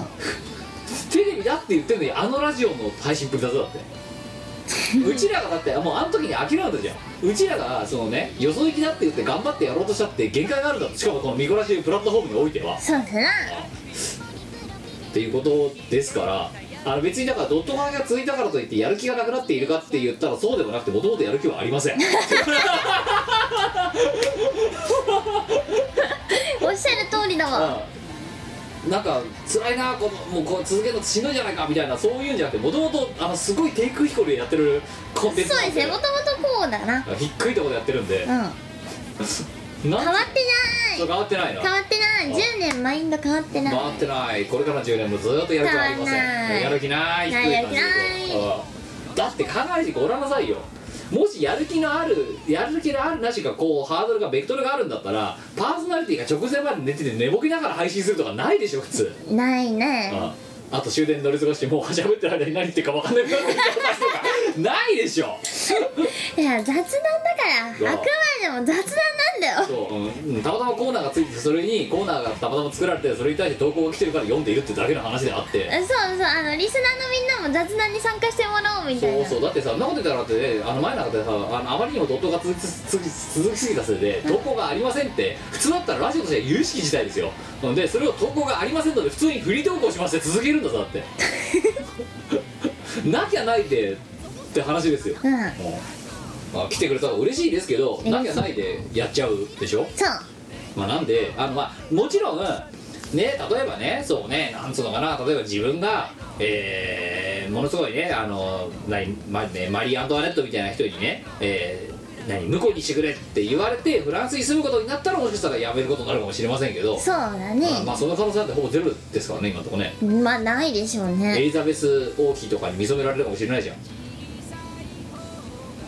Speaker 1: テレビだって言ってるのにあのラジオの配信ぶりだぞだってうちらがだってもうあの時に諦めたじゃんうちらがそのねよそ行きだって言って頑張ってやろうとしたって限界があるんだとしかもこの見こらしいプラットフォームにおいては
Speaker 2: そうっすな
Speaker 1: っていうことですからあの別にだからドット側がついたからといってやる気がなくなっているかって言ったらそうでもなくてもともとやる気はありません
Speaker 2: おっしゃる通りだわ
Speaker 1: うんなんか辛いなこのもうこう続けるのしんどいじゃないかみたいなそういうんじゃなくてもともとすごい低空飛行でやってるコンテンツ
Speaker 2: そう
Speaker 1: なん
Speaker 2: ですねもともとこうだな
Speaker 1: 低いところでやってるんで
Speaker 2: うん、変、わ
Speaker 1: なん
Speaker 2: ってな
Speaker 1: そう変
Speaker 2: い
Speaker 1: わってないな
Speaker 2: 変わってない10年マインド変わってない
Speaker 1: 回ってないこれからの10年もずっとやる気はありま
Speaker 2: 変わんな
Speaker 1: せん
Speaker 2: い
Speaker 1: やる気ない
Speaker 2: ない
Speaker 1: 低い感じで
Speaker 2: やる気な
Speaker 1: うんだって考えてごらんなさいよもしやる気のあるやる気のあるなしかこうハードルがベクトルがあるんだったらパーソナリティが直前まで寝てて寝ぼけながら配信するとかないでしょ普通
Speaker 2: ないね
Speaker 1: ああと終電乗り過ごしてもうはしゃべってる間に何言ってるか分かんなくなってる状態とか ないでしょ
Speaker 2: いや雑談だから
Speaker 1: わ
Speaker 2: あくまでも雑談なんだよ
Speaker 1: そう、うん、たまたまコーナーがついてそれにコーナーがたまたま作られてそれに対して投稿が来てるから読んでいるってだけの話であって
Speaker 2: そうそうあのリスナーのみんなも雑談に参加してもらおうみたい
Speaker 1: そう
Speaker 2: な
Speaker 1: そうだってさそんなこと言ったらだってねあの前なんかでさあのあまりにもドットが続き続き続きすぎたせいで投稿がありませんって普通だったらラジオとしては有識事態ですよなのでそれを投稿がありませんので普通にフリー投稿しまして続けるんだぞだって なきゃないでって話ですよ
Speaker 2: うん
Speaker 1: まあ、来てくれたら嬉しいですけど
Speaker 2: え
Speaker 1: なきゃないでやっちゃうでしょ、
Speaker 2: そう
Speaker 1: まあ、なんであの、まあ、もちろんね例えばねそうねなんつうのかな例えば自分がえーものすごいねあの何、まね、マリー・アントワネットみたいな人にね、えー何向こうにしてくれって言われてフランスに住むことになったらもしかしたらやめることになるかもしれませんけど
Speaker 2: そうだ
Speaker 1: まあ、ま
Speaker 2: ね
Speaker 1: あその可能性だってほぼゼロですからね今のとこね
Speaker 2: まあないでしょう
Speaker 1: エ
Speaker 2: ね
Speaker 1: リザベス王妃とかに認められるかもしれないじゃん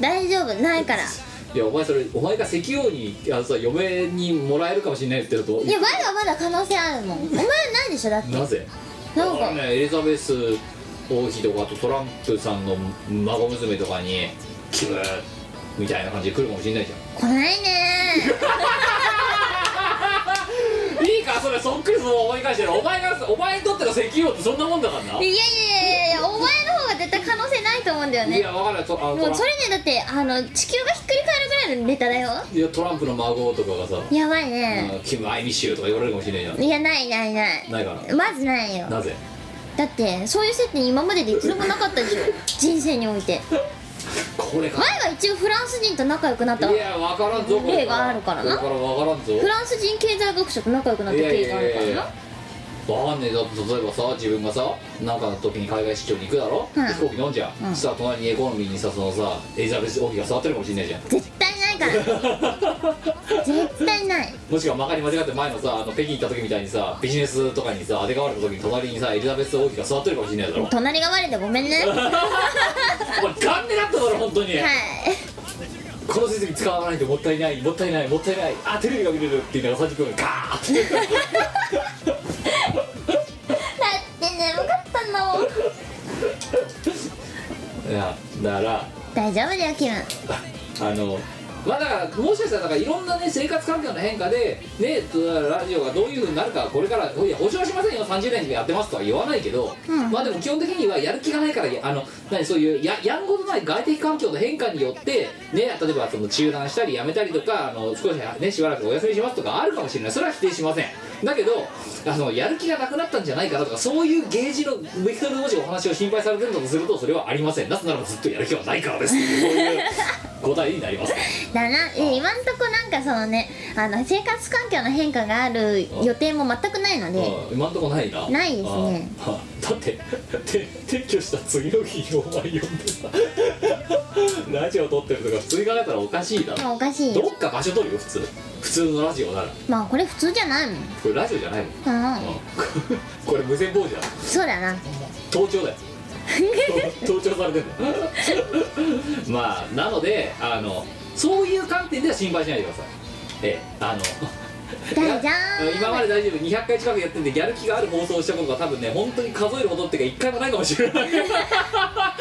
Speaker 2: 大丈夫ないから
Speaker 1: いやお前それお前が石王にあのさ嫁にもらえるかもしれないって言うと
Speaker 2: いや前はまだ可能性あるもんお前はないでしょだって
Speaker 1: なぜ
Speaker 2: なんか
Speaker 1: あのねエリザベス王妃とかあとトランプさんの孫娘とかにキューみたいな感じで来るかもしれないじゃ
Speaker 2: 来ないね
Speaker 1: んいいかそれそっくりそのまま思い返してるお前がお前にとっての石油王ってそんなもんだから
Speaker 2: いやいやいやいやお前の方が絶対可能性ないと思うんだよ
Speaker 1: ない
Speaker 2: ね
Speaker 1: や分かんないとあのト
Speaker 2: も
Speaker 1: ラ
Speaker 2: う
Speaker 1: ン
Speaker 2: それねだってあの地球がひっくり返るぐらいのネタだよ
Speaker 1: いやトランプの孫とかがさ
Speaker 2: やばい
Speaker 1: 「
Speaker 2: ね
Speaker 1: うんキム・アイ・ミッシュ」とか言われるかもしれないじ
Speaker 2: いやないないない
Speaker 1: ゃんないか
Speaker 2: まずないよ
Speaker 1: ななぜ
Speaker 2: だってそういう接点今までで一度もなかったでしょ人生において
Speaker 1: これか
Speaker 2: 前は一応フランス人と仲良くなったわ
Speaker 1: いや分からんぞこれ
Speaker 2: 例があるからな
Speaker 1: これから分からんぞ
Speaker 2: フランス人経済学者と仲良くなった経緯があるからな
Speaker 1: わかんねえだって例えばさ自分がさなんかの時に海外出張に行くだろ、
Speaker 2: うん
Speaker 1: 飛行機乗んじゃん、
Speaker 2: うん
Speaker 1: そしたら隣にエコノミーにさそのさエリザベス王妃が座ってるかもしんないじゃん
Speaker 2: 絶対ないか ら絶対ない
Speaker 1: もしくはまかり間違って前のさあの北京行った時みたいにさビジネスとかにさあてがわれた時に隣にさエリザベス王妃が座ってるかもしんないだろ
Speaker 2: 隣が悪でごめん ねは
Speaker 1: お前ガンでなっただろ本当に、
Speaker 2: い
Speaker 1: この成績使わないともったいないもったいないもったいないあテレビが見れるっていうのが30分間ガーッ て
Speaker 2: だってね分かったんだもん
Speaker 1: いやだから
Speaker 2: 大丈夫だよキム
Speaker 1: あのまあだからもしかしたらなんかいろんなね生活環境の変化でねラジオがどういうふうになるかこれからいや保証しませんよ30年やってますとは言わないけど、
Speaker 2: うん
Speaker 1: まあでも基本的にはやる気がないからあの何そういうややんごとない外的環境の変化によってね例えばその中断したりやめたりとかあの少しねしばらくお休みしますとかあるかもしれないそれは否定しませんだけどあのやる気がなくなったんじゃないかなとかそういうゲージのベクトルの文字お話を心配されてるんだとするとそれはありませんなぜならばずっとやる気はないから ですっていうそういう答えになります
Speaker 2: だなえ今んとこなんかそのねあの生活環境の変化がある予定も全くないので
Speaker 1: うん今んとこないな
Speaker 2: ないですね
Speaker 1: ああだってて撤去した次の日にお前呼んでさ ラジオ撮ってるとか普通に考えたらおかしいだろ
Speaker 2: まあおかしい
Speaker 1: ど
Speaker 2: よ
Speaker 1: っか場所取るよ普通普通のラジオなら
Speaker 2: まあこれ普通じゃないもん
Speaker 1: これラジオじゃないもん
Speaker 2: うん
Speaker 1: うんこれ無線傍受だ
Speaker 2: そうだな
Speaker 1: 盗聴だよ 盗聴されてんだよまあなのであのそういう観点では心配しないでくださいええあの
Speaker 2: 大丈夫
Speaker 1: 今まで大丈夫200回近くやっててやる気がある放送をしたことが多分ね本当に数えるほどっていうか1回もないかもしれない そ
Speaker 2: 大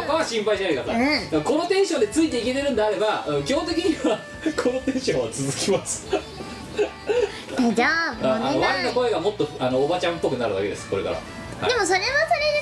Speaker 2: 丈
Speaker 1: こは心配しないでください、このテンションでついていけてるんであればうん基本的には このテンションは続きます
Speaker 2: 夫大丈夫
Speaker 1: ああの
Speaker 2: お
Speaker 1: 我
Speaker 2: 願
Speaker 1: の
Speaker 2: い
Speaker 1: 声がもっとあのおばちゃんっぽくなるだけですこれからはい
Speaker 2: でもそれはそれで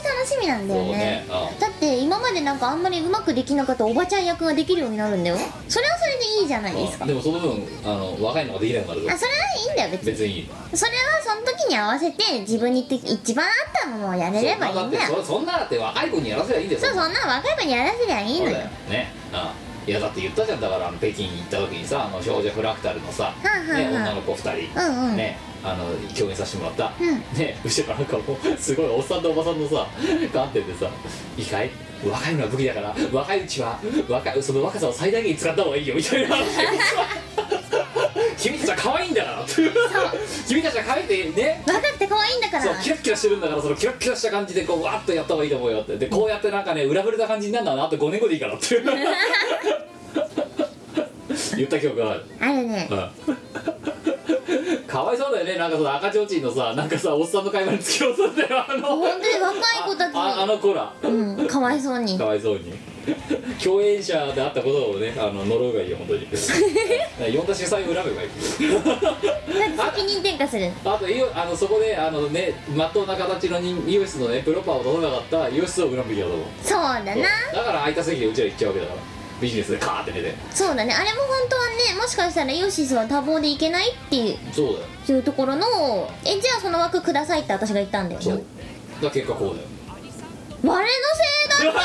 Speaker 2: 楽しみなんだよね
Speaker 1: そうねうん
Speaker 2: だって今までなんかあんまりうまくできなかったおばちゃん役ができるようになるんだよそれはそれでいいじゃないですか
Speaker 1: でもその分あの若いのができないから
Speaker 2: あそれはいいんだよ別に
Speaker 1: 別にいいの
Speaker 2: それはその時に合わせて自分にって一番あったものをやれればいいんだ
Speaker 1: そう
Speaker 2: よ
Speaker 1: だってそそんなだって若い子にやらせりゃいいんだよ
Speaker 2: そうそんなの若い子にやらせりゃいい
Speaker 1: そ
Speaker 2: の
Speaker 1: う
Speaker 2: よ
Speaker 1: だよねあいやだって言ったじゃんだからあの北京に行った時にさあの少女フラクタルのさ、
Speaker 2: はあはあ
Speaker 1: ね、
Speaker 2: はあ
Speaker 1: 女の子2人、
Speaker 2: うんうん
Speaker 1: ねあの共演させてもらった、
Speaker 2: うん
Speaker 1: ね後ろなんかもうすごいおっさんとおばさんのさ観点でさ「いいかい若いのは武器だから若いうちは若いその若さを最大限に使った方がいいよ」みた いな 話をさ君たちは可愛いんだから」君たちは可愛くてね
Speaker 2: 若くて可愛いんだから
Speaker 1: そうキラッキラしてるんだからそのキラッキラした感じでこうわーっとやった方がいいと思うよってでこうやってなんかね裏振れた感じになるのはねあと5年後でいいからって 言った記憶がある、
Speaker 2: あるね
Speaker 1: うん、 かわいそうだよねなんかその赤ちょうちんのさなんかさおっさんの会話に付き合わせてあの
Speaker 2: 本当に若い子たち
Speaker 1: あああ
Speaker 2: に
Speaker 1: の子ら
Speaker 2: うんかわいそうに
Speaker 1: かわいそうに共演者であったことをねあの呪うがいいよ本 当に呼んだ主催を恨めばいい
Speaker 2: だって責任転嫁する
Speaker 1: あといよあのそこであのねまっとうな形の人 US のねプロパーを取らなかった US を恨むべきだと思う
Speaker 2: そうだな
Speaker 1: だから空いた席でうちら行っちゃうわけだからビジネスでカーって寝て
Speaker 2: そうだねあれも本当はねもしかしたらヨシスは多忙でいけないっていう
Speaker 1: そうだよ
Speaker 2: いうところのえじゃあその枠くださいって私が言ったんだよ
Speaker 1: そう
Speaker 2: ね
Speaker 1: だから結果こうだよ
Speaker 2: 我のせいだ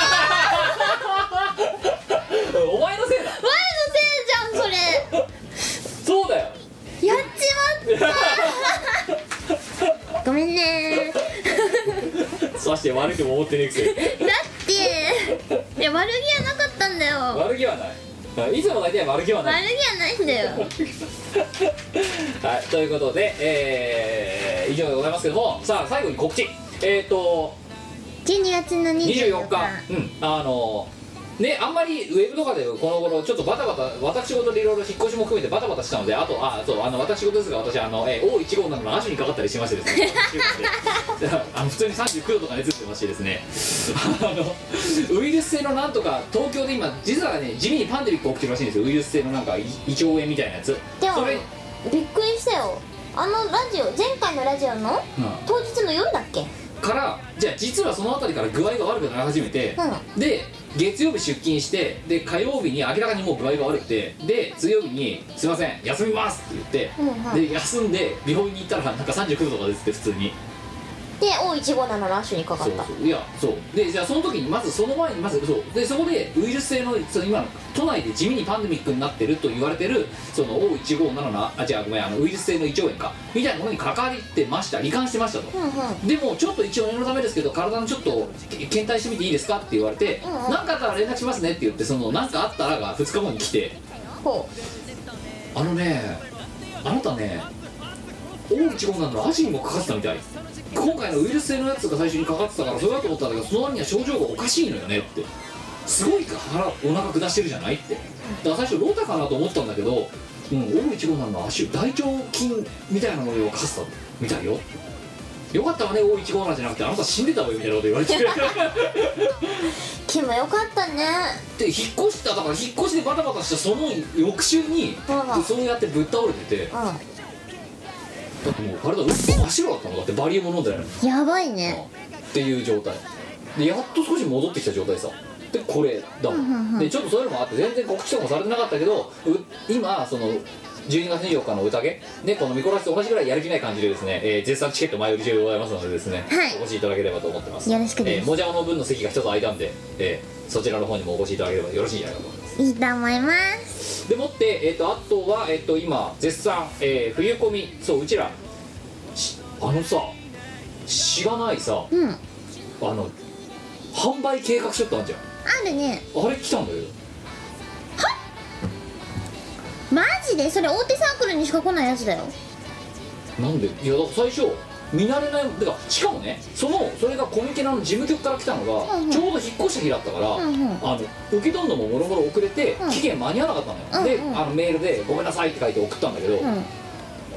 Speaker 1: お前のせいだ
Speaker 2: 我のせい じゃん
Speaker 1: そうだよ
Speaker 2: それやっち まったごめんね
Speaker 1: さして悪くも思ってねえくせに
Speaker 2: だっていや悪気はなかったんだよ
Speaker 1: 悪気はないいつも大体悪気は
Speaker 2: 悪
Speaker 1: ない、
Speaker 2: 気はないんだよ
Speaker 1: はい、ということで、えー以上でございますけどもさあ最後に告知えっ、ー、と
Speaker 2: 12月の
Speaker 1: 24
Speaker 2: 24
Speaker 1: 日
Speaker 2: 日、
Speaker 1: うん、あのねあんまりウェブとかでこの頃ちょっとバタバタ私事でいろいろ引っ越しも含めてバタバタしたのであとあそうあの私事ですが私あの、えー、O157 の亜種にかかったりしましてですねあの普通に39度とか熱出てましてですねあのウイルス性のなんとか東京で今実はね地味にパンデミック起きてるらしいんですよウイルス性のなんかい胃腸炎みたいなやつ
Speaker 2: でも
Speaker 1: それ、うん、
Speaker 2: びっくりしたよあのラジオ前回のラジオの当日の夜だっけ
Speaker 1: からじゃあ実はその辺りから具合が悪くなり始めて、で月曜日出勤してで火曜日に明らかにもう具合が悪くてで水曜日に「すいません休みます」って言って、で休んで病院に行ったらなんか39度とか出てて普通に
Speaker 2: で O157 のラッシュにかか
Speaker 1: そ
Speaker 2: っ
Speaker 1: う
Speaker 2: た
Speaker 1: そういやそうでじゃあその時にまずその前にまずそうでそこでウイルス性のその今の都内で地味にパンデミックになってると言われてるその O157 のあ違うごめんあのウイルス性の胃腸炎かみたいなものにかかってました罹患してましたと、でもちょっと一応念のためですけど体のちょっとけ検体してみていいですかって言われて何、なん、かあったら連絡しますねって言ってその何かあったらが2日後に来て
Speaker 2: ほ
Speaker 1: あのねあなたね O157 のアジンもかかってたみたい今回のウイルス性のやつが最初にかかってたからそれだと思ったんだけどその割には症状がおかしいのよねってすごい腹お腹下してるじゃないってだから最初ロタかなと思ったんだけど、うん、O157 の足大腸菌みたいなものをかかってたみたいよよかったわね O157 じゃなくてあなた死んでたわよみたいなこと言われて
Speaker 2: うキムよかったね
Speaker 1: で引っ越しただから引っ越しでバタバタしたその翌週に
Speaker 2: うん
Speaker 1: そうやってぶっ倒れてて
Speaker 2: う
Speaker 1: だってもう体うっ真っ白だったのだってバリウム飲んでないのに
Speaker 2: んやばいね
Speaker 1: っていう状態でやっと少し戻ってきた状態さでこれだもん、でちょっとそういうのもあって全然告知とかもされてなかったけどう今その12月24日の宴でこの見殺しと同じぐらいやる気ない感じでですね、えー絶賛チケット前売り中でございますのでですね、
Speaker 2: はい
Speaker 1: お越しいただければと思ってます
Speaker 2: よろしくです
Speaker 1: えーもじゃもの分の席が一つ空いたんで、えーそちらの方にもお越しいただければよろしいんじゃないかと思います
Speaker 2: いいと思います
Speaker 1: でもって、えっとあとは、えっと今絶賛、えー冬コミそううちらしあのさしがないさ
Speaker 2: うんあ
Speaker 1: あの販売計画書ってあるじゃん
Speaker 2: るね
Speaker 1: あれ来たんだけど
Speaker 2: マジでそれ大手サークルにしか来ないやつだよ
Speaker 1: なんでいやだから最初見慣れないてかしかもねそのそれがコミケナの事務局から来たのが、
Speaker 2: うんうん
Speaker 1: ちょうど引っ越した日だったから、
Speaker 2: うんうん
Speaker 1: あの受け取るのももろもろ遅れて、
Speaker 2: うん
Speaker 1: 期限間に合わなかったのよ、
Speaker 2: うんうん
Speaker 1: であのメールで「ごめんなさい」って書いて送ったんだけど、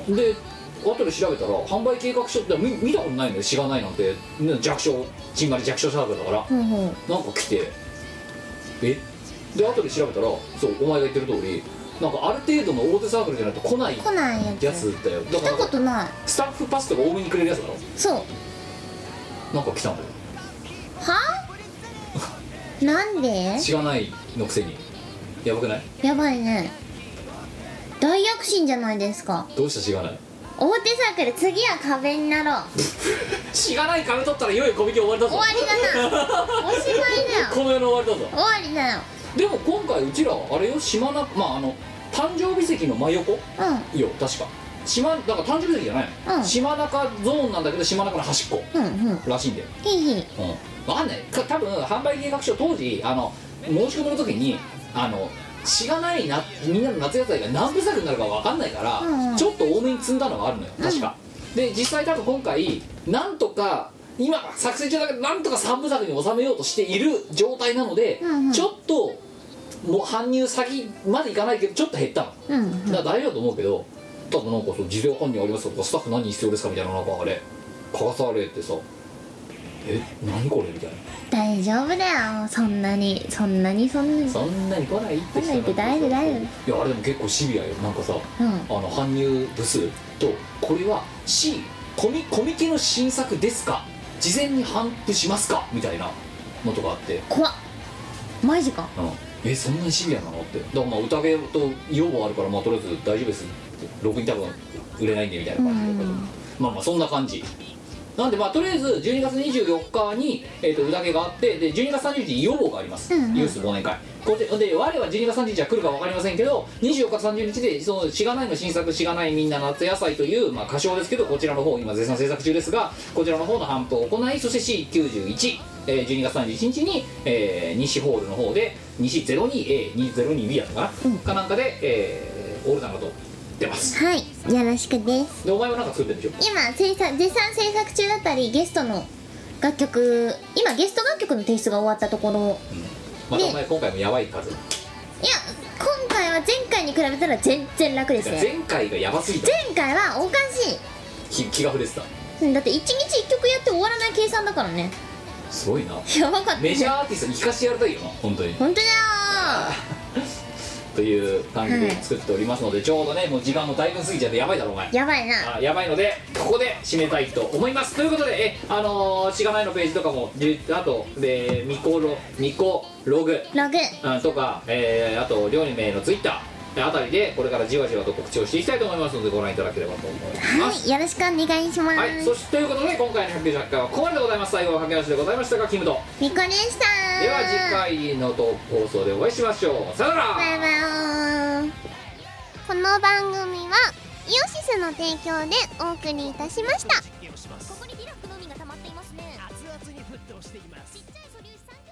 Speaker 2: うん
Speaker 1: で後で調べたら販売計画書って見見たことないのよ知らないなんてね弱小ちんまり弱小サークルだから
Speaker 2: ほうほう
Speaker 1: なんか来てえで後で調べたらそうお前が言ってる通りなんかある程度の大手サークルじゃないと来ない
Speaker 2: 来ないやつ
Speaker 1: やつだよだ
Speaker 2: 来
Speaker 1: か
Speaker 2: たこ
Speaker 1: ら
Speaker 2: とない
Speaker 1: スタッフパスとか多めにくれるやつだろ
Speaker 2: そう
Speaker 1: なんか来たんだよ
Speaker 2: はなんで
Speaker 1: 知らないのくせにやばくない
Speaker 2: やばいね大躍進じゃないですか
Speaker 1: どうした知らない
Speaker 2: 大手サークル次は壁になろう
Speaker 1: 知らない壁取ったらいよいよコミケ終わりだぞ
Speaker 2: 終わりだなおしまいだよ
Speaker 1: この世の終わりだぞ
Speaker 2: 終わりだよ
Speaker 1: でも今回うちらあれよ島なまああの誕生日席の真横
Speaker 2: う
Speaker 1: よ確か島だから誕生日席じゃないの、
Speaker 2: うん
Speaker 1: 島中ゾーンなんだけど島中の端っこ
Speaker 2: んうんうん
Speaker 1: らしいんだよ、
Speaker 2: ひいひい
Speaker 1: うん、分かんないか多分販売計画書当時あの申し込みの時にあのしがないなみんなの夏野菜が何部作になるか分かんないから、
Speaker 2: うんうん
Speaker 1: ちょっと多めに積んだのがあるのよ確か、で実際多分今回なんとか今作成中だけどなんとか3部作に収めようとしている状態なので、
Speaker 2: うんうん
Speaker 1: ちょっともう搬入先までいかないけどちょっと減ったの
Speaker 2: うんうん
Speaker 1: だから大丈夫だと思うけど多分なんかその事業管理ありますかとかスタッフ何必要ですかみたいななんかあれ書かされてさえ何これみたいな
Speaker 2: 大丈夫だよそんなにそんなにそんなに
Speaker 1: そんなに来ないって
Speaker 2: 来ないって大丈夫大丈
Speaker 1: 夫いやあれでも結構シビアよなんかさ
Speaker 2: うん
Speaker 1: あの搬入部数とこれは C コミコミケの新作ですか事前に頒布しますかみたいなのとかあって
Speaker 2: 怖っマジか
Speaker 1: えそんなにシビアなのってだからまあ宴と要望あるからまあとりあえず大丈夫ですって6に多分売れないんでみたいな感じだったけど
Speaker 2: うん
Speaker 1: まあまあそんな感じなんでまあとりあえず12月24日に、えー、と宴があってで12月30日に要望があります、
Speaker 2: うんうん
Speaker 1: ユース忘年会これでで我は12月30日は来るか分かりませんけど24日30日でそのしがないの新作「しがないみんな夏野菜」という、まあ、歌唱ですけどこちらの方今絶賛制作中ですがこちらの方の頒布を行いそして C91 えー12月31日に、えー西ホールの方で西 02A202B やったかな、
Speaker 2: うん
Speaker 1: かなんかで、えーオールナガと出ます
Speaker 2: はいよろしくです
Speaker 1: でお前はなんか作ってるでしょ
Speaker 2: 今制作絶賛制作中だったりゲストの楽曲今ゲスト楽曲の提出が終わったところ
Speaker 1: また
Speaker 2: ね
Speaker 1: お前今回もやばい数
Speaker 2: いや今回は前回に比べたら全然楽ですね
Speaker 1: 前回がやばすぎた
Speaker 2: 前回はおかし
Speaker 1: 気気が触れてた
Speaker 2: いうんだって1日1曲やって終わらない計算だからね
Speaker 1: すごいな
Speaker 2: やばかった
Speaker 1: メジャ
Speaker 2: ね
Speaker 1: ーアーティストに聞かせてやりたいよな本当に
Speaker 2: 本当だよ
Speaker 1: という感じで
Speaker 2: はい
Speaker 1: 作っておりますので、ちょうどねもう時間もだいぶ過ぎちゃってやばいだろお前
Speaker 2: ーやばいな
Speaker 1: あやばいのでここで締めたいと思いますということでえあのーしがないのページとかもじゅあとでミコロミコログ
Speaker 2: ログ
Speaker 1: うんとか、えーあと両名のツイッターあたりでこれからじわじわと告知をしていきたいと思いますのでご覧いただければと思いま
Speaker 2: は
Speaker 1: す
Speaker 2: いよろしくお願いしま
Speaker 1: はい、
Speaker 2: す
Speaker 1: そしてということで今回の198回はここまででございます最後は駆け足でございましたがキムと
Speaker 2: みこでした
Speaker 1: では次回の投稿放送でお会いしましょうさよなら
Speaker 2: バイバイ
Speaker 3: この番組はイオシスの提供でお送りいたしましたここにディラックのみが溜まっていますね熱々に沸騰していますちっちゃい素粒子酸